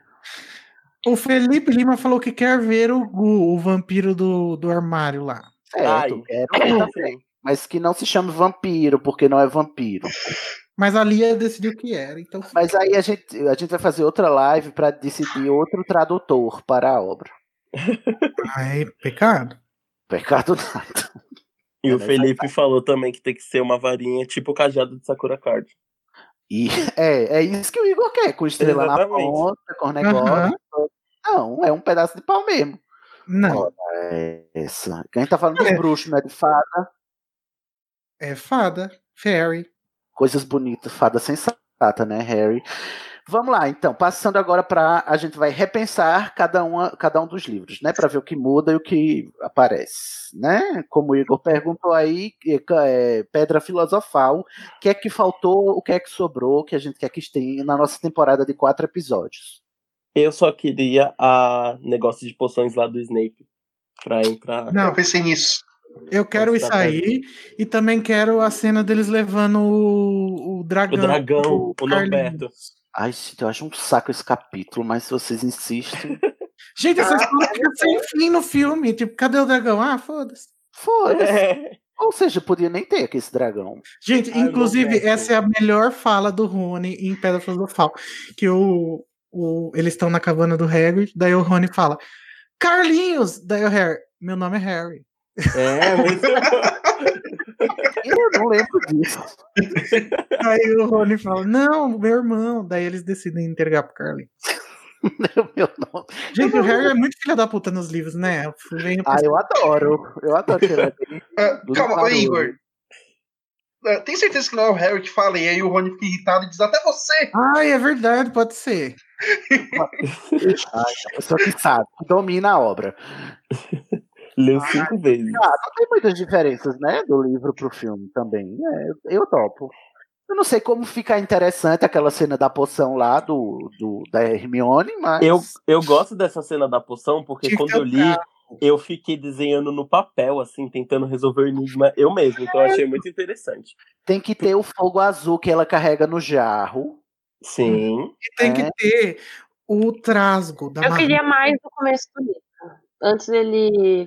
Speaker 6: O Felipe Lima falou que quer ver o Gu, o vampiro do, do armário lá.
Speaker 4: Certo, é,
Speaker 9: Ai.
Speaker 4: quero ver também.
Speaker 9: Sim.
Speaker 4: Mas que não se chame vampiro, porque não é vampiro.
Speaker 6: Mas a Lia decidiu que era, então.
Speaker 4: Mas aí a gente, a gente vai fazer outra live pra decidir outro tradutor para a obra.
Speaker 6: Ai, pecado.
Speaker 4: Pecado nada.
Speaker 9: E o
Speaker 4: Ela
Speaker 9: Felipe falou também que tem que ser uma varinha tipo o cajado de Sakura Card.
Speaker 4: E é, é isso que o Igor quer, com estrela na
Speaker 9: Exatamente.
Speaker 4: ponta, com negócio. Não, é um pedaço de pau mesmo.
Speaker 6: Não.
Speaker 4: Ora, é essa. Quem tá falando dos bruxos, né? De fada.
Speaker 6: É fada. Fairy.
Speaker 4: Coisas bonitas, fada sensata, né, Harry? Vamos lá, então, passando agora para a gente vai repensar cada, uma, cada um dos livros, né, para ver o que muda e o que aparece, né? Como o Igor perguntou aí, é, pedra filosofal, o que é que faltou, o que é que sobrou, o que a gente quer que tenha na nossa temporada de quatro episódios.
Speaker 9: Eu só queria a negócio de poções lá do Snape para entrar.
Speaker 8: Não, eu pensei nisso.
Speaker 6: Eu quero isso aí e também quero a cena deles levando o, o dragão.
Speaker 9: O dragão, o Norberto.
Speaker 4: Ai, gente, eu acho um saco esse capítulo, mas se vocês insistem.
Speaker 6: Gente, essa
Speaker 9: Ah,
Speaker 6: história fica sem fim no filme. Tipo, cadê o dragão? Ah, foda-se.
Speaker 4: Foda-se.
Speaker 9: É.
Speaker 4: Ou seja, podia nem ter aqui esse dragão.
Speaker 6: Gente,
Speaker 9: Ai,
Speaker 6: inclusive,
Speaker 9: Roberto.
Speaker 6: essa é a melhor fala do Rony em Pedra Filosofal. Que o, o, eles estão na cabana do Harry, daí o Rony fala: Carlinhos! Daí o Harry, meu nome é Harry.
Speaker 9: É, mas...
Speaker 4: Eu não lembro disso.
Speaker 6: Daí o Rony fala: Não, meu irmão. Daí eles decidem entregar pro Carlinhos.
Speaker 4: né? Meu nome.
Speaker 6: Gente, o Harry é muito filha da puta nos livros, né? Eu fui bem
Speaker 4: Ah, eu adoro. Eu adoro que ele é bem-
Speaker 8: Ah,
Speaker 4: Tudo
Speaker 8: calma, ô,
Speaker 4: barulho.
Speaker 8: Igor. Ah, Tem certeza que não é o Harry que fala, e aí o Rony fica irritado e diz até você.
Speaker 6: Ai, é verdade, pode ser.
Speaker 4: Ai, a pessoa então, que sabe, que domina a obra.
Speaker 9: Leu cinco vezes.
Speaker 4: Ah, não tem muitas diferenças, né? Do livro pro filme também. É, eu topo. Eu não sei como fica interessante aquela cena da poção lá do, do- da Hermione, mas.
Speaker 9: Eu, eu gosto dessa cena da poção, porque
Speaker 6: Tinha que
Speaker 9: quando
Speaker 6: ter
Speaker 9: eu
Speaker 6: um
Speaker 9: li, eu fiquei desenhando no papel, assim, tentando resolver o enigma eu mesmo. Então eu achei muito interessante.
Speaker 4: Tem que ter o fogo azul que ela carrega no jarro.
Speaker 9: Sim.
Speaker 6: E tem
Speaker 4: É.
Speaker 6: que ter o trasgo
Speaker 4: tá
Speaker 6: da
Speaker 7: Eu
Speaker 6: Marvel.
Speaker 7: queria mais do começo do livro. Antes dele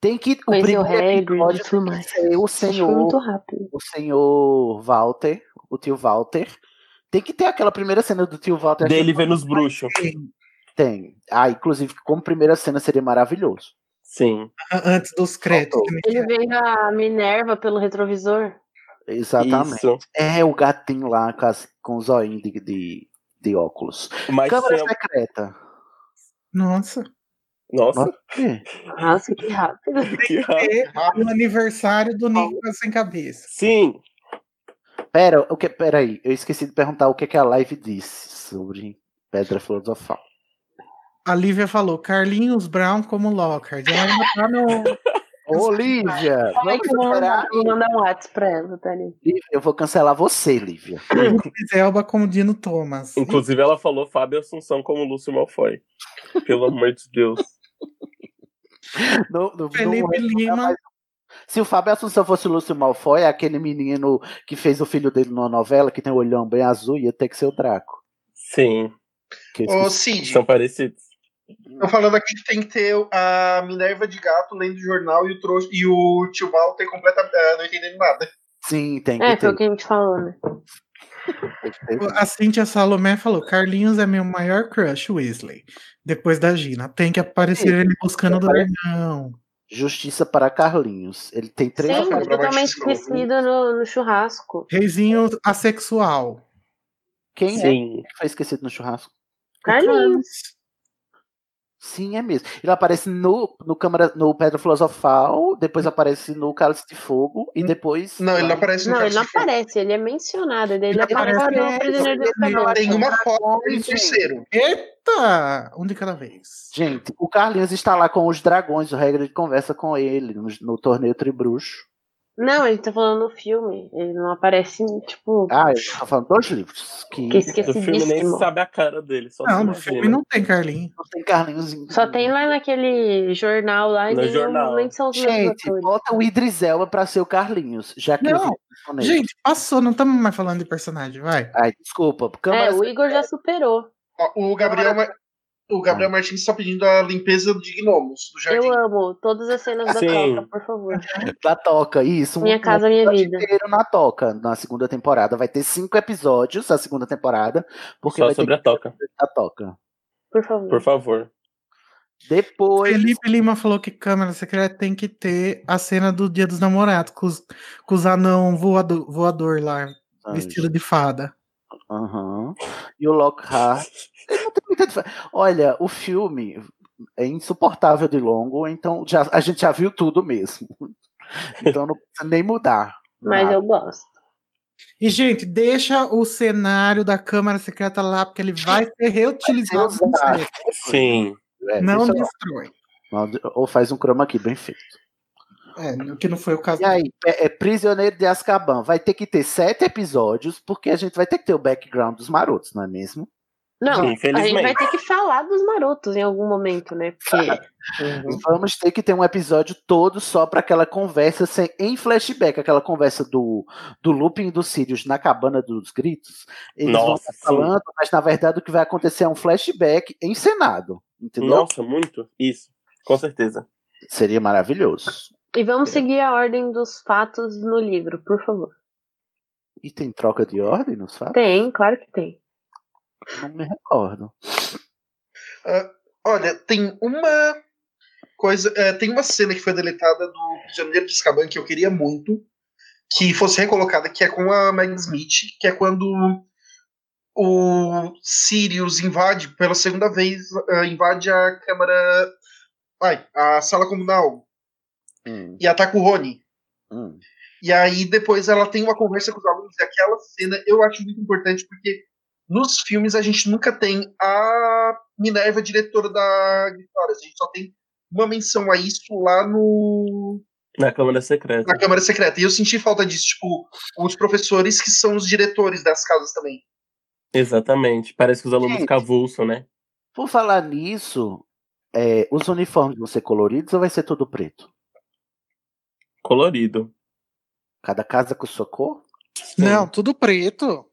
Speaker 4: Tem que. O
Speaker 7: conhecer o
Speaker 4: primeiro
Speaker 7: Hagrid
Speaker 4: episódio
Speaker 7: e tudo
Speaker 4: tem
Speaker 7: mais.
Speaker 4: que ser o
Speaker 7: Acho que foi muito
Speaker 4: senhor,
Speaker 7: rápido.
Speaker 4: o senhor Walter, o tio Walter. Tem que ter aquela primeira cena do tio Walter achando
Speaker 9: Dele vendo os bruxos.
Speaker 4: Tem. Ah, inclusive, como primeira cena seria maravilhoso.
Speaker 9: Sim.
Speaker 6: A- Antes dos créditos.
Speaker 4: Faltou.
Speaker 7: Ele vendo a Minerva pelo retrovisor.
Speaker 4: Exatamente.
Speaker 9: Isso.
Speaker 4: É o gatinho lá com, as, com o zoinho de, de, de óculos.
Speaker 9: Mas
Speaker 4: Câmara
Speaker 9: tinha-
Speaker 4: secreta.
Speaker 6: Nossa.
Speaker 9: Nossa,
Speaker 7: Nossa, que rápido.
Speaker 9: que raro.
Speaker 6: E o aniversário do Nicolas sem cabeça.
Speaker 9: Sim.
Speaker 4: Pera, o que, pera aí, eu esqueci de perguntar o que, que a live disse sobre Pedra Filosofal.
Speaker 6: A Lívia falou: Carlinhos Brown como Lockhart. Ela ainda tá no.
Speaker 4: Olivia,
Speaker 7: Como é
Speaker 4: vamos
Speaker 7: que eu vou
Speaker 4: esperar.
Speaker 7: mandar, vou mandar um WhatsApp pra ela, tá ali?
Speaker 4: Lívia, Eu vou cancelar você, Lívia.
Speaker 6: Zelba como Dino Thomas.
Speaker 4: Então,
Speaker 9: Inclusive, ela falou Fábio Assunção como Lúcio Malfoy. Pelo amor de Deus.
Speaker 4: Não- não- é. não-
Speaker 6: Felipe Lima.
Speaker 4: se o Fábio Assunção fosse o Lúcio Malfoy, aquele menino que fez o filho dele numa novela, que tem o olhão bem azul, ia ter que ser o Draco.
Speaker 9: Sim.
Speaker 4: Que eu
Speaker 8: Ô,
Speaker 4: esqueci.
Speaker 8: Cid,
Speaker 9: São parecidos.
Speaker 8: tô falando aqui que tem que ter a Minerva de gato lendo o jornal e o, trouxa, e o tio Walter completa, ah, não entendendo nada.
Speaker 4: Sim, tem que
Speaker 7: É, foi
Speaker 4: ter.
Speaker 7: o que a gente falou, né?
Speaker 4: tem que ter.
Speaker 6: A Cíntia Salomé falou: Carlinhos é meu maior crush, Weasley. Depois da Gina. Tem que aparecer
Speaker 4: Sim.
Speaker 6: ele buscando o dragão.
Speaker 4: Justiça para Carlinhos. Ele tem três
Speaker 7: Sim,
Speaker 8: falando pra
Speaker 7: totalmente
Speaker 8: baixo, desculpa.
Speaker 7: esquecido no, no churrasco.
Speaker 6: Reizinho assexual.
Speaker 4: Quem é
Speaker 9: Sim.
Speaker 4: que foi esquecido no churrasco?
Speaker 7: Carlinhos.
Speaker 4: Sim, é mesmo. Ele aparece no, no, câmara, no Pedra Filosofal, depois aparece no Cálice de Fogo e depois.
Speaker 8: Hum. Não, ele não aparece no
Speaker 7: Não, ele não
Speaker 8: Cálice de Fogo.
Speaker 7: aparece, ele é mencionado. Daí ele,
Speaker 6: Ele
Speaker 7: aparece
Speaker 6: aparece,
Speaker 7: no
Speaker 6: né?
Speaker 7: Prisioneiro de Azkaban.
Speaker 8: Tem uma foto dele no
Speaker 4: Gente.
Speaker 8: terceiro.
Speaker 6: Eita! Um de cada vez.
Speaker 4: Gente, o Carlinhos está lá com os dragões, o Hagrid conversa com ele no, no torneio Tribruxo.
Speaker 7: Não, ele tá falando no filme. Ele não aparece, tipo,
Speaker 4: Ah, eu tô falando dos livros. Que
Speaker 7: que
Speaker 9: Do filme nem se
Speaker 7: esquecidíssimo.
Speaker 9: sabe a cara dele.
Speaker 4: Tipo,
Speaker 9: Só
Speaker 6: Não,
Speaker 9: se
Speaker 6: no
Speaker 9: imagina.
Speaker 6: filme não tem Carlinhos.
Speaker 4: não tem Carlinhos em.
Speaker 7: Só tem lá naquele jornal lá e
Speaker 9: No
Speaker 7: nem,
Speaker 9: jornal.
Speaker 7: nem são os mesmos
Speaker 4: Gente,
Speaker 7: atores.
Speaker 4: bota o Idris Elba pra ser o Carlinhos, já que
Speaker 6: Não,
Speaker 4: eu vi o torneio.
Speaker 6: Gente, passou, não estamos mais falando de personagem, vai.
Speaker 4: Ai, desculpa.
Speaker 7: É,
Speaker 4: Câmara
Speaker 7: o Igor já superou.
Speaker 8: Ó, O Gabriel, Ma- o Gabriel Martins tá pedindo a limpeza de gnomos, do jardim.
Speaker 7: Eu amo todas as cenas da
Speaker 9: Sim.
Speaker 7: toca, por favor.
Speaker 4: da Toca, isso. um
Speaker 7: Minha casa, minha
Speaker 4: episódio
Speaker 7: vida.
Speaker 4: inteiro Tá na Toca, na segunda temporada. Vai ter cinco episódios a segunda temporada, porque
Speaker 9: Só
Speaker 4: vai
Speaker 9: sobre
Speaker 4: ter
Speaker 9: a toca.
Speaker 4: que a Toca.
Speaker 7: Por favor.
Speaker 9: Por favor.
Speaker 4: Depois,
Speaker 6: Felipe Lima falou que câmera secreta tem que ter a cena do Dia dos Namorados, com os, com os anão voador, voador lá, vestido de fada.
Speaker 4: Aham. e o Lockhart. Ele não tem muita diferença. Olha, o filme é insuportável de longo, então já, a gente já viu tudo mesmo. Então não precisa nem mudar.
Speaker 7: Mas eu gosto.
Speaker 6: E, gente, deixa o cenário da Câmara Secreta lá, porque ele vai ser reutilizado.
Speaker 4: Vai ser usado.
Speaker 6: no set.
Speaker 9: Sim.
Speaker 4: É,
Speaker 6: Não
Speaker 4: deixa lá.
Speaker 6: destrói.
Speaker 4: Ou faz um chroma aqui bem feito.
Speaker 6: É, o que não foi o caso.
Speaker 4: E aí, é, é Prisioneiro de Azkaban. Vai ter que ter sete episódios, porque a gente vai ter que ter o background dos marotos, não é mesmo?
Speaker 7: Não, a gente
Speaker 9: Infelizmente.
Speaker 7: vai ter que falar dos marotos em algum momento, né? Porque
Speaker 4: Vamos ter que ter um episódio todo só para aquela conversa sem, em flashback, aquela conversa do, do Lupin e do Sirius na cabana dos gritos. Eles vão
Speaker 9: Nossa,
Speaker 4: estar
Speaker 9: sim.
Speaker 4: falando, mas na verdade o que vai acontecer é um flashback encenado. Entendeu?
Speaker 9: Nossa, muito? Isso. Com certeza.
Speaker 4: Seria maravilhoso.
Speaker 7: E vamos seguir a ordem dos fatos no livro, por favor.
Speaker 4: E tem troca de ordem nos fatos?
Speaker 7: Tem, claro que tem.
Speaker 4: Não me recordo.
Speaker 8: Olha, tem uma coisa. é, tem uma cena que foi deletada do Prisioneiro de Azkaban que eu queria muito que fosse recolocada, que é com a Meg Smith, que é quando o Sirius invade pela segunda vez é, invade a câmara. Ai, a sala comunal
Speaker 4: Hum,
Speaker 8: e ataca o Rony.
Speaker 4: hum.
Speaker 8: E aí depois ela tem uma conversa com os alunos e aquela cena eu acho muito importante porque nos filmes a gente nunca tem a Minerva diretora da Grifinória, a gente só tem uma menção a isso lá no
Speaker 9: Na Câmara Secreta.
Speaker 8: na Câmara Secreta. E eu senti falta disso, tipo, os professores que são os diretores das casas também.
Speaker 9: Exatamente. Parece que os alunos
Speaker 4: Gente.
Speaker 9: ficam avulso, né?
Speaker 4: Por falar nisso, é, os uniformes vão ser coloridos ou vai ser tudo preto?
Speaker 9: Colorido.
Speaker 4: Cada casa com sua cor?
Speaker 6: Não, tudo preto.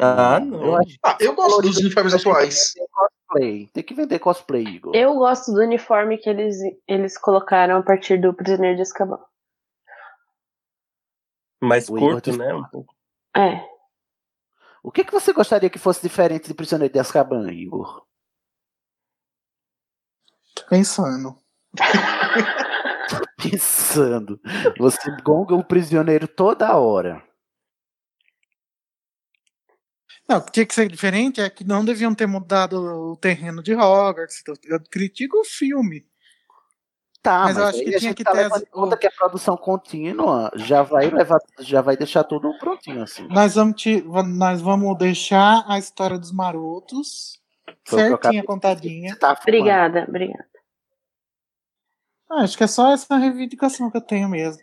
Speaker 9: Ah,
Speaker 4: Eu
Speaker 9: não.
Speaker 4: acho
Speaker 8: Ah, eu gosto dos uniformes atuais.
Speaker 4: que tem cosplay. Tem que vender cosplay, Igor.
Speaker 7: Eu gosto do uniforme que eles, eles colocaram a partir do Prisioneiro de Azkaban.
Speaker 9: Mais
Speaker 4: O Igor
Speaker 9: curto,
Speaker 4: tem-
Speaker 9: né? Um pouco.
Speaker 7: É.
Speaker 4: O que, que você gostaria que fosse diferente de Prisioneiro de Azkaban, Igor?
Speaker 6: Pensando.
Speaker 4: Pensando. Você gonga o prisioneiro toda hora.
Speaker 6: Não, o que tinha que ser diferente é que não deviam ter mudado o terreno de Hogwarts. então Eu critico o filme.
Speaker 4: Tá,
Speaker 6: Mas
Speaker 4: mas,
Speaker 6: eu acho
Speaker 4: aí
Speaker 6: que
Speaker 4: a
Speaker 6: tinha
Speaker 4: gente
Speaker 6: que
Speaker 4: tá
Speaker 6: ter as-
Speaker 4: levando em conta que a produção contínua já vai levar, já vai deixar tudo prontinho assim.
Speaker 6: Nós vamos, te- va- nós vamos deixar a história dos marotos
Speaker 4: Foi o que eu acabei
Speaker 6: certinha,
Speaker 4: de
Speaker 6: contadinha.
Speaker 4: Você tá falando.
Speaker 7: Obrigada, obrigada.
Speaker 6: Ah, acho que é só essa reivindicação que eu tenho mesmo.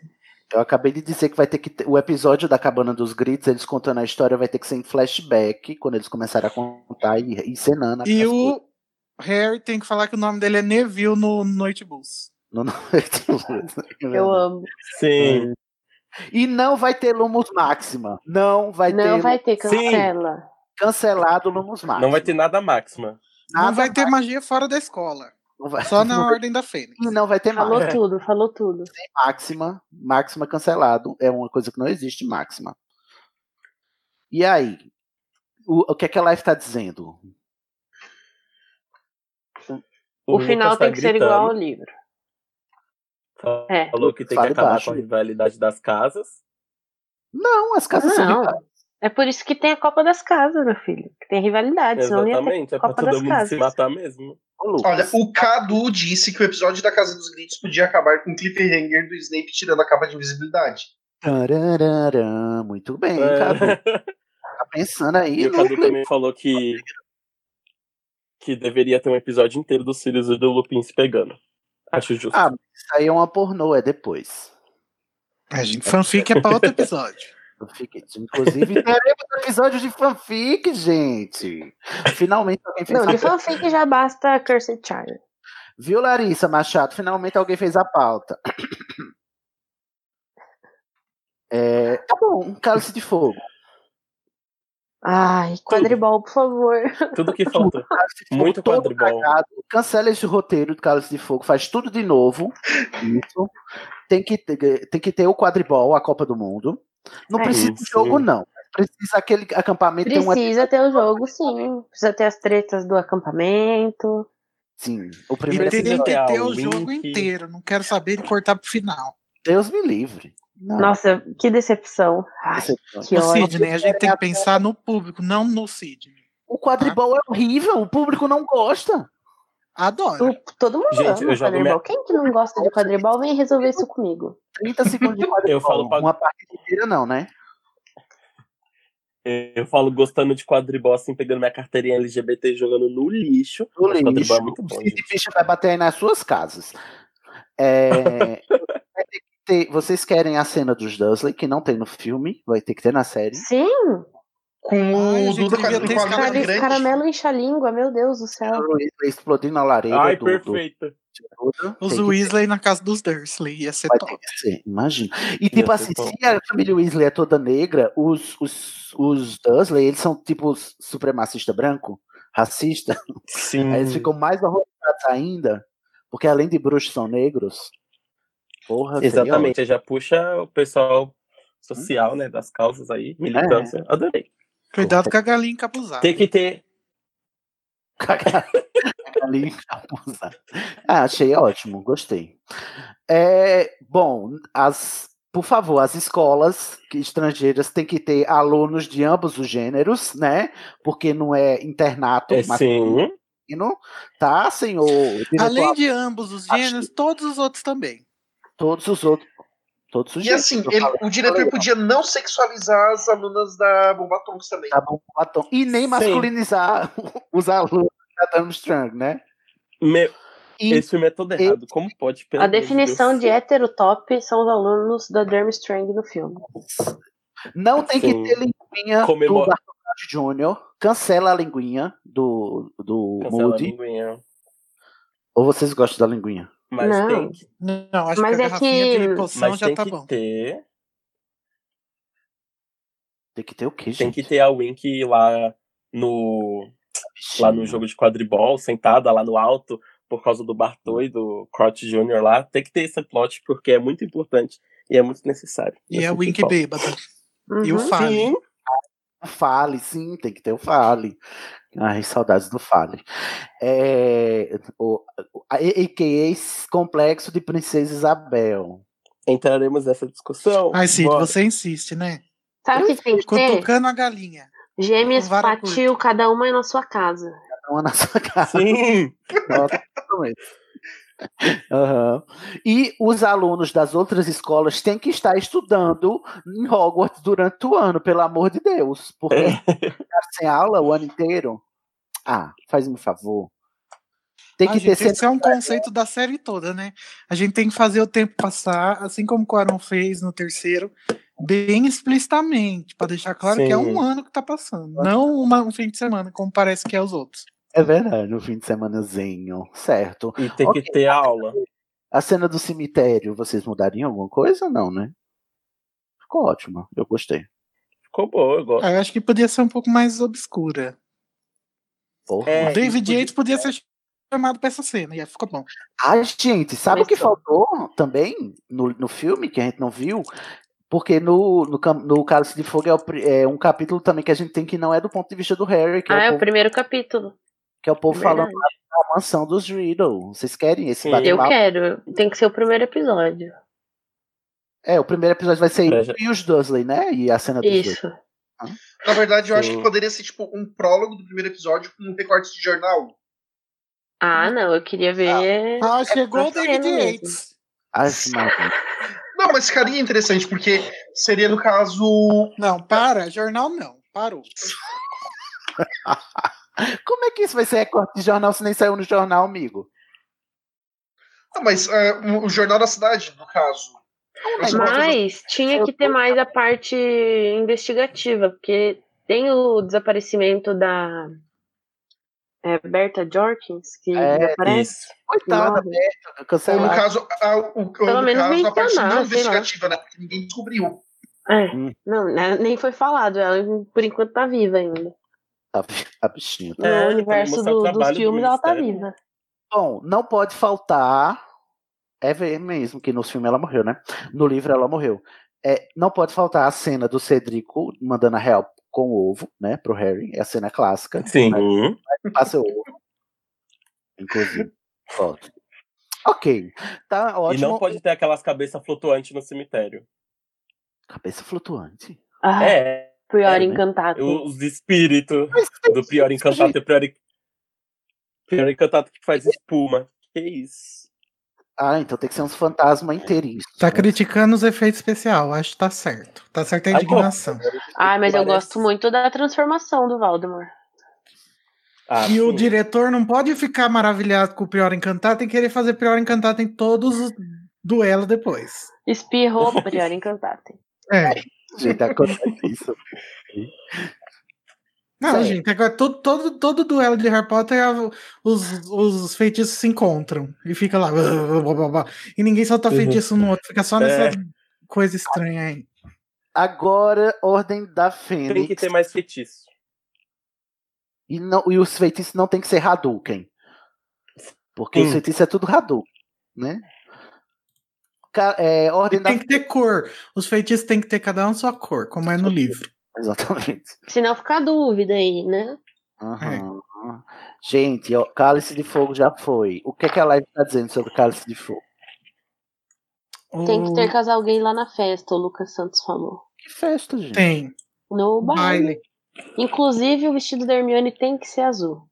Speaker 4: Eu acabei de dizer que vai ter que ter, o episódio da Cabana dos Gritos, eles contando a história, vai ter que ser em flashback quando eles começarem a contar e e encenando.
Speaker 6: E
Speaker 4: as coisas.
Speaker 6: o Harry tem que falar que o nome dele é Neville no Noite Bulls.
Speaker 4: No- no-
Speaker 7: Eu amo.
Speaker 9: Sim.
Speaker 4: E não vai ter Lumos Máxima. Não vai
Speaker 7: Não
Speaker 4: ter um-
Speaker 7: vai ter
Speaker 9: Sim.
Speaker 7: cancela.
Speaker 4: cancelado o Lumos Máxima.
Speaker 9: Não vai ter nada máxima.
Speaker 4: Nada
Speaker 6: não vai ter
Speaker 4: mais,
Speaker 6: magia fora da escola.
Speaker 4: não vai-
Speaker 6: Só na
Speaker 4: não vai-
Speaker 6: Ordem da Fênix.
Speaker 4: E não vai ter
Speaker 7: Falou
Speaker 4: Máxima.
Speaker 9: É.
Speaker 7: tudo, falou tudo.
Speaker 4: Máxima. Máxima cancelado. É uma coisa que não existe, Máxima. E aí? O, o que é que a Life tá dizendo?
Speaker 7: O, final
Speaker 9: Lucas tá
Speaker 7: tem que ser
Speaker 9: gritando,
Speaker 7: igual ao livro. É.
Speaker 9: Falou que tem que
Speaker 4: Fale
Speaker 9: acabar
Speaker 4: baixo.
Speaker 9: com a rivalidade das casas.
Speaker 4: Não, as casas são
Speaker 7: Não.
Speaker 4: rivais.
Speaker 7: É por isso que tem a Copa das Casas, meu filho. Que tem rivalidade, senão não ia
Speaker 9: Exatamente.
Speaker 7: ter
Speaker 9: É pra
Speaker 7: Copa das
Speaker 9: todo mundo se
Speaker 7: Casas.
Speaker 9: matar mesmo.
Speaker 4: Ô, Lucas,
Speaker 8: Olha, o Cadu disse que o episódio da Casa dos Gritos podia acabar com o cliffhanger do Snape tirando a capa de invisibilidade.
Speaker 4: Tarararã, muito bem,
Speaker 9: É.
Speaker 4: Cadu. Tá pensando aí,
Speaker 9: E o Cadu
Speaker 4: núcleo.
Speaker 9: também falou que. Que deveria ter um episódio inteiro dos Sirius e do Lupin se pegando. Acho justo.
Speaker 4: Ah, isso aí é uma pornô, é depois.
Speaker 6: A gente fanfic é pra outro episódio.
Speaker 4: Eu fiquei- Inclusive, teremos episódio de fanfic, gente. Finalmente alguém fez
Speaker 7: Não, de fanfic assim já basta Cursed Child.
Speaker 4: Viu, Larissa Machado? Finalmente alguém fez a pauta. É, tá bom, um cálice de fogo.
Speaker 7: Ai, quadribol, por favor.
Speaker 9: Tudo que faltou.
Speaker 4: Cálice de
Speaker 9: Muito
Speaker 4: todo
Speaker 9: quadribol.
Speaker 4: cagado. Cancela esse roteiro do cálice de fogo, faz tudo de novo. Isso. Tem que ter, tem que ter o quadribol, a Copa do Mundo. Não
Speaker 7: É.
Speaker 4: precisa
Speaker 9: Hum,
Speaker 4: do jogo,
Speaker 9: sim.
Speaker 4: não. Precisa aquele acampamento ter um
Speaker 7: Precisa ter o jogo, sim. Precisa ter as tretas do acampamento.
Speaker 4: Sim, o
Speaker 6: E
Speaker 4: primeiro é assim,
Speaker 6: tem
Speaker 4: episódio.
Speaker 6: que
Speaker 9: episódio.
Speaker 6: ter
Speaker 9: Ah,
Speaker 6: o
Speaker 9: o
Speaker 6: jogo
Speaker 9: link.
Speaker 6: inteiro. Não quero saber de cortar pro final.
Speaker 4: Deus me livre. é Não,
Speaker 7: Nossa, que decepção. Ai,
Speaker 4: decepção.
Speaker 7: que
Speaker 6: Ô,
Speaker 7: ódio.
Speaker 6: Sidney, a gente tem que pensar no público, não no Sidney.
Speaker 4: O quadribol é horrível, o público não gosta.
Speaker 6: Adoro.
Speaker 7: O- todo mundo
Speaker 9: Gente,
Speaker 7: ama
Speaker 9: eu jogo
Speaker 7: quadribol.
Speaker 9: minha-
Speaker 7: Quem que não gosta de quadribol, vem resolver isso comigo.
Speaker 4: 30 segundos de quadribol.
Speaker 9: Eu falo pra-
Speaker 4: Uma parte inteira não, né?
Speaker 9: Eu falo gostando de quadribol, assim, pegando minha carteirinha LGBT e jogando no lixo.
Speaker 4: No
Speaker 9: Mas quadribol é
Speaker 4: lixo.
Speaker 9: muito
Speaker 4: O
Speaker 9: bom,
Speaker 4: Cid
Speaker 9: gente.
Speaker 4: Bicho vai bater aí nas suas casas. É, vai ter que ter- vocês querem a cena dos Dursley, que não tem no filme, vai ter que ter na série.
Speaker 7: Sim,
Speaker 8: Com
Speaker 6: Ai,
Speaker 8: o
Speaker 6: gente,
Speaker 8: Duda
Speaker 6: devia
Speaker 8: com
Speaker 6: ter
Speaker 8: a língua
Speaker 6: escalado-
Speaker 8: grande.
Speaker 7: caramelo enche a língua, meu Deus do céu.
Speaker 4: Explodindo a lareira
Speaker 9: Ai,
Speaker 4: do, do,
Speaker 9: perfeito.
Speaker 4: do-
Speaker 6: Os
Speaker 4: tem que ter.
Speaker 6: Weasley na casa dos Dursley. Ia ser
Speaker 4: Vai ter
Speaker 6: top.
Speaker 4: que ser, imagina. E
Speaker 9: Ia
Speaker 4: tipo
Speaker 9: ser
Speaker 4: assim,
Speaker 9: top.
Speaker 4: se a família Weasley é toda negra, os, os, os Dursley, eles são tipo os supremacista branco, racista.
Speaker 9: Sim.
Speaker 4: Aí eles ficam mais horrorizados ainda, porque além de bruxos são negros. Porra, seria
Speaker 9: Exatamente, já puxa o pessoal
Speaker 4: Hum.
Speaker 9: social, né, das causas aí,
Speaker 4: É.
Speaker 9: militância. Adorei.
Speaker 6: Cuidado com a galinha
Speaker 4: Ah,
Speaker 6: encapuzada.
Speaker 9: Tem que ter.
Speaker 4: Cagar ali abusar. Ah, achei ótimo, gostei. É, bom, as, por favor, as escolas que- estrangeiras têm que ter alunos de ambos os gêneros, né? Porque não é internato
Speaker 9: É,
Speaker 4: masculino,
Speaker 9: sim.
Speaker 4: tá, senhor? diretor?
Speaker 6: Além de ambos os gêneros, todos os outros também.
Speaker 4: todos os outros. Todos os
Speaker 8: E assim,
Speaker 4: eu
Speaker 8: ele-
Speaker 4: falei,
Speaker 8: o diretor
Speaker 4: falei,
Speaker 8: podia não sexualizar as alunas da Bomba Tonks também.
Speaker 4: tá bom, batom. E nem
Speaker 9: Sim.
Speaker 4: masculinizar os alunos da Darmstrang, né?
Speaker 9: Meu,
Speaker 4: E
Speaker 9: esse filme é todo errado. Como pode, pelo
Speaker 7: A
Speaker 9: amor de
Speaker 7: definição
Speaker 9: Deus?
Speaker 7: de hétero top são os alunos da Durmstrang no filme.
Speaker 4: Não tem
Speaker 9: Sim.
Speaker 4: que ter linguinha
Speaker 9: Comemora-
Speaker 4: do Bartolomeu Júnior. Cancela a linguinha do, do
Speaker 9: Cancela a
Speaker 4: Moody.
Speaker 9: linguinha.
Speaker 4: Ou vocês gostam da linguinha?
Speaker 9: Mas
Speaker 7: Não.
Speaker 9: tem que,
Speaker 6: Não, acho
Speaker 7: Mas
Speaker 6: que a
Speaker 7: é
Speaker 6: garrafinha
Speaker 7: que-
Speaker 6: de poção
Speaker 9: mas
Speaker 6: já
Speaker 9: tem
Speaker 6: tá
Speaker 9: que
Speaker 6: bom.
Speaker 9: ter.
Speaker 4: Tem que ter o quê,
Speaker 9: Tem
Speaker 4: gente?
Speaker 9: que ter a Wink lá no, lá no
Speaker 4: Bichinho.
Speaker 9: jogo de quadribol, sentada lá no alto, por causa do Bartô e do Crouch Jr. lá. Tem que ter esse plot, porque é muito importante e é muito necessário. Eu
Speaker 6: E a
Speaker 9: senti
Speaker 6: Wink
Speaker 9: falta.
Speaker 6: bêbada. E o
Speaker 7: Uhum.
Speaker 6: Fale.
Speaker 9: Sim.
Speaker 4: O Fale, sim, tem que ter o Fale. Ai, saudades do Fale. É, o, o- a- a.k.a. Complexo de Princesa Isabel.
Speaker 9: Entraremos nessa discussão.
Speaker 6: Ai, Ah, Cid,
Speaker 9: Bora.
Speaker 6: você insiste, né?
Speaker 7: Sabe o que tem que ter?
Speaker 6: Cutucando a galinha.
Speaker 7: Gêmeas
Speaker 6: com vara
Speaker 7: patil, cada uma é na sua casa.
Speaker 4: Cada uma é na sua
Speaker 6: tá
Speaker 4: casa.
Speaker 9: Sim.
Speaker 4: Nossa, isso. Aham. E os alunos das outras escolas têm que estar estudando em Hogwarts durante o ano, pelo amor de Deus. Porque ficar sem aula o ano inteiro. Ah, faz um favor. Tem
Speaker 6: Ah,
Speaker 4: que ter
Speaker 6: gente,
Speaker 4: cena
Speaker 6: esse é um conceito da série toda, né? A gente tem que fazer o tempo passar, assim como o Quaron fez no terceiro, bem explicitamente, pra deixar claro que é
Speaker 9: Sim.
Speaker 6: um ano que tá passando, não uma- um fim de semana, como parece que é os outros.
Speaker 4: É verdade, no fim de semanazinho. Certo.
Speaker 9: E tem
Speaker 4: Ok.
Speaker 9: que ter a aula.
Speaker 4: A cena do cemitério, vocês mudariam alguma coisa? Não, né? Ficou ótima. Eu gostei.
Speaker 9: Ficou boa, eu gosto.
Speaker 6: Ah, Eu acho que podia ser um pouco mais obscura.
Speaker 4: Porra.
Speaker 9: É,
Speaker 6: o David
Speaker 9: e podia-
Speaker 6: Yates podia ser chamado pra essa cena, e aí ficou bom.
Speaker 4: Ai, Ah, gente, sabe o
Speaker 7: Mas
Speaker 4: que
Speaker 7: tô.
Speaker 4: faltou também no, no filme, que a gente não viu? Porque no, no, Cam- no Cálice de Fogo é, o pri- é um capítulo também que a gente tem que não é do ponto de vista do Harry, que,
Speaker 7: Ah,
Speaker 4: é,
Speaker 7: é
Speaker 4: o
Speaker 7: o
Speaker 4: povo,
Speaker 7: primeiro capítulo.
Speaker 4: que é o povo
Speaker 7: É
Speaker 4: falando
Speaker 7: verdade.
Speaker 4: da mansão dos Riddle. Vocês querem esse
Speaker 9: Sim.
Speaker 7: Eu
Speaker 4: bate-papo?
Speaker 7: quero. Tem que ser o primeiro episódio.
Speaker 4: É, o primeiro episódio vai ser
Speaker 9: Veja.
Speaker 4: e os Dursley, né? E a cena dos dois.
Speaker 7: Isso.
Speaker 8: Na verdade, eu acho
Speaker 9: Sim.
Speaker 8: que poderia ser tipo um prólogo do primeiro episódio com um recorte de jornal.
Speaker 7: Ah, não, eu queria ver.
Speaker 6: Ah, chegou o
Speaker 7: É, pra
Speaker 6: David
Speaker 7: cena mesmo.
Speaker 6: Yates.
Speaker 4: Ai, Maria.
Speaker 8: Não, mas ficaria interessante, porque seria no caso.
Speaker 6: Não, para, jornal não, parou.
Speaker 4: Como é que isso vai ser corte de jornal se nem saiu no jornal, amigo?
Speaker 8: Não, mas é, o Jornal da Cidade, no caso. Mas,
Speaker 7: Mas tinha que ter mais a parte investigativa, porque tem o desaparecimento da é, Berta Jorkins, que
Speaker 4: É,
Speaker 7: desaparece.
Speaker 9: Isso.
Speaker 4: Coitada,
Speaker 7: Nossa.
Speaker 4: Berta,
Speaker 8: Ou no
Speaker 4: cancelada.
Speaker 8: caso, a, o, ou
Speaker 7: Pelo
Speaker 8: no
Speaker 7: menos
Speaker 8: caso, a parte
Speaker 7: mencionar,
Speaker 8: não
Speaker 7: sei lá.
Speaker 8: investigativa, né? Porque ninguém descobriu.
Speaker 7: É,
Speaker 4: Hum.
Speaker 7: não, né, nem foi falado, ela por enquanto tá viva ainda.
Speaker 4: A bi- A bichinha.
Speaker 7: No
Speaker 9: É, tem que
Speaker 7: universo
Speaker 9: mostrar o
Speaker 7: do- dos
Speaker 9: trabalho do
Speaker 7: filmes ela tá
Speaker 9: Ministério.
Speaker 7: viva.
Speaker 4: Bom, não pode faltar. É ver- mesmo que no filme ela morreu, né? No livro ela morreu. É, não pode faltar a cena do Cedrico mandando a real com o ovo, né? Pro Harry. É a cena clássica.
Speaker 9: Sim.
Speaker 4: Né? Passa o ovo. Inclusive. Ótimo. Ok. Tá
Speaker 9: E não
Speaker 4: ótimo.
Speaker 9: pode ter aquelas cabeças flutuantes no cemitério.
Speaker 4: Cabeça flutuante.
Speaker 7: Ah,
Speaker 9: É.
Speaker 7: pior
Speaker 4: né?
Speaker 7: encantado.
Speaker 9: Os espíritos
Speaker 4: Mas,
Speaker 9: do Prior Encantado e Prior Pior encantado que faz espuma. Que isso?
Speaker 4: Ah, então tem que ser uns né? fantasmas inteirinhos.
Speaker 6: Tá criticando os efeitos especiais, acho que tá certo. Tá certa a indignação.
Speaker 7: Ai, Ah, mas eu gosto muito da transformação do Valdemar.
Speaker 9: Ah,
Speaker 6: e o diretor não pode ficar maravilhado com o Prior Encantado, tem que querer fazer Prior Encantado em todos os duelos depois.
Speaker 7: Espirrou Prior Encantado.
Speaker 6: É.
Speaker 4: Gente, acontece isso.
Speaker 6: Não,
Speaker 4: Sério.
Speaker 6: gente, agora todo, todo, todo duelo de Harry Potter, os, os feitiços se encontram e fica lá. blá, blá, blá, blá, blá, e ninguém solta
Speaker 4: Uhum.
Speaker 6: feitiço no outro, fica só nessa
Speaker 4: É.
Speaker 6: coisa estranha aí.
Speaker 4: Agora, Ordem da Fênix.
Speaker 9: Tem que ter mais feitiço.
Speaker 4: E, não, e os feitiços não tem que ser Hadouken. Porque os feitiços é tudo Hadouken, né? Ca- É, ordem da
Speaker 6: Tem que ter cor. Os feitiços tem que ter cada um sua cor, como é no livro.
Speaker 4: Exatamente.
Speaker 7: Senão fica a dúvida aí, né?
Speaker 4: Aham. Gente, ó, Cálice de Fogo já foi. O que, é que a live tá dizendo sobre Cálice de Fogo?
Speaker 7: Tem que ter casal gay lá na festa, o Lucas Santos falou.
Speaker 4: Que festa, gente?
Speaker 6: Tem.
Speaker 7: No baile. Inclusive, o vestido da Hermione tem que ser azul.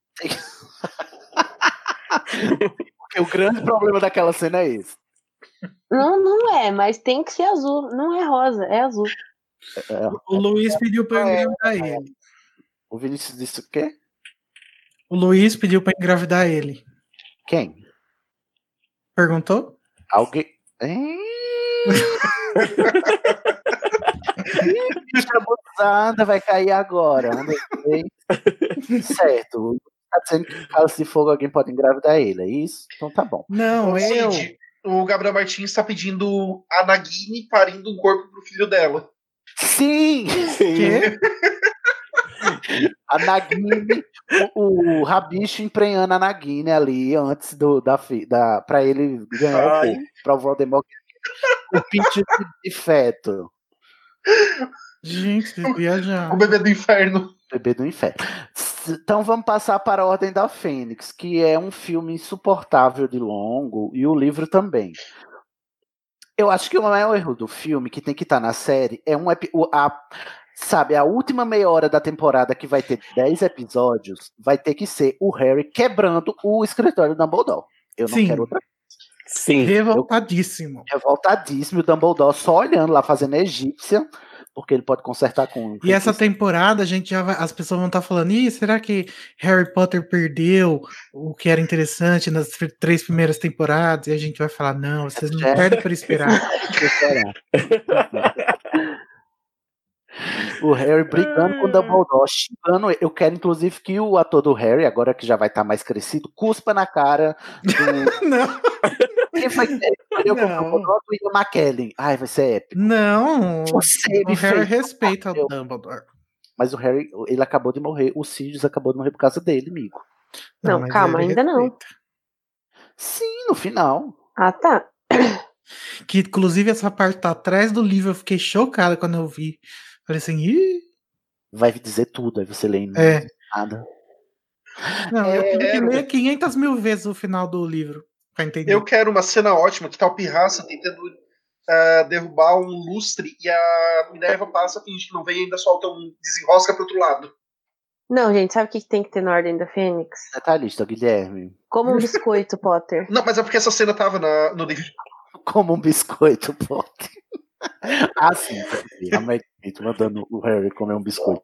Speaker 4: Porque o grande problema daquela cena é esse.
Speaker 7: Não, não é, mas tem que ser azul. Não é rosa, é azul.
Speaker 6: O Luiz pediu pra
Speaker 4: É.
Speaker 6: eu engravidar ele.
Speaker 4: O Vinícius disse o quê?
Speaker 6: O Luiz pediu pra engravidar ele.
Speaker 4: Quem?
Speaker 6: Perguntou?
Speaker 4: Alguém. Hein? Bicha abusada vai cair agora. Um, dois, três. certo. Tá dizendo que o Cálice de Fogo alguém pode engravidar ele, é isso? Então tá bom.
Speaker 6: Não,
Speaker 4: eu.
Speaker 8: o Gabriel Martins está pedindo a Nagini parindo um corpo pro filho dela.
Speaker 4: Sim!
Speaker 6: Quê?
Speaker 4: A Nagini, o, o Rabicho emprenhando a Nagini ali antes do, da, fi- da, pra ele ganhar
Speaker 8: Ai.
Speaker 4: o corpo, pra o Voldemort. O pinto de, de feto.
Speaker 6: Gente, viajar.
Speaker 8: O bebê do inferno.
Speaker 4: Bebê do inferno. S- Então vamos passar para a Ordem da Fênix, que é um filme insuportável de longo e o livro também. Eu acho que o maior erro do filme que tem que estar na série é um epi- o- a sabe, a última meia hora da temporada que vai ter 10 episódios, vai ter que ser o Harry quebrando o escritório do Dumbledore. Eu não
Speaker 6: Sim.
Speaker 4: quero outra.
Speaker 9: Sim.
Speaker 6: Revoltadíssimo.
Speaker 4: Revoltadíssimo o Dumbledore só olhando lá fazendo egípcia, porque ele pode consertar com
Speaker 6: E essa temporada, a gente já vai, as pessoas vão estar falando, Ih, será que Harry Potter perdeu o que era interessante nas tr- três primeiras temporadas? E a gente vai falar, não, vocês não
Speaker 4: Já-
Speaker 6: perdem por esperar.
Speaker 4: O Harry brigando com o Dumbledore, xingando ele. Eu quero, inclusive, que o ator do Harry, agora que já vai estar mais crescido, cuspa na cara do.
Speaker 6: Não.
Speaker 4: Quem foi que escolheu como
Speaker 6: Não.
Speaker 4: Dumbledore? O Ian McKellen. Ai, vai ser épico.
Speaker 6: Não,
Speaker 4: Você
Speaker 6: o
Speaker 4: me
Speaker 6: Harry
Speaker 4: fez.
Speaker 6: respeita o Dumbledore.
Speaker 4: Mas o Harry, ele acabou de morrer. O Sirius acabou de morrer por causa dele, amigo.
Speaker 6: Não, Não, mas é calma, ele ainda não.
Speaker 4: Sim, no final.
Speaker 7: Ah, tá.
Speaker 6: Que inclusive essa parte tá atrás do livro, eu fiquei chocada quando eu vi. Falei assim, Ih,
Speaker 4: Vai dizer tudo, aí você lê e não
Speaker 6: É.
Speaker 4: diz nada.
Speaker 6: não, eu
Speaker 8: É,
Speaker 6: tive que
Speaker 8: era.
Speaker 6: ler 500 mil vezes o final do livro pra entender.
Speaker 8: Eu quero uma cena ótima que tá o Pirraça tentando ah, derrubar um lustre e a Minerva passa, finge que não vem e ainda solta um desenrosca pro outro lado.
Speaker 7: Não, gente, sabe o que que tem que ter na Ordem da Fênix?
Speaker 4: Detalhista, Guilherme.
Speaker 7: Como um biscoito, Potter.
Speaker 8: Não, mas é porque essa cena tava na- no livro.
Speaker 4: Como um biscoito, pode. Ah, sim, porque a Meg Smith mandando o Harry comer um biscoito.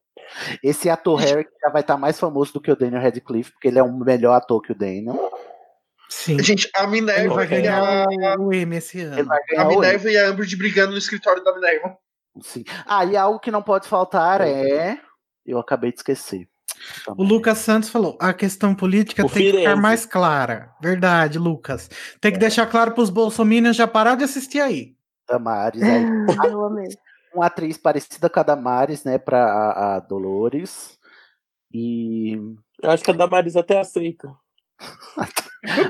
Speaker 4: Esse ator Harry já vai estar mais famoso do que o Daniel Radcliffe, porque ele é um melhor ator que o Daniel.
Speaker 6: Sim.
Speaker 8: Gente, a
Speaker 6: Ele
Speaker 8: Minerva
Speaker 6: vai
Speaker 8: e
Speaker 6: ganhar
Speaker 8: a,
Speaker 6: o, é o M esse ano.
Speaker 8: a Minerva e a Umbridge brigando no escritório da Minerva.
Speaker 4: Sim. Ah, e algo que não pode faltar é. Eu acabei de esquecer.
Speaker 6: O Lucas Santos falou: a questão política
Speaker 4: O
Speaker 6: tem que ficar
Speaker 4: Firenze.
Speaker 6: mais clara. Verdade, Lucas. Tem
Speaker 4: É.
Speaker 6: que deixar claro pros bolsominions já parar de assistir aí.
Speaker 4: Damares. Aí.
Speaker 7: Ah, Eu amei.
Speaker 4: Uma atriz parecida com a Damares, né, pra a, a Dolores. E.
Speaker 9: Eu acho que a Damaris até aceita.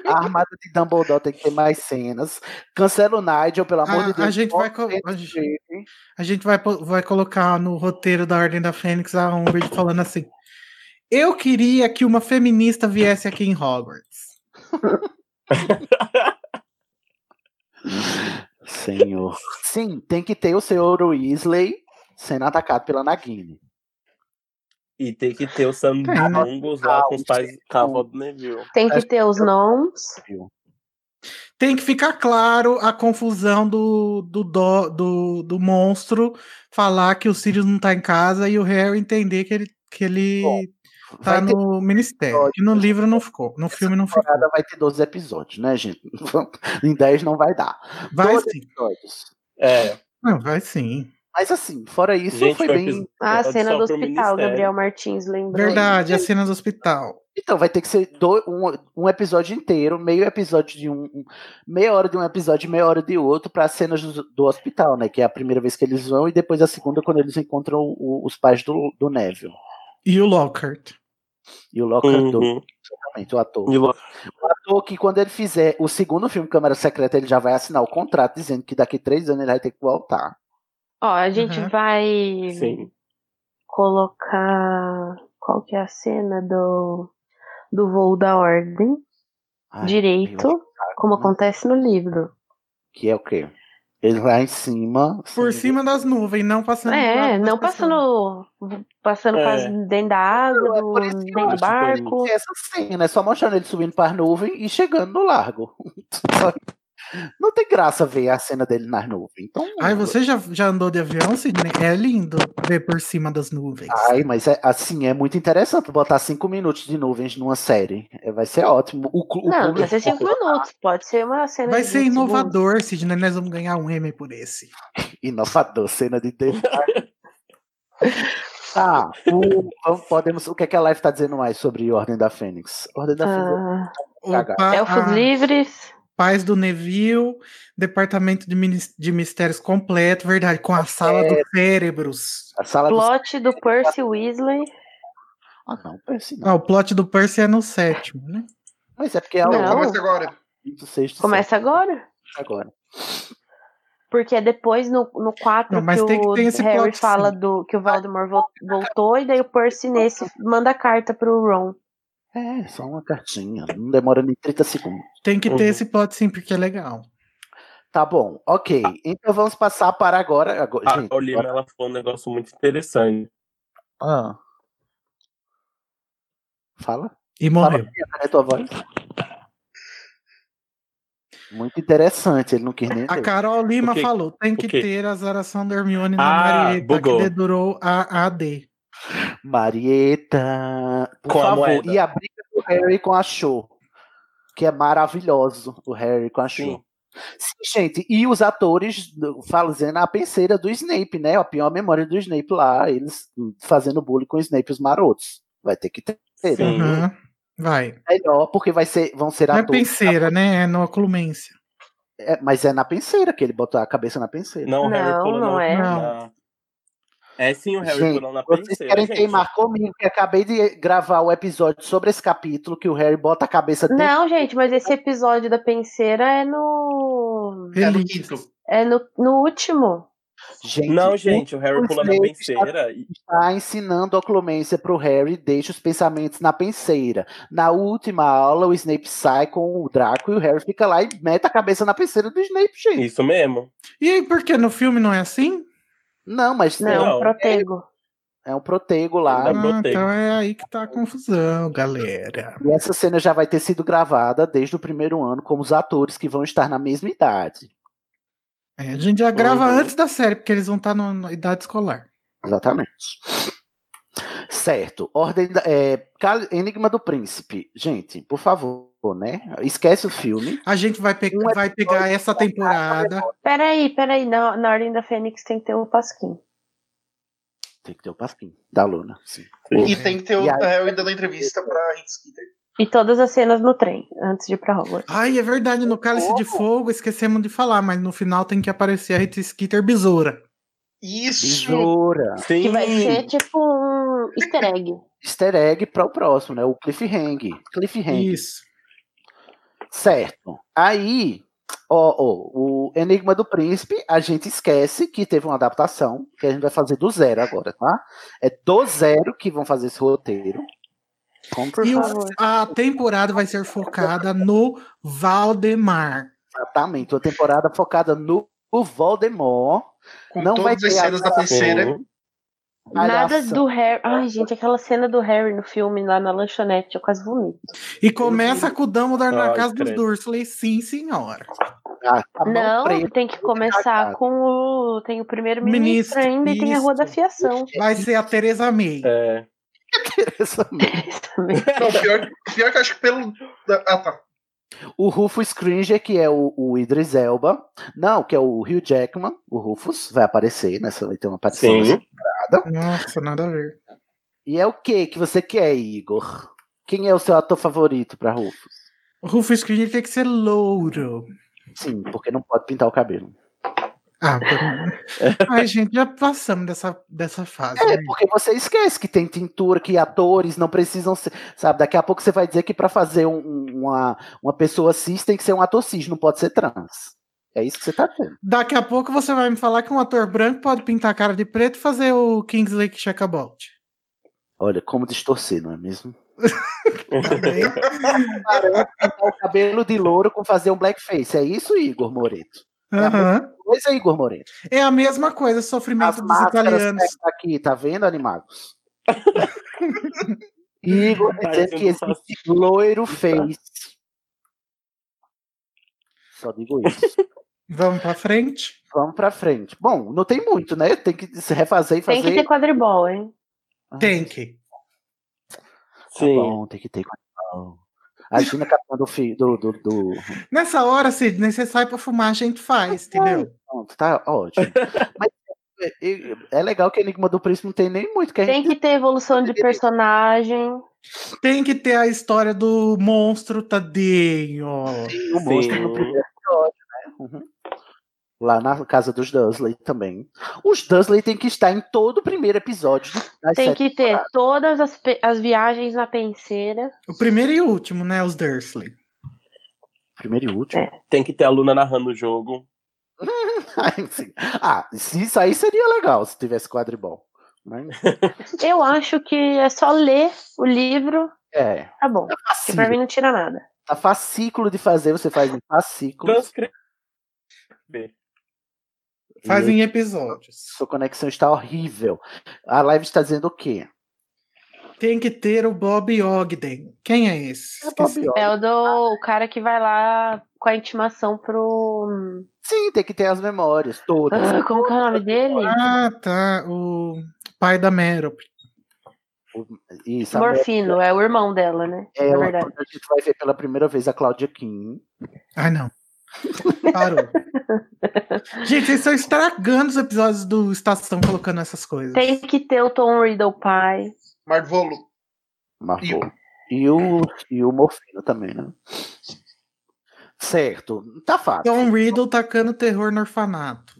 Speaker 4: A armada de Dumbledore tem que ter mais cenas. Cancela o Nigel, pelo amor de
Speaker 6: A-
Speaker 4: Deus.
Speaker 6: Ah, a gente vai co- a gente- A gente vai, po- vai colocar no roteiro da Ordem da Fênix a Umbridge falando assim: Eu queria que uma feminista viesse aqui em Hogwarts.
Speaker 4: Senhor. Sim, tem que ter o senhor Weasley sendo atacado pela Nagini.
Speaker 9: E tem que ter os sandungos lá com os pais cavalo do Neville.
Speaker 7: Tem que ter os nomes.
Speaker 6: Tem que ficar claro a confusão do, do, dó- do, do monstro falar que o Sirius não tá em casa e o Harry entender que ele, que ele tá
Speaker 4: vai ter
Speaker 6: no ministério. Que no livro não ficou, no filme não ficou.
Speaker 4: temporada vai ter 12 episódios, né, gente? em 10 não vai dar.
Speaker 6: Vai
Speaker 4: 12
Speaker 6: sim.
Speaker 4: episódios.
Speaker 9: É.
Speaker 6: Não, vai sim.
Speaker 4: Mas assim, fora isso,
Speaker 6: Gente,
Speaker 4: foi
Speaker 6: foi
Speaker 4: bem.
Speaker 6: episódio
Speaker 7: Ah, a cena do hospital, Gabriel Martins lembrou.
Speaker 6: Verdade, a cena do hospital.
Speaker 4: Então, vai ter que ser do- um, um episódio inteiro, meio episódio de um, um- Meia hora de um episódio, meia hora de outro, para cenas do, do hospital, né? Que é a primeira vez que eles vão, e depois a segunda, quando eles encontram o- os pais do, do Neville.
Speaker 6: E o Lockhart.
Speaker 4: E o Lockhart,
Speaker 6: Uhum.
Speaker 4: exatamente, o ator.
Speaker 9: E o Lockhart.
Speaker 4: O ator que, quando ele fizer o segundo filme, Câmara Secreta, ele já vai assinar o contrato dizendo que daqui três anos ele vai ter que voltar.
Speaker 7: Ó, a gente vai colocar qual que é a cena do, do voo da ordem direito, como acontece no livro.
Speaker 4: Que é o quê? Ele lá em cima. assim,
Speaker 6: Por cima das nuvens, não passando. do
Speaker 7: É,
Speaker 6: lado das
Speaker 7: não passando passando
Speaker 4: É.
Speaker 7: quase dentro da água, do, dentro do barco.
Speaker 4: Essa cena é só mostrando ele subindo para as nuvens e chegando no largo. Não tem graça ver a cena dele nas nuvens. Então,
Speaker 6: Ai, você já, já andou de avião, Sidney? É lindo ver por cima das nuvens.
Speaker 4: Ai, mas é, assim, é muito interessante botar cinco minutos de nuvens numa série. É, vai ser ótimo. O, clu- é o
Speaker 7: não, não
Speaker 4: público-
Speaker 7: precisa ser cinco minutos, pode ser uma cena
Speaker 6: Vai
Speaker 7: de
Speaker 6: ser
Speaker 7: 20 segundos.
Speaker 6: inovador, Sidney. Nós vamos ganhar um M por esse.
Speaker 4: Inovador, cena de TV. tá, o- vamos- podemos, o que, é que a Live tá dizendo mais sobre Ordem da Fênix? Ordem da
Speaker 7: Ah,
Speaker 4: Fênix.
Speaker 6: o pa- Elfos a-
Speaker 7: livres.
Speaker 6: Paz do Neville, Departamento de, Minis- de Mistérios completo, verdade, com a sala
Speaker 4: É.
Speaker 6: dos cérebros.
Speaker 4: A sala
Speaker 7: Plot do Percy Weasley.
Speaker 4: Ah, não, Percy
Speaker 6: Ah, o plot do Percy é no sétimo, né?
Speaker 4: Mas é porque é
Speaker 7: Não,
Speaker 4: o-
Speaker 7: começa
Speaker 8: agora.
Speaker 4: Quinto, sexto,
Speaker 7: Começa agora.
Speaker 4: sétimo, agora.
Speaker 7: Porque é depois no, no 4
Speaker 6: Não, mas
Speaker 7: que
Speaker 6: tem que
Speaker 7: o
Speaker 6: ter esse
Speaker 7: Harry
Speaker 6: plot,
Speaker 7: fala do que o Voldemort vol- voltou e daí o Percy nesse manda carta pro Ron.
Speaker 4: É, só uma cartinha. Não demora nem 30 segundos.
Speaker 6: Tem que ter esse plot sim, porque é legal.
Speaker 4: Tá bom, ok. Então vamos passar para agora. agora
Speaker 9: A
Speaker 4: gente,
Speaker 9: Paulina,
Speaker 4: agora-
Speaker 9: ela falou um negócio muito interessante.
Speaker 4: Ah. Fala.
Speaker 6: E morreu.
Speaker 4: Fala, é tua voz. Muito interessante, ele não quis nem.
Speaker 6: A
Speaker 4: ler.
Speaker 6: Carol Lima
Speaker 4: O quê?
Speaker 6: falou: tem
Speaker 4: O
Speaker 6: que
Speaker 4: quê?
Speaker 6: ter a zaração da Hermione
Speaker 4: Ah,
Speaker 6: na Marieta,
Speaker 4: bugou.
Speaker 6: que dedurou a AD.
Speaker 4: Marieta, por
Speaker 6: Com a
Speaker 4: favor.
Speaker 6: moeda.
Speaker 4: E a briga do Harry com a Cho. Que é maravilhoso o Harry com a Cho. Sim. gente, e os atores do- fazendo a penseira do Snape, né? A pior memória do Snape lá, eles fazendo bullying com o Snape os marotos. Vai ter que ter. né? É
Speaker 6: Aham. Vai.
Speaker 4: Melhor, porque vai ser, vão ser
Speaker 6: Não é
Speaker 4: atores.
Speaker 6: penseira, né? É no Clumência.
Speaker 4: É, mas é na penseira que ele botou a cabeça na penseira.
Speaker 9: Não, o Harry pulou na- na- É sim, o Harry
Speaker 4: Gente,
Speaker 9: pulou na
Speaker 4: Vocês
Speaker 9: penseira,
Speaker 4: querem
Speaker 9: gente.
Speaker 4: queimar comigo, que acabei de gravar o episódio sobre esse capítulo que o Harry bota a cabeça dentro
Speaker 7: Não, gente, mas esse episódio da penseira é no.
Speaker 4: É no
Speaker 6: quinto.
Speaker 7: É no, no último.
Speaker 4: Gente, um é
Speaker 9: Não, gente, o Harry pula na
Speaker 4: Snape
Speaker 9: penseira. e-
Speaker 4: Está tá ensinando a clemência pro Harry, deixa os pensamentos na penseira. Na última aula, o Snape sai com o Draco e o Harry fica lá e mete a cabeça na penseira do Snape, gente.
Speaker 9: Isso mesmo.
Speaker 6: E aí, por que no filme não é assim?
Speaker 4: Não, mas
Speaker 6: Não, é um Não.
Speaker 7: protego.
Speaker 4: É um protego lá.
Speaker 6: Ah, então é aí que tá a confusão, galera.
Speaker 4: E essa cena já vai ter sido gravada desde o primeiro ano, como os atores que vão estar na mesma idade.
Speaker 6: É, a gente já grava
Speaker 4: Uhum.
Speaker 6: antes da série, porque eles vão estar na na idade escolar.
Speaker 4: Exatamente. Certo. Ordem da- é, Cal- Enigma do Príncipe. Gente, por favor, né? Esquece o filme.
Speaker 6: A gente vai, pe- vai pegar essa temporada.
Speaker 7: Peraí, peraí. Na, na Ordem da Fênix tem que ter o Pasquim.
Speaker 4: Tem que ter o pasquim da Luna. Sim.
Speaker 8: E tem que ter o Harry dando entrevista pra Hit Skeeter.
Speaker 7: E todas as cenas no trem, antes de ir pra Hogwarts.
Speaker 6: Ai, é verdade, no Cálice de Fogo esquecemos de falar, mas no final tem que aparecer a Rita Skeeter besoura.
Speaker 8: Isso!
Speaker 4: Besoura.
Speaker 7: Que vai ser tipo um easter egg.
Speaker 4: Easter egg para o próximo, né? O cliffhanger. Cliffhanger.
Speaker 6: Isso.
Speaker 4: Certo. Aí, ó, ó, o Enigma do Príncipe, a gente esquece que teve uma adaptação, que a gente vai fazer do zero agora, tá? É do zero que vão fazer esse roteiro. Como
Speaker 6: e o- a temporada vai ser focada no Valdemar.
Speaker 4: Exatamente, uma temporada focada no Voldemort.
Speaker 8: Com todas as cenas da
Speaker 4: adaptação.
Speaker 8: terceira.
Speaker 7: Nada
Speaker 6: Palhaça.
Speaker 7: do Harry. Ai, gente, aquela cena do Harry no filme lá na lanchonete, eu quase vomito.
Speaker 6: E começa com o Dumbledore na
Speaker 7: Ai,
Speaker 6: casa dos
Speaker 7: credo.
Speaker 6: Dursley, sim, senhora.
Speaker 4: Ah, tá
Speaker 7: Não, tem que começar com o. Tem o primeiro-ministro
Speaker 6: Ministro,
Speaker 7: ainda e tem a Rua da Fiação.
Speaker 6: Vai ser a Teresa May.
Speaker 9: É.
Speaker 4: Teresa May.
Speaker 8: Não, pior, pior que eu acho que pelo. Ah, tá.
Speaker 4: O Rufus Cringer, que é o, o Idris Elba. Não, que é o Hugh Jackman. O Rufus vai aparecer nessa. Vai ter uma participação
Speaker 6: Sim.
Speaker 4: nessa
Speaker 7: É.
Speaker 4: temporada.
Speaker 6: Nossa, nada a ver.
Speaker 4: E é o que que você quer, Igor? Quem é o seu ator favorito pra Rufus?
Speaker 6: O Rufus Cringer tem que ser louro.
Speaker 4: Sim, porque não pode pintar o cabelo.
Speaker 6: Ah, por- Ai, gente, já passamos dessa, dessa fase.
Speaker 4: É,
Speaker 6: né?
Speaker 4: porque você esquece que tem tintura, que atores não precisam ser. Sabe, daqui a pouco você vai dizer que pra fazer um- um- uma, uma pessoa cis tem que ser um ator cis, não pode ser trans. É isso que você tá tendo.
Speaker 6: Daqui a pouco você vai me falar que um ator branco pode pintar a cara de preto e fazer o Kingsley Shacklebolt.
Speaker 4: Olha, como distorcer, não é mesmo?
Speaker 6: Também.
Speaker 4: Parou de pintar o cabelo de louro com fazer um blackface. É isso, Igor Moreto?
Speaker 6: Aham.
Speaker 4: Pois é, Igor Moreto.
Speaker 6: É a mesma coisa, sofrimento dos
Speaker 4: Máscaras
Speaker 6: italianos.
Speaker 4: tá aqui, tá vendo, animados? Igor
Speaker 6: Ai,
Speaker 4: dizendo
Speaker 6: eu
Speaker 4: que
Speaker 6: não
Speaker 4: existe loiro face. Só digo isso.
Speaker 6: Vamos pra frente?
Speaker 4: Vamos pra frente. Bom, não tem muito, né? Tem que se refazer e fazer.
Speaker 7: Tem que ter quadribol, hein?
Speaker 6: Tem que.
Speaker 4: Sim. bom, tem que ter quadribol. A Gina capitã do, fi- do, do, do-
Speaker 6: Nessa hora, Sidney, você sai pra fumar, a gente faz, entendeu?
Speaker 4: Pronto, tá ótimo. Mas é, é- é legal que Enigma do Príncipe não tem nem muito que a
Speaker 7: Tem
Speaker 4: gente.
Speaker 7: que ter evolução de personagem.
Speaker 6: Tem que ter a história do monstro Tadinho.
Speaker 4: Sim, o monstro no primeiro episódio, né? Uhum. Lá na casa dos Dursley também. Os Dursley tem que estar em todo o primeiro episódio. das
Speaker 7: Tem
Speaker 4: sete
Speaker 7: que ter
Speaker 4: temporadas.
Speaker 7: todas as, pe- as viagens na penseira.
Speaker 6: O primeiro e último, né? Os Dursley.
Speaker 4: Primeiro e último.
Speaker 9: Tem que ter a Luna narrando o jogo.
Speaker 7: É.
Speaker 4: Ai, sim. ah, se isso aí seria legal se tivesse quadribol. né? Mas,
Speaker 7: Eu acho que é só ler o livro,
Speaker 4: é.
Speaker 7: tá bom. Porque pra mim não tira nada.
Speaker 4: Tá fascículo de fazer, você faz em fascículos.
Speaker 6: Faz
Speaker 4: E
Speaker 6: em episódios.
Speaker 4: Sua conexão está horrível. A live está dizendo o quê?
Speaker 6: Tem que ter o Bob Ogden. Quem é esse? Esqueci.
Speaker 7: É o do o cara que vai lá com a intimação pro.
Speaker 4: Sim, tem que ter as memórias todas.
Speaker 7: Ah, como que é o nome dele?
Speaker 6: Ah, tá. O pai da Meryl.
Speaker 4: Isso, a
Speaker 7: Morfino, é o irmão dela, né?
Speaker 4: É
Speaker 7: Na
Speaker 4: o-
Speaker 7: verdade.
Speaker 4: quando a gente vai ver pela primeira vez a Claudia Kim.
Speaker 6: Ai, não. Parou. Gente, vocês estão estragando os episódios do Estação colocando essas coisas.
Speaker 7: Tem que ter o Tom Riddle pai.
Speaker 8: Marvolo.
Speaker 4: Marcou. E o, e o Morfino também, né? Certo. Tá fácil.
Speaker 6: Tom Riddle tacando terror no orfanato.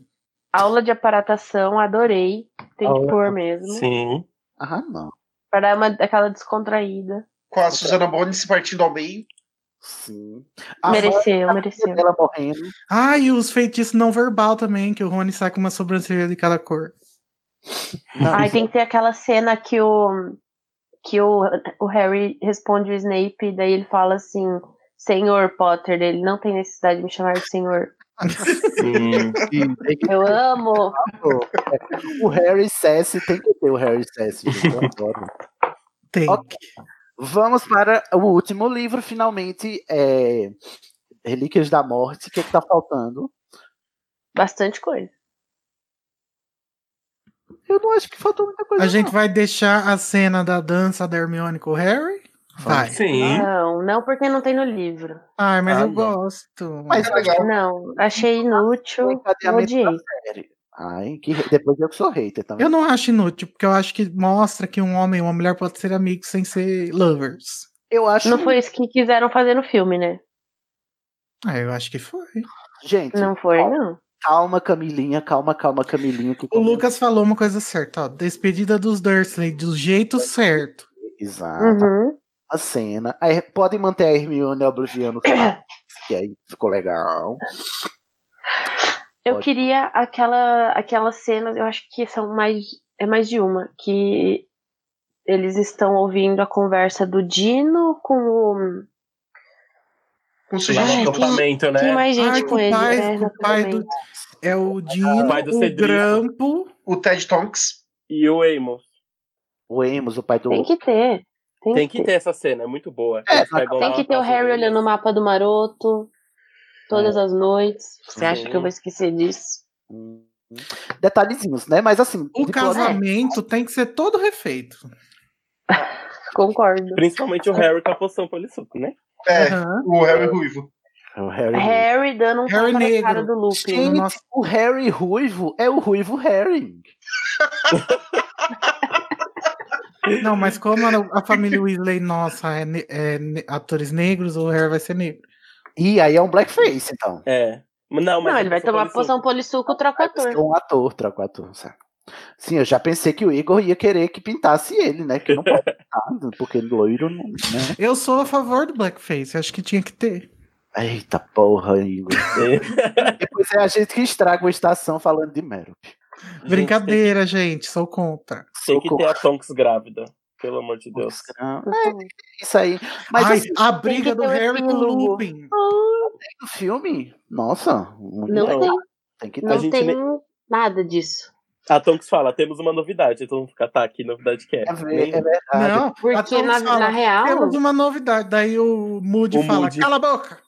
Speaker 7: Aula de aparatação, adorei. Tem
Speaker 6: Aula-
Speaker 7: que pôr mesmo.
Speaker 9: Sim.
Speaker 4: Ah, não.
Speaker 7: Pra dar uma, aquela descontraída.
Speaker 8: Com a Susana Boni se partindo ao meio.
Speaker 4: Sim.
Speaker 7: mereceu,
Speaker 4: é
Speaker 7: mereceu.
Speaker 4: Ela morrendo.
Speaker 6: Ah, e os feitiços não verbal também, que o Rony sai com uma sobrancelha de cada cor.
Speaker 4: Ah,
Speaker 7: Aí tem que ter aquela cena que o que o, o Harry responde o Snape, daí ele fala assim, Senhor Potter, ele não tem necessidade de me chamar de senhor. Eu amo.
Speaker 4: O Harry Sessi tem que ter o Harry Sessi, gente. Eu adoro.
Speaker 6: Tem.
Speaker 4: Vamos para o último livro, finalmente. É... Relíquias da Morte. O que, é que tá faltando?
Speaker 7: Bastante coisa.
Speaker 4: Eu não acho que faltou muita coisa.
Speaker 6: A gente vai deixar a cena da dança da Hermione com o Harry? Vai.
Speaker 7: Não, não porque não tem no livro.
Speaker 6: Ai, mas
Speaker 7: Ah,
Speaker 6: eu
Speaker 7: não.
Speaker 6: gosto.
Speaker 4: Mas é legal.
Speaker 7: Não, achei
Speaker 4: um
Speaker 7: inútil. Odiei.
Speaker 4: Ai, que... depois eu que sou hater também.
Speaker 6: Eu não acho inútil, porque eu acho que mostra que um homem e uma mulher podem ser amigos sem ser lovers.
Speaker 4: Eu acho.
Speaker 7: Não foi isso que quiseram fazer no filme, né?
Speaker 6: Ah, eu acho que foi.
Speaker 4: Gente.
Speaker 7: Não foi, não.
Speaker 4: Calma, Camilinha, calma, calma, Camilinha. que-
Speaker 6: O Lucas falou uma coisa certa, ó. Despedida dos Dursley, do jeito certo.
Speaker 4: Exato. é
Speaker 7: Uhum.
Speaker 4: A cena. Aí, podem manter a Hermione obliviando o final, que aí ficou legal.
Speaker 7: Eu
Speaker 4: Pode.
Speaker 7: queria aquela aquelas cenas, eu acho que são mais é mais de uma que eles estão ouvindo a conversa do Dino com o
Speaker 8: Com
Speaker 9: Lá no
Speaker 7: Ai,
Speaker 9: acampamento,
Speaker 7: tem-
Speaker 9: né?
Speaker 7: tem mais gente com ele,
Speaker 6: Ah, pai,
Speaker 7: né,
Speaker 6: com o pai do,
Speaker 7: exatamente. Ah,
Speaker 6: é o Dino,
Speaker 9: pai do
Speaker 6: o
Speaker 9: Cedrico.
Speaker 6: Grampo,
Speaker 8: O Ted Tonks.
Speaker 9: e o Amos.
Speaker 4: O Amos, o pai do.
Speaker 7: Tem que ter. Tem,
Speaker 9: Tem que ter essa cena, é muito boa. Eles pegam
Speaker 7: Tem
Speaker 9: lá
Speaker 7: que
Speaker 9: uma
Speaker 7: ter o
Speaker 9: taça
Speaker 7: Harry
Speaker 9: deles.
Speaker 7: olhando o mapa do maroto todas as noites. Você acha
Speaker 9: É. Sim.
Speaker 7: que eu vou esquecer disso?
Speaker 4: Detalhezinhos, né? Mas assim.
Speaker 7: Um
Speaker 6: O
Speaker 9: É.
Speaker 6: Um casamento tem que ser todo refeito.
Speaker 7: Concordo.
Speaker 9: Principalmente o Harry com a poção polissuco, né?
Speaker 8: É,
Speaker 6: Aham.
Speaker 8: o Harry Ruivo.
Speaker 4: É O Harry.
Speaker 7: Harry dando um
Speaker 6: Harry
Speaker 7: tapa na cara
Speaker 6: negro.
Speaker 7: do Lupin.
Speaker 4: Gente,
Speaker 6: Nossa.
Speaker 4: o Harry ruivo é o ruivo Harry.
Speaker 6: Não, mas como a, a família Weasley nossa é, ne- é ne- atores negros, o Harry vai ser negro.
Speaker 4: E aí é um blackface, então.
Speaker 9: É. Não, mas
Speaker 7: Não,
Speaker 9: a
Speaker 7: ele vai tomar
Speaker 9: polissuco-
Speaker 7: poção polissuco troca ator.
Speaker 4: Um ator, troca o ator, sabe? Sim, eu já pensei que o Igor ia querer que pintasse ele, né? Que não pode pintar, porque loiro não. Né?
Speaker 6: Eu sou a favor do blackface, acho que tinha que ter.
Speaker 4: Eita porra, Igor. Depois é a gente que estraga a estação falando de Meryl.
Speaker 9: Gente,
Speaker 6: Brincadeira, gente, sou contra.
Speaker 9: Tem, tem que
Speaker 4: Socorro.
Speaker 9: ter a Tonks grávida. Pelo amor de Deus.
Speaker 4: É, isso aí. Mas
Speaker 6: Ai,
Speaker 4: assim,
Speaker 6: a
Speaker 7: tem
Speaker 6: briga
Speaker 7: que
Speaker 6: do
Speaker 7: ter um
Speaker 6: Harry com o
Speaker 7: epílogo.
Speaker 6: Lupin.
Speaker 4: no filme, nossa, muito
Speaker 7: Não
Speaker 4: legal.
Speaker 7: tem,
Speaker 4: tem que
Speaker 7: não
Speaker 4: ter.
Speaker 9: gente
Speaker 7: tem
Speaker 9: nem-
Speaker 7: nada disso.
Speaker 9: A Tonks fala, temos uma novidade. Então fica, tá, que novidade que é?
Speaker 4: É ver-
Speaker 9: Nenhuma.
Speaker 4: é verdade.
Speaker 6: Não, a
Speaker 7: Porque
Speaker 6: Tonks
Speaker 7: na, na
Speaker 6: fala,
Speaker 7: real,
Speaker 6: temos uma novidade. Daí o Moody
Speaker 9: O
Speaker 6: fala,
Speaker 9: Moody.
Speaker 6: cala a boca.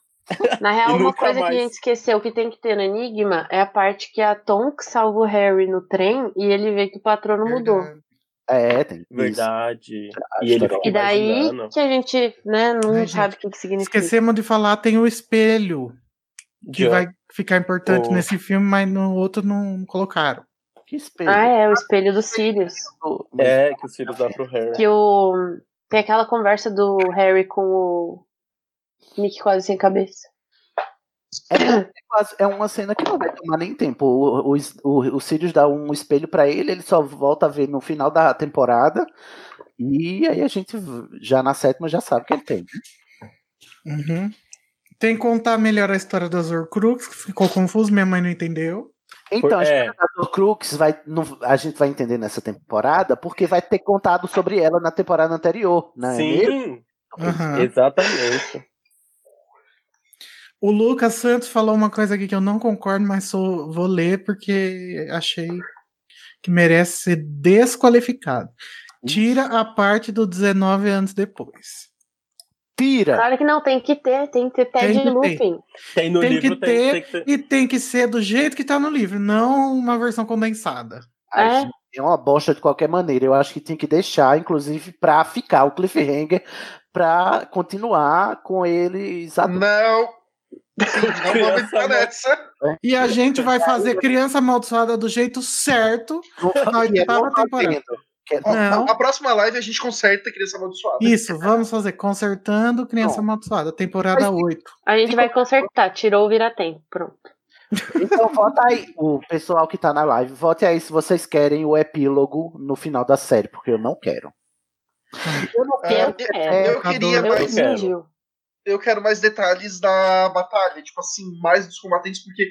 Speaker 7: na
Speaker 9: E
Speaker 7: real, uma
Speaker 9: nunca
Speaker 7: coisa que
Speaker 9: mais.
Speaker 7: a gente esqueceu que tem que ter no Enigma é a parte que a Tonks salva o Harry no trem e ele vê que o patrono mudou.
Speaker 6: Verdade.
Speaker 4: É, tem isso.
Speaker 9: Verdade.
Speaker 4: A
Speaker 9: E ele
Speaker 4: história
Speaker 9: fica
Speaker 7: E daí
Speaker 9: imaginando.
Speaker 7: que a gente né, não
Speaker 6: Ai,
Speaker 7: sabe o que, que significa.
Speaker 6: Esquecemos de falar, tem o espelho, que
Speaker 9: Joe,
Speaker 6: vai ficar importante
Speaker 9: O-
Speaker 6: nesse filme, mas no outro não colocaram.
Speaker 4: Que espelho. Tipo,
Speaker 7: Ah, é, o espelho dos Sirius.
Speaker 4: Mas
Speaker 9: É, que os filhos dá pro Harry.
Speaker 7: Que o. Tem aquela conversa do Harry com o Nick quase sem cabeça.
Speaker 4: é quase- É uma cena que não vai tomar nem tempo. O, o, o, o Sirius dá um espelho pra ele, ele só volta a ver no final da temporada. E aí a gente v- já na sétima já sabe que ele tem.
Speaker 6: Uhum. Tem que contar melhor a história das Horcrux, que ficou confuso, minha mãe não entendeu.
Speaker 4: Então,
Speaker 9: Por-
Speaker 4: a
Speaker 9: é.
Speaker 4: história da Crux vai, não- a gente vai entender nessa temporada, porque vai ter contado sobre ela na temporada anterior, né?
Speaker 9: Sim,
Speaker 6: Aham.
Speaker 9: exatamente.
Speaker 6: O Lucas Santos falou uma coisa aqui que eu não concordo, mas sou- vou ler porque achei que merece ser desqualificado. Tira a parte do 19 anos depois.
Speaker 4: Tira!
Speaker 7: Claro que não, tem que ter, tem que ter pé
Speaker 6: Tem
Speaker 7: de
Speaker 6: que ter.
Speaker 7: Lupin.
Speaker 9: Tem no
Speaker 6: Tem
Speaker 9: livro,
Speaker 6: que ter-
Speaker 9: tem, tem que ter.
Speaker 6: E tem que ser do jeito que tá no livro, não uma versão condensada.
Speaker 4: A
Speaker 7: É.
Speaker 4: gente é uma bosta de qualquer maneira. Eu acho que tinha que deixar, inclusive, pra ficar o cliffhanger, pra continuar com eles
Speaker 7: Tá
Speaker 4: adultos.
Speaker 8: Não, não vou
Speaker 9: Criança né?
Speaker 8: entrar
Speaker 9: não.
Speaker 8: nessa.
Speaker 6: E a gente vai fazer Criança Amaldiçoada do jeito certo na
Speaker 4: E é
Speaker 6: oitava
Speaker 4: não tá
Speaker 6: temporada.
Speaker 4: tendo. Que é-
Speaker 8: Ó,
Speaker 6: Não.
Speaker 8: A, a próxima live a gente conserta a criança amaldiçoada.
Speaker 6: Isso, vamos fazer Consertando Criança
Speaker 4: Não.
Speaker 6: Amaldiçoada, temporada 8.
Speaker 7: A gente vai consertar, tirou, vira tempo. Pronto.
Speaker 4: Então vota aí, o pessoal que tá na live, vote aí se vocês querem o epílogo no final da série, porque eu não quero.
Speaker 7: Eu não quero, quero.
Speaker 8: Eu
Speaker 6: tá
Speaker 8: queria
Speaker 6: doido.
Speaker 7: Eu
Speaker 8: mais.
Speaker 9: quero.
Speaker 7: exigiu.
Speaker 8: Eu quero mais detalhes da batalha, tipo assim, mais dos combatentes, porque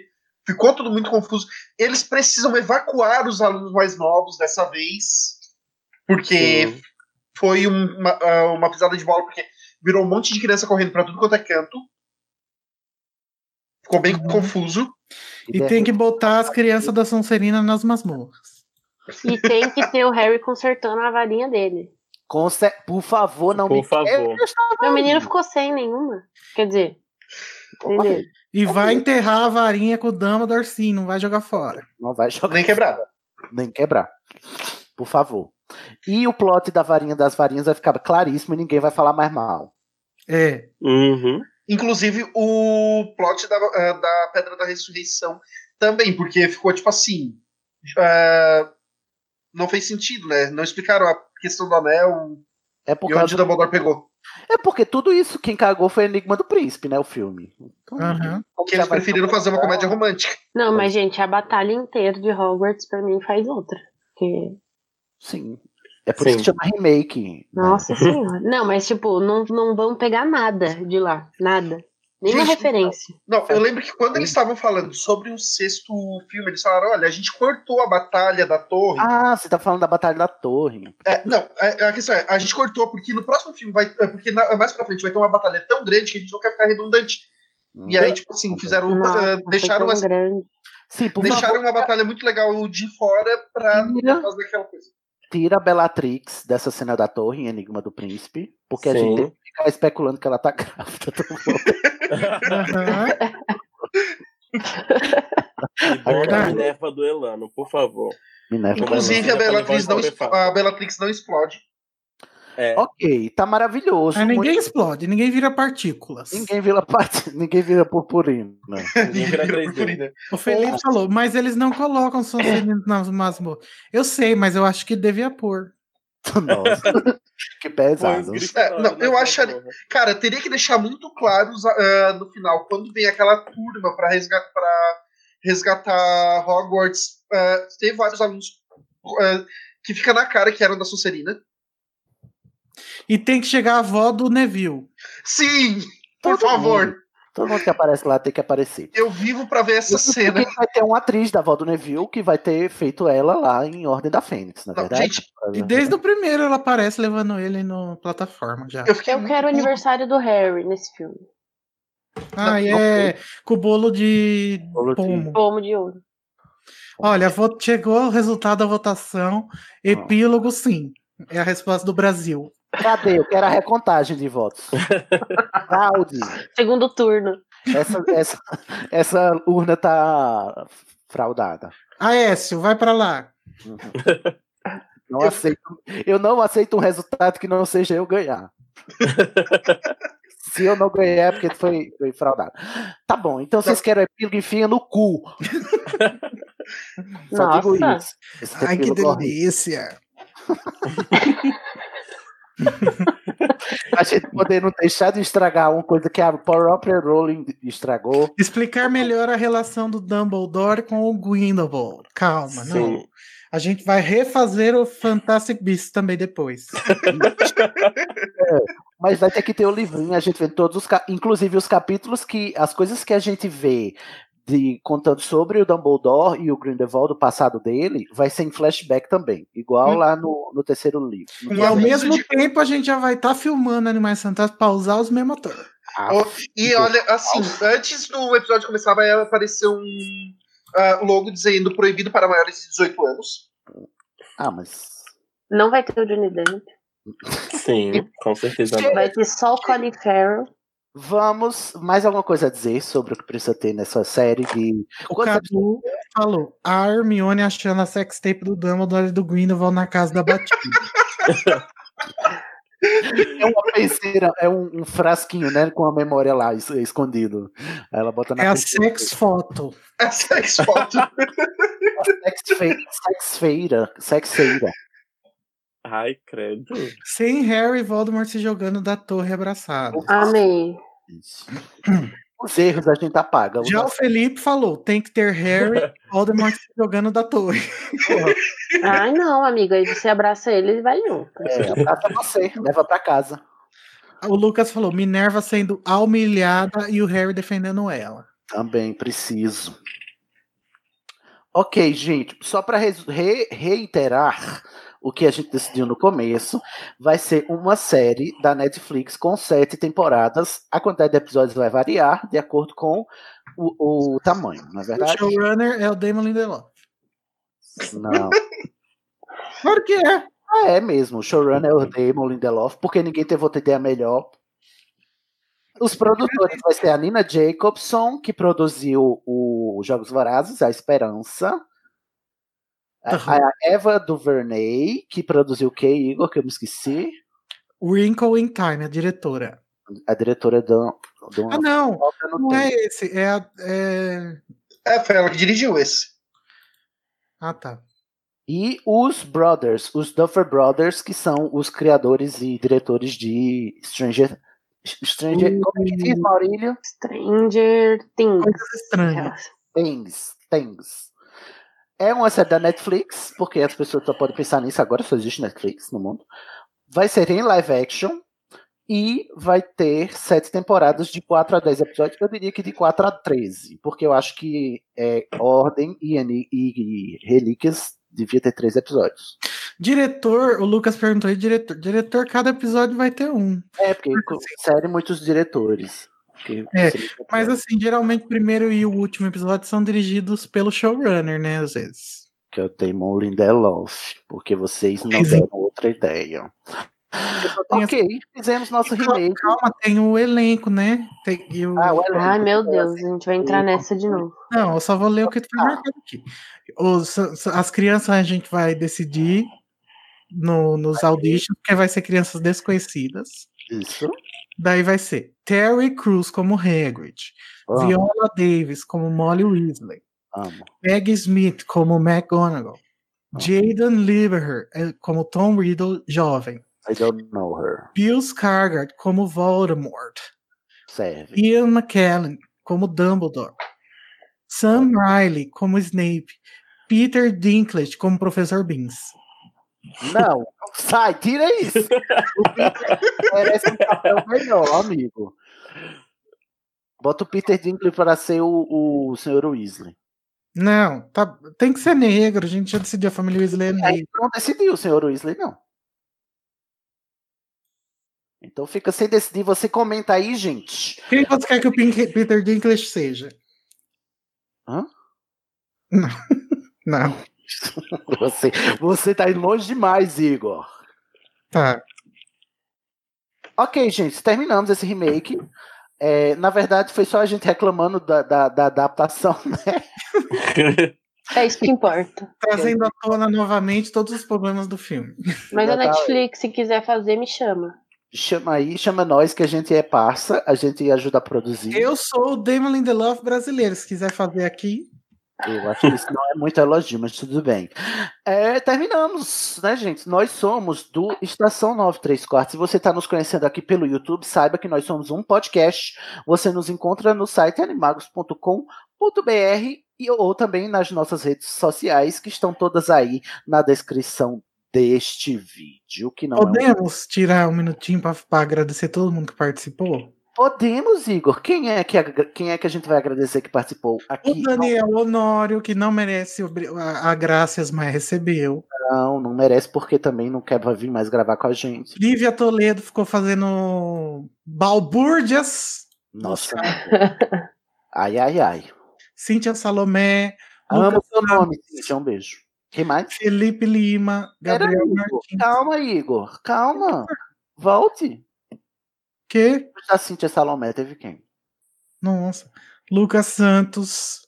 Speaker 8: ficou tudo muito confuso. Eles precisam evacuar os alunos mais novos dessa vez, porque
Speaker 9: Sim.
Speaker 8: foi um- uma, ah, uma pisada de bola, porque virou um monte de criança correndo pra tudo quanto é canto. Ficou bem
Speaker 6: Uhum.
Speaker 8: confuso.
Speaker 6: E tem que botar as crianças da Sonserina nas masmorras.
Speaker 7: E tem que ter o Harry consertando a varinha dele.
Speaker 4: Conce- Por favor, não
Speaker 9: Por
Speaker 4: me
Speaker 9: favor.
Speaker 7: Meu menino ficou sem nenhuma. Quer dizer. entendeu?
Speaker 6: E vai enterrar a varinha com o Dumbledore sim, não vai jogar fora.
Speaker 4: Não vai jogar.
Speaker 8: Nem quebrar.
Speaker 4: Nem quebrar. Por favor. E o plot da varinha das varinhas vai ficar claríssimo e ninguém vai falar mais mal.
Speaker 6: É.
Speaker 9: Uhum.
Speaker 8: Inclusive o plot da, ah, da Pedra da Ressurreição também, porque ficou tipo assim. ah, não fez sentido, né? Não explicaram a questão do anel
Speaker 4: É por
Speaker 8: e onde
Speaker 4: causa
Speaker 8: o Dumbledore pegou.
Speaker 4: É porque tudo isso quem cagou foi Enigma do Príncipe, né? O filme. Então,
Speaker 6: aham.
Speaker 4: como
Speaker 8: Que
Speaker 4: já
Speaker 8: eles
Speaker 4: vai-
Speaker 8: preferiram fazer uma comédia romântica.
Speaker 7: Não, mas, gente, a batalha inteira de Hogwarts pra mim faz outra. Porque-
Speaker 4: Sim. É por
Speaker 9: Sim.
Speaker 4: isso que chama remake. né?
Speaker 7: Nossa senhora. Não, mas, tipo, não, não vão pegar nada de lá. Nada. Nenhuma
Speaker 8: Gente,
Speaker 7: referência.
Speaker 8: Não, eu lembro que quando eles estavam falando sobre o sexto filme, eles falaram: olha, a gente cortou a batalha da torre.
Speaker 4: Ah, você tá falando da Batalha da Torre.
Speaker 8: É, não, é- a questão é: a gente cortou porque no próximo filme vai. é, Porque na- mais pra frente vai ter uma batalha tão grande que a gente não quer ficar redundante. E
Speaker 4: Uhum.
Speaker 8: aí, tipo assim, fizeram.
Speaker 7: Nossa,
Speaker 8: ah,
Speaker 7: foi
Speaker 8: deixaram,
Speaker 7: tão
Speaker 8: as-
Speaker 7: grande.
Speaker 4: Sim, por
Speaker 8: deixaram
Speaker 4: favor.
Speaker 8: uma batalha muito legal de fora pra
Speaker 4: Tira.
Speaker 8: fazer aquela coisa.
Speaker 4: tira a Bellatrix dessa cena da torre em Enigma do Príncipe, porque a
Speaker 9: Sim.
Speaker 4: gente tem que ficar especulando que ela tá grávida do mundo.
Speaker 9: E bota a
Speaker 4: Verdade.
Speaker 9: Minerva do Elano, por favor.
Speaker 4: Minerva.
Speaker 8: Inclusive, a Bellatrix, não, es-
Speaker 9: explode.
Speaker 8: a Bellatrix não explode.
Speaker 9: É,
Speaker 4: Ok, tá maravilhoso.
Speaker 6: Mas ninguém
Speaker 4: muito-
Speaker 6: explode, ninguém vira partículas.
Speaker 4: ninguém vira parte, ninguém vira purpurina.
Speaker 9: é
Speaker 6: O Felipe falou, mas eles não colocam Sonserina nas masmorras. Eu sei, mas eu acho que devia pôr.
Speaker 4: Nossa, que pesado.
Speaker 8: É, não,
Speaker 9: né,
Speaker 8: eu acharia. Cara, teria que deixar muito claro os- ah, no final, quando vem aquela turma pra resgatar, pra resgatar Hogwarts, ah, ter vários alunos ah, que fica na cara que eram da Sonserina.
Speaker 6: E tem que chegar a avó do Neville.
Speaker 8: Sim! Por
Speaker 4: Todo
Speaker 8: favor!
Speaker 4: mundo. Todo mundo que aparece lá tem que aparecer.
Speaker 8: Eu vivo pra ver essa
Speaker 4: Isso é
Speaker 8: cena.
Speaker 4: porque Vai ter uma atriz da avó do Neville que vai ter feito ela lá em Ordem da Fênix, na verdade.
Speaker 8: gente,
Speaker 6: E desde o primeiro ela aparece levando ele na plataforma já.
Speaker 8: é
Speaker 4: É
Speaker 7: Eu quero o aniversário do Harry nesse filme.
Speaker 6: Ah, e é com o bolo de pomo.
Speaker 7: Pomo de ouro.
Speaker 6: Olha, vo- chegou o resultado da votação. Epílogo, sim. É a resposta do Brasil.
Speaker 4: Cadê? Eu quero a recontagem de votos. Valde,
Speaker 7: Segundo turno.
Speaker 4: essa, essa, essa urna tá fraudada.
Speaker 6: Aécio, vai pra lá.
Speaker 4: Não aceito, eu não aceito um resultado que não seja eu ganhar. Se eu não ganhar, é porque foi, foi fraudado. Tá bom, então vocês querem o epílogo enfia no cu. Só digo
Speaker 7: Nossa.
Speaker 4: isso. Esse
Speaker 6: Ai, que
Speaker 4: epílogo é horrível.
Speaker 6: delícia.
Speaker 4: A gente poder não deixar de estragar uma coisa que a própria Rowling estragou.
Speaker 6: Explicar melhor a relação do Dumbledore com o Grindelwald. Calma, não.
Speaker 9: Sim.
Speaker 6: A gente vai refazer o Fantastic Beasts também depois.
Speaker 4: Mas vai ter que ter o livrinho, a gente vê todos os, ca- inclusive os capítulos que as coisas que a gente vê de contando sobre o Dumbledore e o Grindelwald, o passado dele, vai ser em flashback também, igual
Speaker 6: Hum.
Speaker 4: lá no, no terceiro livro. No
Speaker 6: E ao
Speaker 4: terceiro-
Speaker 6: mesmo tempo a gente já vai estar filmando Animais Fantásticos pra usar os mesmos atores.
Speaker 4: Ah,
Speaker 8: Ó, E olha, assim, antes do episódio começar, vai aparecer um ah, logo dizendo proibido para maiores de 18 anos.
Speaker 4: ah, mas
Speaker 7: Não vai ter o Johnny Depp.
Speaker 9: Sim, com certeza. não.
Speaker 7: Vai ter só o Colin Farrell.
Speaker 4: vamos mais alguma coisa a dizer sobre o que precisa ter nessa série de
Speaker 6: O
Speaker 4: Quantos
Speaker 6: Cadu falou, a Hermione achando a sextape do Dumbledore e do Grindelwald na casa da batida.
Speaker 4: É uma penseira, é um, um frasquinho, né, com a memória lá es- escondido. Aí ela bota na
Speaker 6: é a
Speaker 4: penseira.
Speaker 6: sex foto.
Speaker 8: Essa é a foto.
Speaker 4: Sexfe- Sexfeira, sexeira.
Speaker 9: Ai, credo.
Speaker 6: Sem Harry e Voldemort se jogando da torre abraçado.
Speaker 7: Amei.
Speaker 4: Os erros a gente apaga. Os
Speaker 6: Já o
Speaker 4: nossos-
Speaker 6: Felipe falou, tem que ter Harry e Voldemort se jogando da torre.
Speaker 7: Ai, não, amigo. Aí você abraça ele e vai um. junto.
Speaker 4: É, abraça você, leva pra casa.
Speaker 6: O Lucas falou, Minerva sendo humilhada e o Harry defendendo ela.
Speaker 4: Também preciso. Ok, gente, só para reiterar o que a gente decidiu no começo, vai ser uma série da Netflix com sete temporadas. A quantidade de episódios vai variar de acordo com o, o tamanho, não é
Speaker 6: O
Speaker 4: verdade?
Speaker 6: showrunner é o Damon Lindelof.
Speaker 4: Não.
Speaker 6: Claro que é.
Speaker 4: Ah, é mesmo. O showrunner é
Speaker 6: Uhum.
Speaker 4: o Damon Lindelof, porque ninguém teve outra ideia melhor. Os produtores vai ser a Nina Jacobson, que produziu o Jogos Vorazes, A Esperança. A, a Eva DuVernay, que produziu o que, Igor, que eu me esqueci.
Speaker 6: Wrinkle in Time, a diretora.
Speaker 4: A diretora do... do
Speaker 6: Ah, não.
Speaker 4: Volta no
Speaker 6: Não é
Speaker 4: tempo.
Speaker 6: esse. É a. é-
Speaker 8: É, foi ela que dirigiu esse.
Speaker 6: Ah, tá.
Speaker 4: E os Brothers, os Duffer Brothers, que são os criadores e diretores de Stranger... Stranger... Como é que
Speaker 6: Hum.
Speaker 4: diz, Maurílio?
Speaker 7: Stranger Things.
Speaker 6: Coisas estranhas.
Speaker 7: Aquelas.
Speaker 4: Things, Things. É uma série da Netflix, porque as pessoas só podem pensar nisso agora, só existe Netflix no mundo. Vai ser em live action e vai ter sete temporadas de 4 a 10 episódios. Eu diria que de 4 a 13, porque eu acho que é, Ordem e, Eni- e- e Relíquias devia ter três episódios.
Speaker 6: Diretor, o Lucas perguntou aí, diretor. Diretor, cada episódio vai ter um.
Speaker 4: É, porque co- série muitos diretores. que-
Speaker 6: É, Mas assim, geralmente o primeiro e o último episódio são dirigidos pelo showrunner, né? Às vezes.
Speaker 4: que eu teimo Lindelof, porque vocês não deram outra ideia. Ok, fizemos nosso remake.
Speaker 6: Calma, tem o elenco, né? Tem, e o...
Speaker 4: Ah, o elenco.
Speaker 7: Ai, meu Deus, a gente vai entrar nessa de novo.
Speaker 6: Não, eu só vou ler o que foi
Speaker 4: Ah.
Speaker 6: marcado aqui. Os- as crianças a gente vai decidir no, nos auditions, porque vai ser crianças desconhecidas.
Speaker 4: Isso.
Speaker 6: Daí vai ser Terry Crews como Hagrid,
Speaker 4: Amo.
Speaker 6: Viola Davis como Molly Weasley,
Speaker 4: Amo.
Speaker 6: Peggy Smith como McGonagall, Jaden Lieberher eh, como Tom Riddle jovem,
Speaker 4: I don't know her.
Speaker 6: Bill Skarsgård como Voldemort,
Speaker 4: Serve.
Speaker 6: Ian McKellen como Dumbledore, Sam Riley como Snape, Peter Dinklage como Professor Beans.
Speaker 4: Não, sai, tira isso. O Peter merece um papel melhor, amigo. Bota o Peter Dinklage para ser o, o Sr. Weasley.
Speaker 6: Não, tá- tem que ser negro. A gente já decidiu a família Weasley é
Speaker 4: Aí
Speaker 6: negra.
Speaker 4: não decidiu o Sr. Weasley, não. Então fica sem decidir. Você comenta aí, gente.
Speaker 6: Quem você quer que o Pink- Peter Dinklage seja?
Speaker 4: Hã?
Speaker 6: Não. Não.
Speaker 4: Você, você tá indo longe demais, Igor.
Speaker 6: Tá.
Speaker 4: Ok, gente, terminamos esse remake. É, na verdade, foi só a gente reclamando da, da, da adaptação, né?
Speaker 7: É isso que importa.
Speaker 6: Trazendo à tona novamente todos os problemas do filme.
Speaker 7: Mas a
Speaker 4: Exatamente.
Speaker 7: Netflix, se quiser fazer, me chama.
Speaker 4: Chama aí, chama nós, que a gente é parça, a gente ajuda a produzir.
Speaker 6: Eu sou o Damon Lindelof brasileiro. Se quiser fazer aqui,
Speaker 4: Eu acho que isso não é muito elogio, mas tudo bem. É, terminamos, né, gente? Nós somos do Estação 934. Se você está nos conhecendo aqui pelo YouTube, saiba que nós somos um podcast. Você nos encontra no site animagos.com.br e, ou também nas nossas redes sociais, que estão todas aí na descrição deste vídeo. Que não é um-
Speaker 6: podemos tirar um minutinho pra, pra agradecer todo mundo que participou?
Speaker 4: um- Podemos, Igor. Quem é, que, agra- quem é que a gente vai agradecer que participou
Speaker 6: O
Speaker 4: aqui?
Speaker 6: Daniel Honório, que não merece obri- a, a graças, mas recebeu.
Speaker 4: Não, não merece, porque também não quer vir mais gravar com a gente.
Speaker 6: Lívia Toledo ficou fazendo balbúrdias.
Speaker 4: Nossa. ai, ai, ai.
Speaker 6: Cíntia Salomé,
Speaker 4: Amo
Speaker 6: Lucas
Speaker 4: seu nome, Cíntia. Um beijo. Quem mais?
Speaker 6: Felipe Lima,
Speaker 4: Pera aí,
Speaker 6: Gabriel
Speaker 4: Igor. Calma, Igor. Calma. Volte.
Speaker 6: Que?
Speaker 4: A Cíntia Salomé teve quem?
Speaker 6: Nossa. Lucas Santos,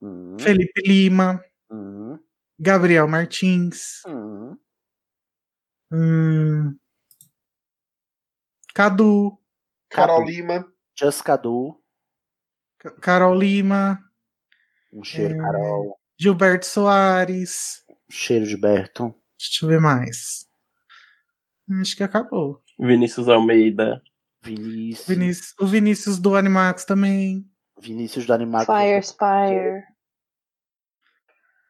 Speaker 4: Hum,
Speaker 6: Felipe Lima,
Speaker 4: hum,
Speaker 6: Gabriel Martins,
Speaker 4: hum.
Speaker 6: hum, Cadu,
Speaker 8: Carol
Speaker 4: Cadu.
Speaker 8: Lima.
Speaker 4: Just Cadu.
Speaker 6: Ca- Carol Lima,
Speaker 4: Um cheiro,
Speaker 6: É.
Speaker 4: Carol.
Speaker 6: Gilberto Soares.
Speaker 4: Um cheiro, Gilberto.
Speaker 6: Deixa eu ver mais. Acho que acabou.
Speaker 9: Vinícius Almeida.
Speaker 4: Vinícius. Vinícius,
Speaker 6: Vinícius- o Vinícius do Animax também.
Speaker 4: do Animado.
Speaker 7: Fire Spire.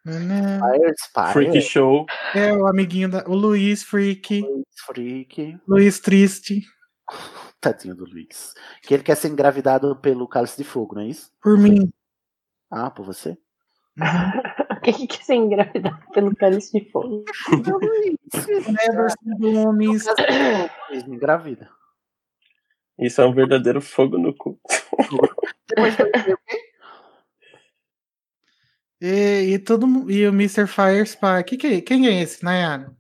Speaker 6: Né?
Speaker 4: Fire Spy.
Speaker 9: Freak Show.
Speaker 6: É o amiguinho da. O Luiz Freak.
Speaker 4: Freak.
Speaker 6: Luiz Triste.
Speaker 4: Tadinho do Luiz. Que ele quer ser engravidado pelo Cálice de Fogo, não é isso?
Speaker 6: Por mim.
Speaker 4: Ah, por você?
Speaker 7: O que que você engravidar pelo cálice de fogo?
Speaker 4: Então é
Speaker 6: Everson Gomes.
Speaker 4: Engravida.
Speaker 9: Isso é um verdadeiro fogo no cu.
Speaker 4: Depois vai ver o quê?
Speaker 6: E, e todo mu- e o Mr. Fire Spy. Que que é- quem é esse, Nayara?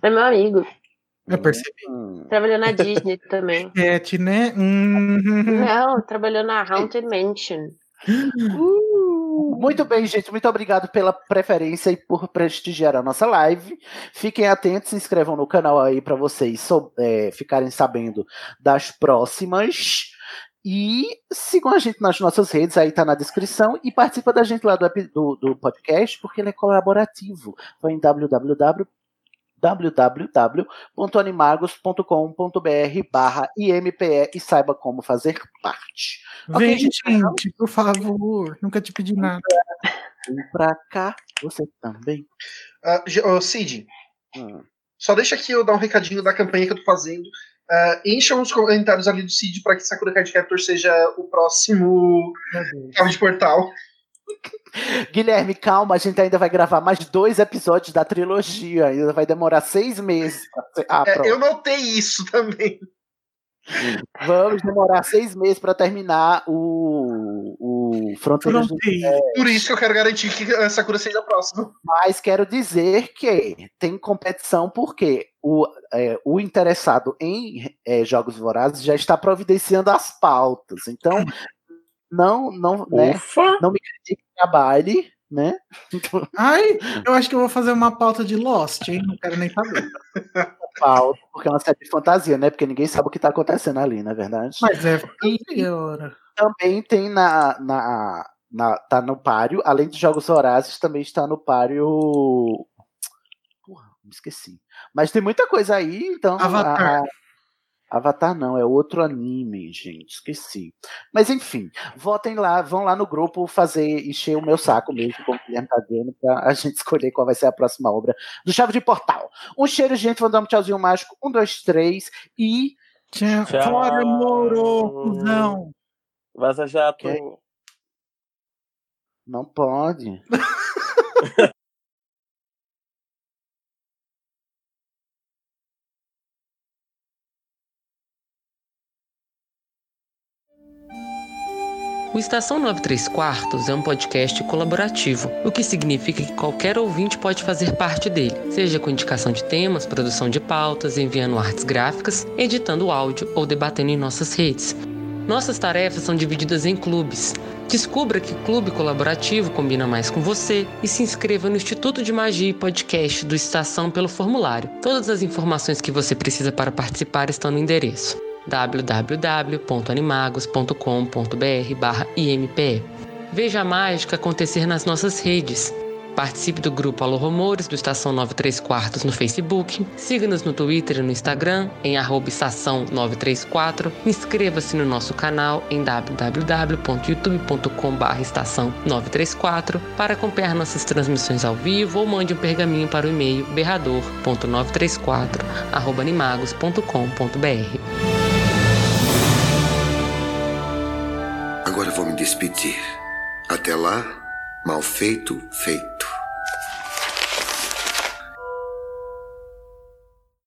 Speaker 7: É meu amigo.
Speaker 6: Eu percebi.
Speaker 4: Hum,
Speaker 7: Trabalhou na Disney também.
Speaker 6: Cat, né? Hum.
Speaker 7: Não, trabalhou na Haunted Mansion.
Speaker 4: Muito bem, gente. Muito obrigado pela preferência e por prestigiar a nossa live. Fiquem atentos, se inscrevam no canal aí para vocês sou- é, ficarem sabendo das próximas. E sigam a gente nas nossas redes, aí tá na descrição. E participa da gente lá do, epi- do, do podcast, porque ele é colaborativo. Vai em www www.animagos.com.br barra IMPE e saiba como fazer parte. Ok,
Speaker 6: Vem,
Speaker 4: gente,
Speaker 6: gente, por favor. Nunca te pedi nada.
Speaker 4: Vem pra cá, você também.
Speaker 8: Ah, Ge- ô, Cid,
Speaker 4: Hum.
Speaker 8: só deixa aqui eu dar um recadinho da campanha que eu tô fazendo. Ah, encham os comentários ali do Cid para que Sakura Card Captor seja o próximo carro de portal.
Speaker 4: Guilherme, calma, a gente ainda vai gravar mais dois episódios da trilogia. Ainda vai demorar seis meses. pra ser- Ah,
Speaker 8: É,
Speaker 4: pronto.
Speaker 8: eu notei isso também.
Speaker 4: Vamos demorar seis meses pra terminar o, o o Fronteiras do
Speaker 8: Universo. Por isso que eu quero garantir que a Sakura seja a próxima.
Speaker 4: Mas quero dizer que tem competição porque o, é, o interessado em é, Jogos Vorazes já está providenciando as pautas. Então, não,
Speaker 8: Uhum.
Speaker 4: não, né,
Speaker 9: Ufa.
Speaker 4: não me critique, trabalhe, né?
Speaker 6: Ai, eu acho que eu vou fazer uma pauta de Lost, hein? Não quero nem saber.
Speaker 4: Pauta, porque é uma série de fantasia, né? Porque ninguém sabe o que está acontecendo ali, na verdade.
Speaker 6: Mas é fantasia,
Speaker 4: também tem na, na, na- Tá no páreo, além de Jogos Horazes, também está no páreo. Porra, me esqueci. Mas tem muita coisa aí, então. a-
Speaker 6: Avatar.
Speaker 4: a- Avatar não, é outro anime, gente, esqueci. Mas enfim, votem lá, vão lá no grupo fazer, encher o meu saco mesmo, como o Guilherme tá dizendo, pra a gente escolher qual vai ser a próxima obra do Chave de Portal. Um cheiro, gente, vou dar um tchauzinho mágico. Um, dois, três e.
Speaker 6: Tchau.
Speaker 9: Tchau.
Speaker 6: Fora, Moro, cuzão.
Speaker 9: Vaza Jato.
Speaker 4: Ok. Não pode.
Speaker 10: O Estação 93 Quartos é um podcast colaborativo, o que significa que qualquer ouvinte pode fazer parte dele, seja com indicação de temas, produção de pautas, enviando artes gráficas, editando áudio ou debatendo em nossas redes. Nossas tarefas são divididas em clubes. Descubra que clube colaborativo combina mais com você e se inscreva no Instituto de Magia e Podcast do Estação pelo formulário. Todas as informações que você precisa para participar estão no endereço www.animagos.com.br barra IMPE. Veja a mágica acontecer nas nossas redes. Participe do grupo Alô Rumores do Estação 93 Quartos no Facebook. Siga-nos no Twitter e no Instagram em arroba estação 934. Inscreva-se no nosso canal em www.youtube.com barra estação 934 para acompanhar nossas transmissões ao vivo ou mande um pergaminho para o e-mail berrador.934 arroba animagos.com.br.
Speaker 11: Agora vou me despedir. Até lá, mal feito, feito.